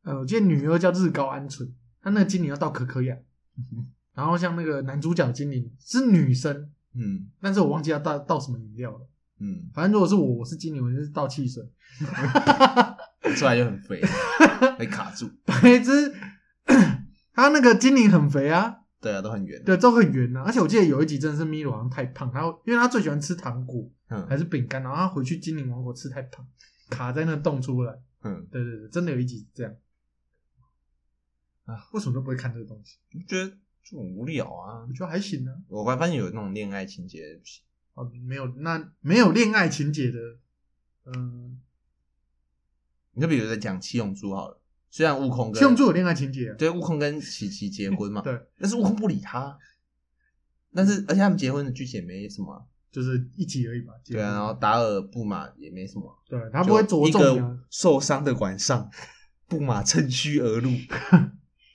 [SPEAKER 2] 呃，我记得女二叫日高鹌鹑，她那个精灵要到可可亚。 然后像那个男主角精灵是女生，
[SPEAKER 1] 嗯
[SPEAKER 2] 但是我忘记要倒倒什么饮料了。
[SPEAKER 1] 嗯，
[SPEAKER 2] 反正如果是我，我是精灵，我就是倒汽水。
[SPEAKER 1] 出来就很肥，被卡住。
[SPEAKER 2] 白 痴，他那个精灵很肥啊，
[SPEAKER 1] 对啊，都很圆。
[SPEAKER 2] 对，都很圆啊呐、而且我记得有一集真的是米鲁好像太胖，然后因为他最喜欢吃糖果还
[SPEAKER 1] 嗯
[SPEAKER 2] 是饼干，然后他回去精灵王国吃太胖，卡在那洞出不来。
[SPEAKER 1] 嗯，
[SPEAKER 2] 对对对，真的有一集这样。
[SPEAKER 1] 啊，
[SPEAKER 2] 为什么都不会看这个东西？
[SPEAKER 1] 我觉得这种无聊啊
[SPEAKER 2] 我。觉得还行啊，
[SPEAKER 1] 我发现有那种恋爱情节的不行，
[SPEAKER 2] 啊，没有那没有恋爱情节的，嗯、
[SPEAKER 1] 你就比如在讲七龙珠好了，虽然悟空
[SPEAKER 2] 七龙
[SPEAKER 1] 跟
[SPEAKER 2] 珠有恋爱情节、啊，
[SPEAKER 1] 对悟空跟琪琪结婚嘛，
[SPEAKER 2] 对，嗯
[SPEAKER 1] 但是悟空不理他，但是而且他们结婚的剧情也没什么啊，
[SPEAKER 2] 就是一集而已吧。结
[SPEAKER 1] 对啊，
[SPEAKER 2] 婚
[SPEAKER 1] 然后达尔布马也没什么啊，
[SPEAKER 2] 对他不会
[SPEAKER 1] 就
[SPEAKER 2] 着
[SPEAKER 1] 一
[SPEAKER 2] 重你啊
[SPEAKER 1] 个受伤的晚 上，布马趁虚而入，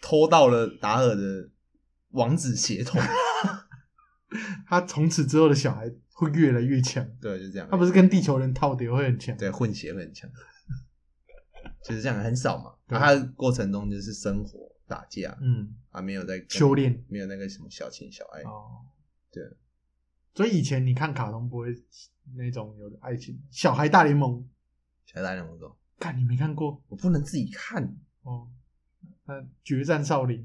[SPEAKER 1] 偷到了达尔的王子血 统。
[SPEAKER 2] 他从此之后的小孩会越来越强，
[SPEAKER 1] 对，就这样。
[SPEAKER 2] 他不是跟地球人套的也会很强。
[SPEAKER 1] 对混血会很 强，就是这样，很少嘛。
[SPEAKER 2] 对
[SPEAKER 1] 那他的过程中就是生活、打架
[SPEAKER 2] 嗯，
[SPEAKER 1] 啊，没有在跟
[SPEAKER 2] 修，炼
[SPEAKER 1] 没有那个什么小情小爱。
[SPEAKER 2] 哦，
[SPEAKER 1] 对。
[SPEAKER 2] 所以以前你看卡通不会那种有爱情，《小孩大联盟》，
[SPEAKER 1] 小大人我说，
[SPEAKER 2] 看你没看过
[SPEAKER 1] 我不能自己看，
[SPEAKER 2] 哦？那《决战少林》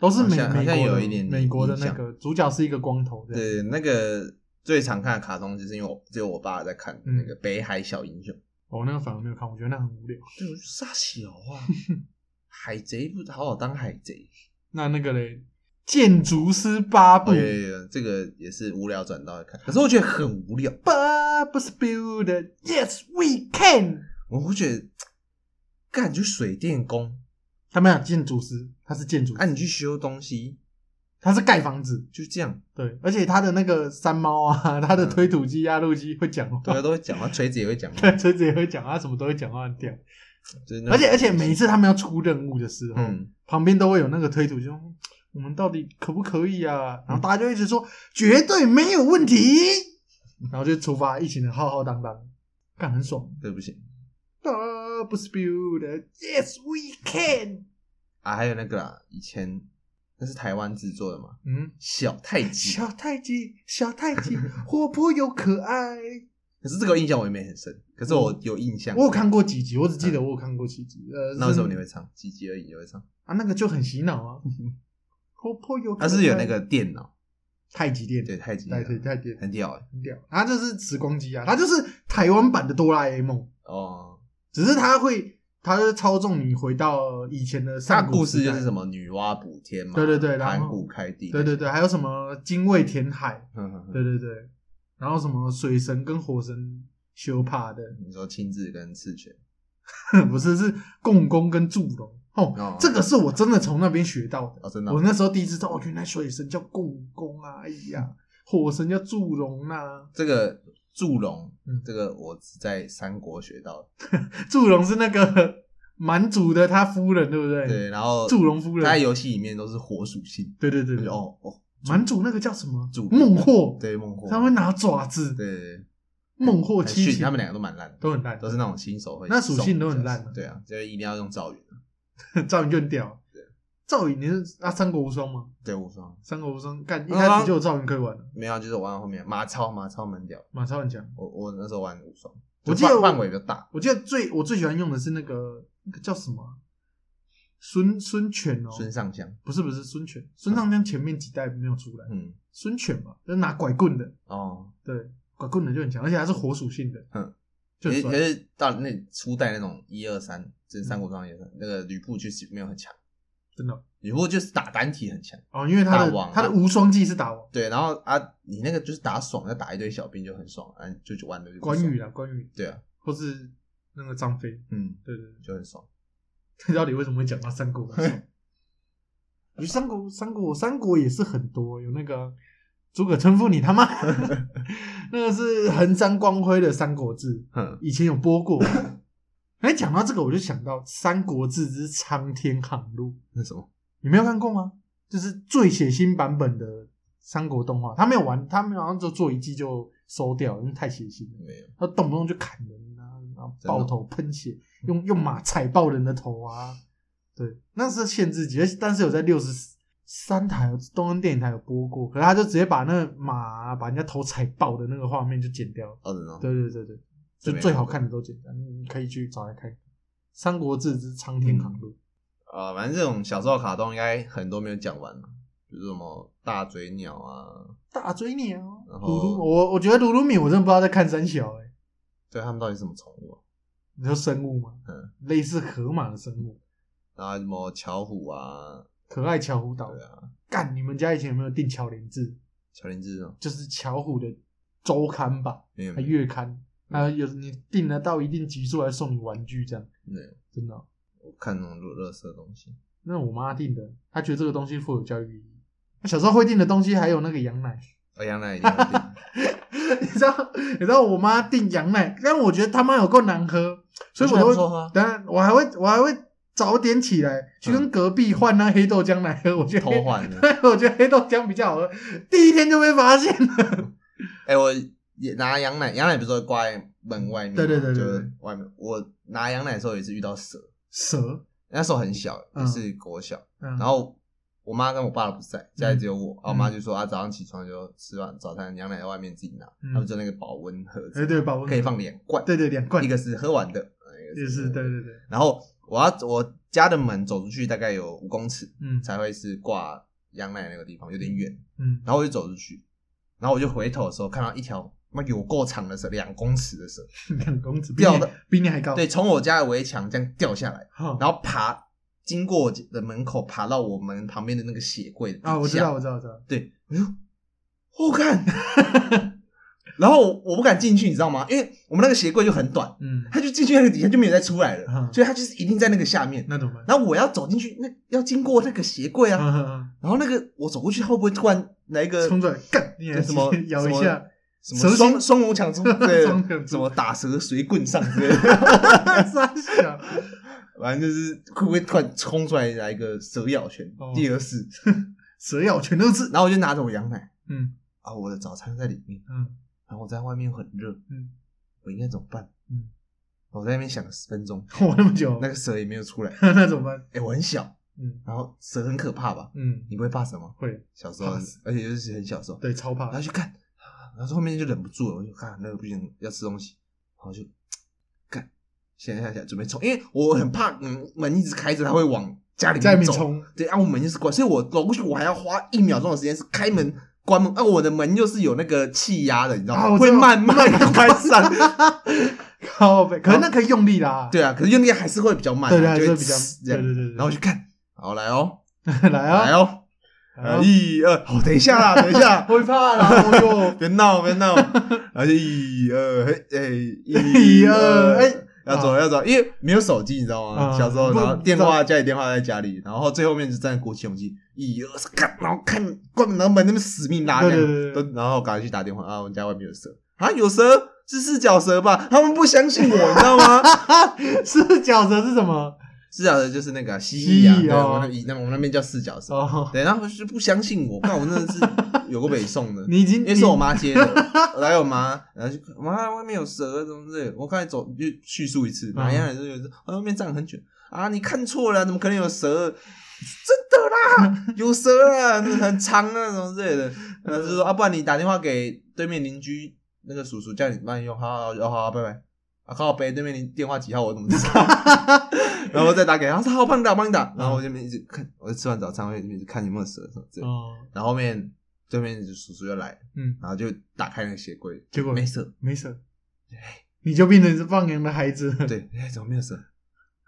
[SPEAKER 2] 都是美
[SPEAKER 1] 好像
[SPEAKER 2] 美
[SPEAKER 1] 好像
[SPEAKER 2] 国
[SPEAKER 1] 有
[SPEAKER 2] 的
[SPEAKER 1] 一点
[SPEAKER 2] 美国的
[SPEAKER 1] 印
[SPEAKER 2] 那
[SPEAKER 1] 象
[SPEAKER 2] 个主角是一个光头这样，
[SPEAKER 1] 对，那个最常看的卡通，就是因为我只有我爸在看
[SPEAKER 2] 嗯
[SPEAKER 1] 那个《北海小英雄》。
[SPEAKER 2] 我、哦那个反而没有看，我觉得那很无聊。
[SPEAKER 1] 对，我就傻小 啊，海贼不好好当海贼。
[SPEAKER 2] 那那个嘞，《建筑师巴布
[SPEAKER 1] 哦，》有有有，这个也是无聊转到来看，可是我觉得很无聊，
[SPEAKER 2] 巴布是 build yes we can。
[SPEAKER 1] 我会觉得，干你去水电工，
[SPEAKER 2] 他们有建筑师，他是建筑
[SPEAKER 1] 啊，
[SPEAKER 2] 师，
[SPEAKER 1] 你去修东西，
[SPEAKER 2] 他是盖房子，
[SPEAKER 1] 就这样，
[SPEAKER 2] 对，而且他的那个山猫啊，他的
[SPEAKER 1] 嗯
[SPEAKER 2] 推土机、压路机会讲话，
[SPEAKER 1] 大家啊都会讲话，锤子也会讲话，
[SPEAKER 2] 对，锤子也会讲话，什么都会讲话，很屌。
[SPEAKER 1] 就是那种
[SPEAKER 2] 而且而且每一次他们要出任务的时候，
[SPEAKER 1] 嗯，
[SPEAKER 2] 旁边都会有那个推土，就嗯我们到底可不可以啊？
[SPEAKER 1] 嗯
[SPEAKER 2] 然后大家就一直说绝对没有问题，然后就出发，一群人浩浩荡荡，干很爽。啊
[SPEAKER 1] 对不起
[SPEAKER 2] Double speed, yes we can。
[SPEAKER 1] 啊，还有那个啦，以前那是台湾制作的嘛，
[SPEAKER 2] 嗯，
[SPEAKER 1] 小太极，
[SPEAKER 2] 小太极，小太极，活泼又可爱。
[SPEAKER 1] 可是这个印象我也没很深，可是嗯我有印象，
[SPEAKER 2] 我有看，过几集，我只记得我有看过几集。呃，
[SPEAKER 1] 嗯那为什么
[SPEAKER 2] 是
[SPEAKER 1] 你会唱？几集而已，你会唱？
[SPEAKER 2] 啊？那个就很洗脑啊，活泼又可
[SPEAKER 1] 它
[SPEAKER 2] 爱。
[SPEAKER 1] 是有那个电脑，
[SPEAKER 2] 太极殿，
[SPEAKER 1] 对，太极，
[SPEAKER 2] 对对，太极殿
[SPEAKER 1] 很屌哎，
[SPEAKER 2] 很屌，它就是时光机啊，它就是台湾版的哆啦 A 梦，
[SPEAKER 1] 哦，
[SPEAKER 2] 只是它会他就操纵你回到以前的
[SPEAKER 1] 他
[SPEAKER 2] 上
[SPEAKER 1] 故事
[SPEAKER 2] 时
[SPEAKER 1] 就
[SPEAKER 2] 代
[SPEAKER 1] 是什么女娲补天嘛，
[SPEAKER 2] 对对对然后
[SPEAKER 1] 盘古开地，
[SPEAKER 2] 对对对，还有什么精卫填海，
[SPEAKER 1] 嗯，嗯嗯
[SPEAKER 2] 对对对，然后什么水神跟火神修怕的，
[SPEAKER 1] 你说亲自跟赤犬，
[SPEAKER 2] 不是是共工跟祝融哦，
[SPEAKER 1] 哦
[SPEAKER 2] 这个是我真的从那边学到的。
[SPEAKER 1] 哦，真的哦
[SPEAKER 2] 我那时候第一次知道，哦，原来水神叫共工啊，哎呀，火神叫祝融啊呐、
[SPEAKER 1] 这个祝融
[SPEAKER 2] 嗯，
[SPEAKER 1] 这个我是在三国学到的，
[SPEAKER 2] 祝融是那个蛮族的他夫人，对不对？
[SPEAKER 1] 对，，然后
[SPEAKER 2] 祝融夫
[SPEAKER 1] 他在
[SPEAKER 2] 人，
[SPEAKER 1] 游戏里面都是火属性，
[SPEAKER 2] 对对对
[SPEAKER 1] 我
[SPEAKER 2] 对
[SPEAKER 1] 就，哦哦，
[SPEAKER 2] 蛮族那个叫什么
[SPEAKER 1] 祝？
[SPEAKER 2] 孟获，
[SPEAKER 1] 对孟获，
[SPEAKER 2] 他会拿爪子，
[SPEAKER 1] 对对对
[SPEAKER 2] 孟获
[SPEAKER 1] 很
[SPEAKER 2] 七
[SPEAKER 1] 逊
[SPEAKER 2] 擒
[SPEAKER 1] 他们两个都蛮烂的，
[SPEAKER 2] 都很烂，
[SPEAKER 1] 都是那种新手会，
[SPEAKER 2] 那属性都很烂啊
[SPEAKER 1] 对啊，就是一定要用赵云，啊
[SPEAKER 2] 赵云就很屌。赵云，你是啊三国无双吗？
[SPEAKER 1] 对无双
[SPEAKER 2] 三国无双干一开始就有赵云可以玩了，
[SPEAKER 1] 没有啊，就是我玩到后面马超马超蛮屌，
[SPEAKER 2] 马超很强。
[SPEAKER 1] 我我那时候玩无双，
[SPEAKER 2] 我
[SPEAKER 1] 就
[SPEAKER 2] 记得
[SPEAKER 1] 范
[SPEAKER 2] 我
[SPEAKER 1] 范围比较大，
[SPEAKER 2] 我记得最我最喜欢用的是那个那个叫什么啊孙孙权哦，
[SPEAKER 1] 孙尚香，
[SPEAKER 2] 不是不是孙权，孙尚香前面几代没有出来，
[SPEAKER 1] 嗯
[SPEAKER 2] 孙权吧，就是拿拐棍的，
[SPEAKER 1] 哦，
[SPEAKER 2] 对，拐棍的就很强，而且还是火属性的，
[SPEAKER 1] 嗯，
[SPEAKER 2] 就
[SPEAKER 1] 可
[SPEAKER 2] 很
[SPEAKER 1] 是可
[SPEAKER 2] 帅。嗯
[SPEAKER 1] 是到那初代那种一二三，就是三国无双也是那个吕布就是没有很强，
[SPEAKER 2] 真的
[SPEAKER 1] 吕布就是打单体很强。
[SPEAKER 2] 哦，因为他
[SPEAKER 1] 大
[SPEAKER 2] 的
[SPEAKER 1] 王啊
[SPEAKER 2] 他的无双技是打王，
[SPEAKER 1] 对，然后啊，你那个就是打爽，再打一堆小兵就很爽，啊，就就玩的就不
[SPEAKER 2] 关
[SPEAKER 1] 爽
[SPEAKER 2] 羽啦，关羽
[SPEAKER 1] 对啊，
[SPEAKER 2] 或是那个张飞，
[SPEAKER 1] 嗯，
[SPEAKER 2] 对对对，
[SPEAKER 1] 就很爽。
[SPEAKER 2] 这到底为什么会讲到 三国无双？我觉得三国三国三国也是很多，有那个诸葛村夫你 他妈，那个是横山光辉的《三国志》，
[SPEAKER 1] 哼，
[SPEAKER 2] 以前有播过。哎，讲到这个，我就想到《三国志之苍天航路》，
[SPEAKER 1] 那什么，
[SPEAKER 2] 你没有看过吗？就是最血腥版本的三国动画，他没有玩，他们好像就做一季就收掉，因为太血腥了。
[SPEAKER 1] 没有，
[SPEAKER 2] 他动不动就砍人啊，然后
[SPEAKER 1] 真的
[SPEAKER 2] 爆头喷血，用用马踩爆人的头啊。对，那是限制级，而且但是有在六十三台东恩电影台有播过，可是他就直接把那个马啊把人家头踩爆的那个画面就剪掉了。
[SPEAKER 1] 哦，真的哦，
[SPEAKER 2] 对对对对，
[SPEAKER 1] 这
[SPEAKER 2] 就
[SPEAKER 1] 没
[SPEAKER 2] 最
[SPEAKER 1] 看
[SPEAKER 2] 好
[SPEAKER 1] 过
[SPEAKER 2] 看的都简单，你可以去找来看《三国志之苍天航路》
[SPEAKER 1] 啊，反正这种小时候卡通应该很多没有讲完嘛，啊比如什么大嘴鸟啊，
[SPEAKER 2] 大嘴鸟，
[SPEAKER 1] 然
[SPEAKER 2] 鲁
[SPEAKER 1] 后
[SPEAKER 2] 鲁，我我觉得鲁鲁米我真的不知道在看三小哎、欸，
[SPEAKER 1] 对他们到底是什么宠物啊、
[SPEAKER 2] 你说生物吗？
[SPEAKER 1] 嗯，
[SPEAKER 2] 类似河马的生物，
[SPEAKER 1] 然后什么巧虎啊，
[SPEAKER 2] 可爱巧虎岛
[SPEAKER 1] 对。啊，
[SPEAKER 2] 干，你们家以前有没有订巧连志？
[SPEAKER 1] 乔林志啊，
[SPEAKER 2] 就是巧虎的周刊吧，
[SPEAKER 1] 没有
[SPEAKER 2] 还
[SPEAKER 1] 没有，
[SPEAKER 2] 月刊，
[SPEAKER 1] 嗯
[SPEAKER 2] 啊，有你订了到一定集数还送你玩具这样，
[SPEAKER 1] 没有，
[SPEAKER 2] 真的哦、
[SPEAKER 1] 我看那种乐色东西，
[SPEAKER 2] 那我妈订的，她觉得这个东西富有教育意义。那小时候会订的东西还有那个羊奶。
[SPEAKER 1] 啊，杨乃一定会订
[SPEAKER 2] 你知道，你知道我妈订羊奶，但我觉得他妈有够难喝， 所以我都
[SPEAKER 1] 我觉得还不错
[SPEAKER 2] 会
[SPEAKER 1] 喝，
[SPEAKER 2] 当然我还会我还会早点起来去跟隔壁换那黑豆浆来喝，我觉得
[SPEAKER 1] 嗯偷换的。
[SPEAKER 2] 我觉得黑豆浆比较好喝，第一天就被发现了。
[SPEAKER 1] 哎、我也拿羊奶，羊奶不是会挂在门外面吗？
[SPEAKER 2] 对对对对
[SPEAKER 1] 就是
[SPEAKER 2] 对
[SPEAKER 1] 外面。我拿羊奶的时候也是遇到蛇，
[SPEAKER 2] 蛇，
[SPEAKER 1] 那时候很小，
[SPEAKER 2] 嗯
[SPEAKER 1] 也是国小，
[SPEAKER 2] 嗯
[SPEAKER 1] 然后。我妈跟我爸都不在，家里只有我。然后我妈
[SPEAKER 2] 嗯
[SPEAKER 1] 就说：“啊，早上起床就吃完早餐，羊奶在外面自己拿。
[SPEAKER 2] 嗯
[SPEAKER 1] 他们就那个保温盒
[SPEAKER 2] 哎
[SPEAKER 1] 子，
[SPEAKER 2] 对，保温
[SPEAKER 1] 可以，放两罐，
[SPEAKER 2] 对对两罐
[SPEAKER 1] 一个是喝完的，啊一个
[SPEAKER 2] 也是对。对对，
[SPEAKER 1] 然后我要我家的门走出去大概有五公尺，
[SPEAKER 2] 嗯
[SPEAKER 1] 才会是挂羊奶那个地方，有点远。
[SPEAKER 2] 嗯，
[SPEAKER 1] 然后我就走出去，然后我就回头的时候看到一条妈有够长的蛇，两公尺的蛇，
[SPEAKER 2] 两公尺，比
[SPEAKER 1] 掉
[SPEAKER 2] 你
[SPEAKER 1] 的
[SPEAKER 2] 比你还高，
[SPEAKER 1] 对，，从我家的围墙这样掉下来，
[SPEAKER 2] 好，
[SPEAKER 1] 然后爬经过我的门口，爬到我们旁边的那个鞋柜的底下
[SPEAKER 2] 啊，我知道，我知道，我知道，
[SPEAKER 1] 对，我就我看， 然后我我不敢进去，你知道吗？因为我们那个鞋柜就很短，
[SPEAKER 2] 嗯，
[SPEAKER 1] 它就进去那个底下就没有再出来了，
[SPEAKER 2] 嗯
[SPEAKER 1] 所以它就是一定在那个下面。
[SPEAKER 2] 那怎么办？
[SPEAKER 1] 然后我要走进去，那要经过那个鞋柜啊，
[SPEAKER 2] 嗯嗯
[SPEAKER 1] 然后那个我走过去，它会不会突然来一
[SPEAKER 2] 嗯
[SPEAKER 1] 个
[SPEAKER 2] 冲出来干，你还
[SPEAKER 1] 什么
[SPEAKER 2] 咬一
[SPEAKER 1] 什么
[SPEAKER 2] 下，
[SPEAKER 1] 什么
[SPEAKER 2] 蛇
[SPEAKER 1] 双双龙 抢冲，对
[SPEAKER 2] 双龙，
[SPEAKER 1] 什么打蛇随棍上之类的，
[SPEAKER 2] 三小。
[SPEAKER 1] 反正就是会不会突然冲出来来一个蛇咬拳
[SPEAKER 2] 哦，
[SPEAKER 1] 第二式。
[SPEAKER 2] 蛇咬全都是。
[SPEAKER 1] 然后我就拿着我羊奶
[SPEAKER 2] 嗯
[SPEAKER 1] 啊，我的早餐在里面，
[SPEAKER 2] 嗯
[SPEAKER 1] 然后我在外面很热，
[SPEAKER 2] 嗯，
[SPEAKER 1] 我应该怎么办？
[SPEAKER 2] 嗯，
[SPEAKER 1] 我在那边想了十分钟，
[SPEAKER 2] 活那么久，
[SPEAKER 1] 那
[SPEAKER 2] 那
[SPEAKER 1] 个蛇也没有出来。
[SPEAKER 2] 那怎么办？
[SPEAKER 1] 哎，我很小，
[SPEAKER 2] 嗯
[SPEAKER 1] 然后蛇很可怕吧？
[SPEAKER 2] 嗯，
[SPEAKER 1] 你不会怕蛇吗？
[SPEAKER 2] 会
[SPEAKER 1] 小时候
[SPEAKER 2] 怕死，
[SPEAKER 1] 而且就是很小时候，
[SPEAKER 2] 对超怕
[SPEAKER 1] 然后，去看，然后后面就忍不住了，我就看那个不行，要吃东西，然后就干，现在想起来准备冲，因为我很怕，嗯，门一直开着，它会往家里
[SPEAKER 2] 在里
[SPEAKER 1] 面
[SPEAKER 2] 面
[SPEAKER 1] 走。
[SPEAKER 2] 冲，
[SPEAKER 1] 对啊，我门就是关，所以我走过去，我还要花一秒钟的时间是开门、关门，啊，我的门又是有那个气压的，你知道吗？
[SPEAKER 2] 啊我知
[SPEAKER 1] 会
[SPEAKER 2] 道
[SPEAKER 1] 慢慢
[SPEAKER 2] 慢慢
[SPEAKER 1] 关上。
[SPEAKER 2] 靠背，可是那可以用力啦。
[SPEAKER 1] 对啊，可是用力还是会比较慢、啊，
[SPEAKER 2] 对
[SPEAKER 1] 就
[SPEAKER 2] 对，就
[SPEAKER 1] 会
[SPEAKER 2] 比较
[SPEAKER 1] 呲这
[SPEAKER 2] 对
[SPEAKER 1] 样。
[SPEAKER 2] 对对。
[SPEAKER 1] 然后我去看，好来哦，
[SPEAKER 2] 后 来
[SPEAKER 1] 来
[SPEAKER 2] 啊，
[SPEAKER 1] 哦，
[SPEAKER 2] 来啊，
[SPEAKER 1] 呃一二，好，等一下啦，等一下
[SPEAKER 2] 会 怕啦，哎呦，
[SPEAKER 1] 别闹别 闹，然后就一二嘿嘿
[SPEAKER 2] 一二哎，
[SPEAKER 1] 要走了要走了，因为没有手机，你知道吗？
[SPEAKER 2] 啊
[SPEAKER 1] 小时候，
[SPEAKER 2] 不
[SPEAKER 1] 然后电话家里电话在家里，然后最后面就站鼓起勇气，一二三，干，然后看关门，然后门那边死命拉，
[SPEAKER 2] 对
[SPEAKER 1] 这样
[SPEAKER 2] 对对对
[SPEAKER 1] 都然后赶快去打电话啊，我们家外面有蛇啊，有蛇是四脚蛇吧？他们不相信我，你知道 吗？
[SPEAKER 2] 是脚蛇是什么？
[SPEAKER 1] 四脚蛇就是那个、啊、蜥
[SPEAKER 2] 蜥
[SPEAKER 1] 蜴啊，
[SPEAKER 2] 蜴
[SPEAKER 1] 对，
[SPEAKER 2] 哦
[SPEAKER 1] 我们那我们那边叫四脚蛇，
[SPEAKER 2] 哦，
[SPEAKER 1] 对，然后就不相信我，看我真的是有个北宋的，
[SPEAKER 2] 你已经
[SPEAKER 1] 因为是我，妈接的， 我来我妈，然后就看妈外面有蛇怎么之类的，我刚才走就叙述一次，
[SPEAKER 2] 嗯
[SPEAKER 1] 然后也是有人啊外面站很久啊，你看错了，怎么可能有蛇？真的啦， 有蛇啊，很长啊，什么之类的。然后就说啊，不然你打电话给对面邻居那个叔叔，叫你帮你用，好好好好，拜拜。啊靠背对面邻电话几号我怎么知道？ 然后我再打给他，他说好，帮你打，帮你打。然后我就一直看，我就吃完早餐，我就一直看有没有蛇什么之类的。
[SPEAKER 2] 哦，
[SPEAKER 1] 然后后面对面就叔叔就来了，
[SPEAKER 2] 嗯，
[SPEAKER 1] 然后就打开那个鞋柜，
[SPEAKER 2] 结果
[SPEAKER 1] 没 蛇。
[SPEAKER 2] 没事，你就变成是放羊的孩子，
[SPEAKER 1] 对，哎、怎么没有蛇？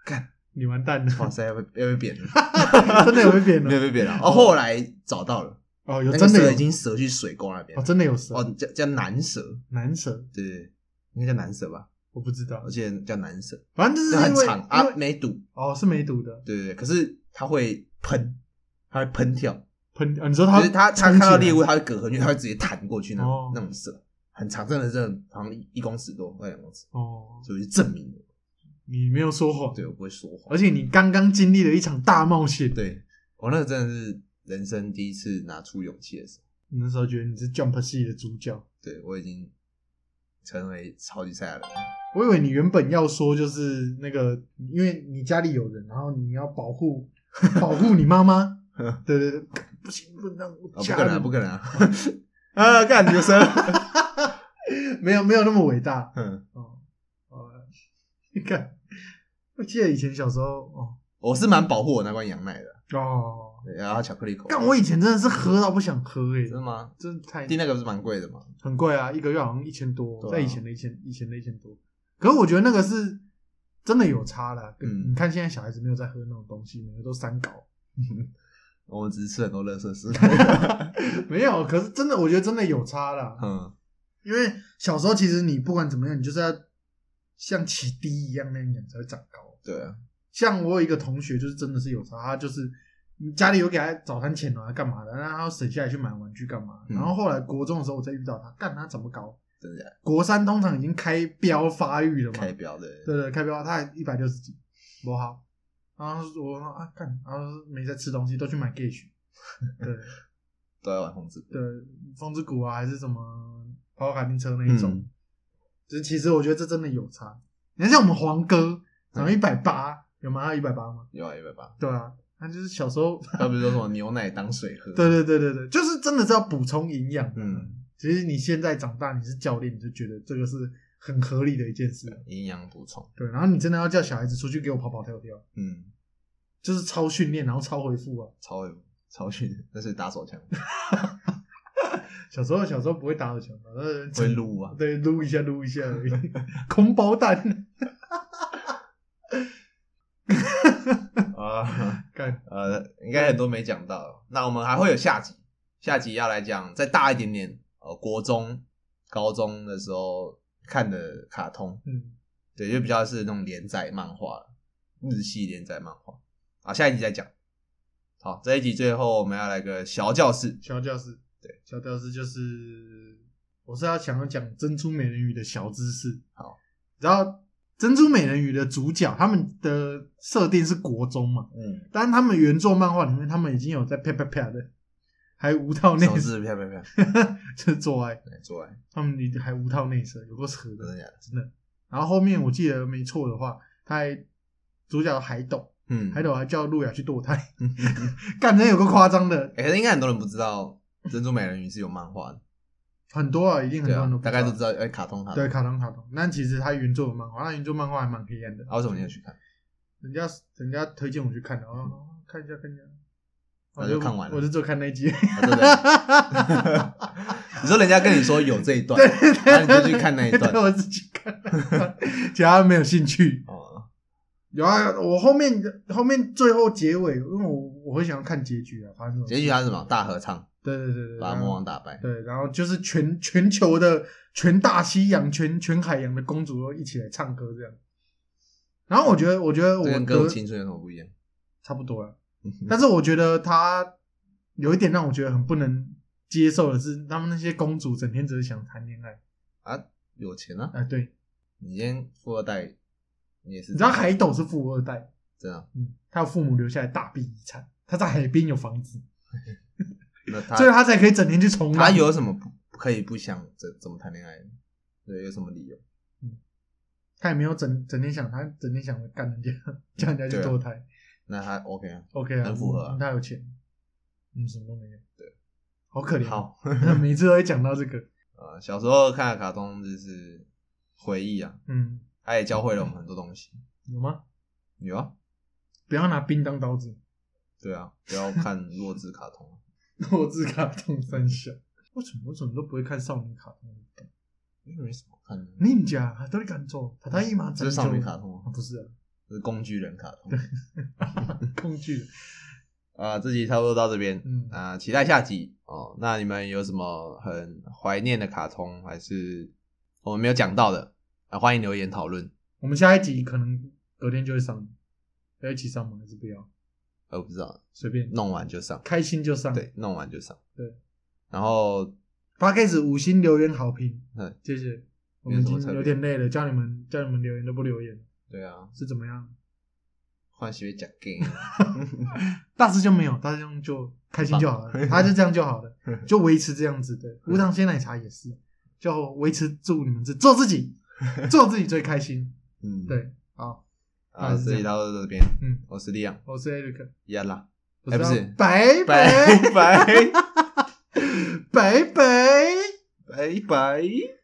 [SPEAKER 1] 看，
[SPEAKER 2] 你完蛋了，
[SPEAKER 1] 哇塞，要被要被扁了，
[SPEAKER 2] 真的有会变
[SPEAKER 1] 没有
[SPEAKER 2] 了，
[SPEAKER 1] 被扁了。哦，后来找到了，
[SPEAKER 2] 哦，有
[SPEAKER 1] 那个
[SPEAKER 2] 真的
[SPEAKER 1] 蛇
[SPEAKER 2] 有
[SPEAKER 1] 已经蛇去水沟那边
[SPEAKER 2] 哦，
[SPEAKER 1] 了。
[SPEAKER 2] 真的有蛇
[SPEAKER 1] 哦，，叫叫南蛇，
[SPEAKER 2] 男蛇，
[SPEAKER 1] 对对对，应该叫南蛇吧？
[SPEAKER 2] 我不知道
[SPEAKER 1] 我，记得叫南蛇，
[SPEAKER 2] 反正就是
[SPEAKER 1] 就
[SPEAKER 2] 因
[SPEAKER 1] 很
[SPEAKER 2] 为
[SPEAKER 1] 长
[SPEAKER 2] 因
[SPEAKER 1] 啊，
[SPEAKER 2] 为
[SPEAKER 1] 没毒，
[SPEAKER 2] 哦是没毒的，
[SPEAKER 1] 对对对。可是它会喷，它会喷跳，
[SPEAKER 2] 喷，啊你说它
[SPEAKER 1] 就是它它
[SPEAKER 2] 冲
[SPEAKER 1] 看
[SPEAKER 2] 起
[SPEAKER 1] 到
[SPEAKER 2] 来
[SPEAKER 1] 猎物，它会隔很远，它会直接弹过去那
[SPEAKER 2] 哦
[SPEAKER 1] 种那种蛇，很长，真的是好像一一公尺多，快两公尺，
[SPEAKER 2] 哦，
[SPEAKER 1] 所以就证明了，
[SPEAKER 2] 你没有说谎，
[SPEAKER 1] 对我不会说谎
[SPEAKER 2] 而。且你刚刚经历了一场大冒险，
[SPEAKER 1] 对我那个真的是人生第一次拿出勇气的时候，
[SPEAKER 2] 你那时候觉得你是 Jump 系的主角，
[SPEAKER 1] 对我已经成为超级赛亚人了。
[SPEAKER 2] 我以为你原本要说就是那个，因为你家里有人，然后你要保护保护你妈妈， 对对对，不行，不能让
[SPEAKER 1] 啊、
[SPEAKER 2] 我
[SPEAKER 1] 嗯不
[SPEAKER 2] 家
[SPEAKER 1] 可能、
[SPEAKER 2] 人、
[SPEAKER 1] 啊，不可 能啊！啊，干你的声，
[SPEAKER 2] 没有没有那么伟大
[SPEAKER 1] 嗯
[SPEAKER 2] 哦。呃你看，我记得以前小时候哦
[SPEAKER 1] 我是蛮保护我那罐羊奶的，
[SPEAKER 2] 哦，
[SPEAKER 1] 对然后巧克力口味。
[SPEAKER 2] 但我以前真的是喝到不想喝诶、
[SPEAKER 1] 真的吗？
[SPEAKER 2] 真的太
[SPEAKER 1] 订那个不是蛮贵的吗？
[SPEAKER 2] 很贵啊，一个月好像一千多，
[SPEAKER 1] 对啊
[SPEAKER 2] 在以前的一千以前的一千多。可是我觉得那个是真的有差啦，
[SPEAKER 1] 嗯
[SPEAKER 2] 你看现在小孩子没有在喝那种东西，每个都三高。
[SPEAKER 1] 我们只是吃很多垃圾食
[SPEAKER 2] 没有，可是真的，我觉得真的有差啦。
[SPEAKER 1] 嗯，
[SPEAKER 2] 因为小时候其实你不管怎么样，你就是要像起低一样那样才会长高。
[SPEAKER 1] 对啊，
[SPEAKER 2] 像我有一个同学，就是真的是有差，他就是你家里有给他早餐钱哦，他干嘛的？然后他要省下来去买玩具干嘛？
[SPEAKER 1] 嗯
[SPEAKER 2] 然后后来国中的时候，我再遇到他，干他怎么高？
[SPEAKER 1] 真的假的
[SPEAKER 2] 国三通常已经开标发育了嘛，
[SPEAKER 1] 开标的，
[SPEAKER 2] 对对，开标他还一百六十几，不好。然后我说啊干，然后说没在吃东西，都去买 gage。对，
[SPEAKER 1] 都要玩红字。
[SPEAKER 2] 的风之谷啊，还是什么跑跑卡丁车那一种。
[SPEAKER 1] 嗯
[SPEAKER 2] 就是其实我觉得这真的有差。你看像我们黄哥长
[SPEAKER 1] 嗯
[SPEAKER 2] 一百八，有吗？他一百八吗？
[SPEAKER 1] 有啊，一百八。
[SPEAKER 2] 对啊，他就是小时候，
[SPEAKER 1] 他不是说什么牛奶当水喝？
[SPEAKER 2] 对对对对对，就是真的是要补充营养。
[SPEAKER 1] 嗯，
[SPEAKER 2] 其实你现在长大，你是教练，你就觉得这个是很合理的一件事。
[SPEAKER 1] 营养补充。
[SPEAKER 2] 对，然后你真的要叫小孩子出去给我跑跑跳跳，
[SPEAKER 1] 嗯，
[SPEAKER 2] 就是超训练，然后超回复啊。
[SPEAKER 1] 超会超训，那是打手 枪，
[SPEAKER 2] 小时候小时候不会打手枪，然后
[SPEAKER 1] 会撸啊。
[SPEAKER 2] 对，撸一下撸一下而已， 空包弹。
[SPEAKER 1] 啊。
[SPEAKER 2] 干
[SPEAKER 1] 呃，应该很多没讲到。那我们还会有下集，下集要来讲再大一点点，呃，国中、高中的时候看的卡通，
[SPEAKER 2] 嗯，
[SPEAKER 1] 对，就比较是那种连载漫画，日系连载漫画。好，下一集再讲。好，这一集最后我们要来个小教室，
[SPEAKER 2] 小教室，
[SPEAKER 1] 对，
[SPEAKER 2] 小教室就是我是要想要讲珍珠美人鱼的小知识。
[SPEAKER 1] 好，
[SPEAKER 2] 然后珍珠美人鱼的主角他们的设定是国中嘛，
[SPEAKER 1] 嗯，
[SPEAKER 2] 但是他们原作漫画里面他们已经有在啪啪啪的，还无套内
[SPEAKER 1] 手
[SPEAKER 2] 射，
[SPEAKER 1] 指啪啪啪，
[SPEAKER 2] 就是做爱，
[SPEAKER 1] 来做爱，
[SPEAKER 2] 他们还无套内射，有过扯
[SPEAKER 1] 真
[SPEAKER 2] 的
[SPEAKER 1] 的，假的？
[SPEAKER 2] 真的。然后后面我记得没错的话，他还主角海斗，
[SPEAKER 1] 嗯，
[SPEAKER 2] 海斗还叫路亚去堕胎，
[SPEAKER 1] 嗯，
[SPEAKER 2] 干人有个夸张的，
[SPEAKER 1] 哎、可是应该很多人不知道《珍珠美人鱼》是有漫画的，
[SPEAKER 2] 很多啊，一 定很
[SPEAKER 1] 对
[SPEAKER 2] 多
[SPEAKER 1] 啊
[SPEAKER 2] 人都，不
[SPEAKER 1] 大概都
[SPEAKER 2] 道
[SPEAKER 1] 知道，哎、卡通卡通。
[SPEAKER 2] 对，卡通卡通。那其实他原作有漫画，他原作漫画还蛮黑
[SPEAKER 1] 啊
[SPEAKER 2] 暗的。
[SPEAKER 1] 啊，为什么你要去看？
[SPEAKER 2] 人家人家推荐我去看的，哦，看一下看一下，
[SPEAKER 1] 然后就看完了
[SPEAKER 2] 我就只有看那一集。
[SPEAKER 1] 啊对不对？ 你说人家跟你说有这一段，然后你就去看那一
[SPEAKER 2] 对
[SPEAKER 1] 段。
[SPEAKER 2] 我自己看那一段，其他没有兴趣。
[SPEAKER 1] 哦，
[SPEAKER 2] 有啊，我后面后面最后结尾，因为我我会想要看结局啊，发生什么事
[SPEAKER 1] 结局他是什么？大合唱，
[SPEAKER 2] 对对对对，
[SPEAKER 1] 把
[SPEAKER 2] 然后
[SPEAKER 1] 魔王打败。
[SPEAKER 2] 对，然后就是全全球的全大西洋、全全海洋的公主都一起来唱歌这样。然后我觉得，我觉得我
[SPEAKER 1] 这跟歌
[SPEAKER 2] 得
[SPEAKER 1] 舞青春有什么不一样？
[SPEAKER 2] 差不多了，但是我觉得他有一点让我觉得很不能接受的是，他们那些公主整天只是想谈恋爱。
[SPEAKER 1] 啊， 有钱啊！
[SPEAKER 2] 哎、对，
[SPEAKER 1] 你今天富二代，你也是
[SPEAKER 2] 你知道海斗是富二代，
[SPEAKER 1] 这样？
[SPEAKER 2] 嗯，他有父母留下来大笔遗产，他在海边有房子，
[SPEAKER 1] 啊那他
[SPEAKER 2] 所以他才可以整天去冲浪。
[SPEAKER 1] 他有什么不不可以不想怎怎么谈恋爱的？对，有什么理由？
[SPEAKER 2] 他也没有整整天想，他整天想着干人家， 叫人家
[SPEAKER 1] 对
[SPEAKER 2] 去
[SPEAKER 1] 啊
[SPEAKER 2] 堕胎。
[SPEAKER 1] 那他 OK 啊？
[SPEAKER 2] OK 啊，
[SPEAKER 1] 很符合啊
[SPEAKER 2] 嗯他有钱，嗯，什么都没有，对，好可怜。，
[SPEAKER 1] 好，
[SPEAKER 2] 每次都会讲到这个，
[SPEAKER 1] 呃，小时候看的卡通就是回忆啊，
[SPEAKER 2] 嗯，
[SPEAKER 1] 它也教会了我们很多东西。
[SPEAKER 2] 有吗？
[SPEAKER 1] 有啊，
[SPEAKER 2] 不要拿冰当 刀子，
[SPEAKER 1] 对啊，不要看弱智卡通，啊
[SPEAKER 2] 弱智卡通三小。为什么我怎么都不会看少女卡通？
[SPEAKER 1] 因为没什么看的。
[SPEAKER 2] 忍者都是敢做，他他一马
[SPEAKER 1] 这是少女卡通
[SPEAKER 2] 啊，
[SPEAKER 1] 吗？
[SPEAKER 2] 不是啊，
[SPEAKER 1] 这是工具人卡 通。
[SPEAKER 2] 工具，
[SPEAKER 1] 啊，这集差不多到这边，
[SPEAKER 2] 嗯
[SPEAKER 1] 啊，期待下集哦。那你们有什么很怀念的卡通，还是我们没有讲到的啊？欢迎留言讨论。
[SPEAKER 2] 我们下一集可能隔天就会上，要一起上吗？还是不要？
[SPEAKER 1] 呃，不知道，
[SPEAKER 2] 随便，
[SPEAKER 1] 弄完就上，
[SPEAKER 2] 开心就上。
[SPEAKER 1] 对，弄完就上，
[SPEAKER 2] 对。
[SPEAKER 1] 然后
[SPEAKER 2] p a c k a g e 五星留言好评，
[SPEAKER 1] 嗯，
[SPEAKER 2] 谢谢。我
[SPEAKER 1] 没有
[SPEAKER 2] 们
[SPEAKER 1] 什
[SPEAKER 2] 已
[SPEAKER 1] 么
[SPEAKER 2] 经
[SPEAKER 1] 特别
[SPEAKER 2] 有点累了，叫你们叫你们留言都不留言，
[SPEAKER 1] 对啊，
[SPEAKER 2] 是怎么样？
[SPEAKER 1] 换学讲 gay，
[SPEAKER 2] 大师就没有，大师兄就开心就好了，他就这样就好了，就维持这样子。对，无糖鲜奶茶也是，就维持住你们自做自己，做自己最开心。
[SPEAKER 1] 嗯，
[SPEAKER 2] 对，好，
[SPEAKER 1] 啊，
[SPEAKER 2] 是这
[SPEAKER 1] 这
[SPEAKER 2] 样
[SPEAKER 1] 集到这边，
[SPEAKER 2] 嗯，
[SPEAKER 1] 我是李阳，
[SPEAKER 2] 我是 Eric，
[SPEAKER 1] 呀啦，
[SPEAKER 2] 知
[SPEAKER 1] 哎
[SPEAKER 2] 道
[SPEAKER 1] 不是拜
[SPEAKER 2] 拜拜
[SPEAKER 1] 拜
[SPEAKER 2] 拜拜。
[SPEAKER 1] 拜拜。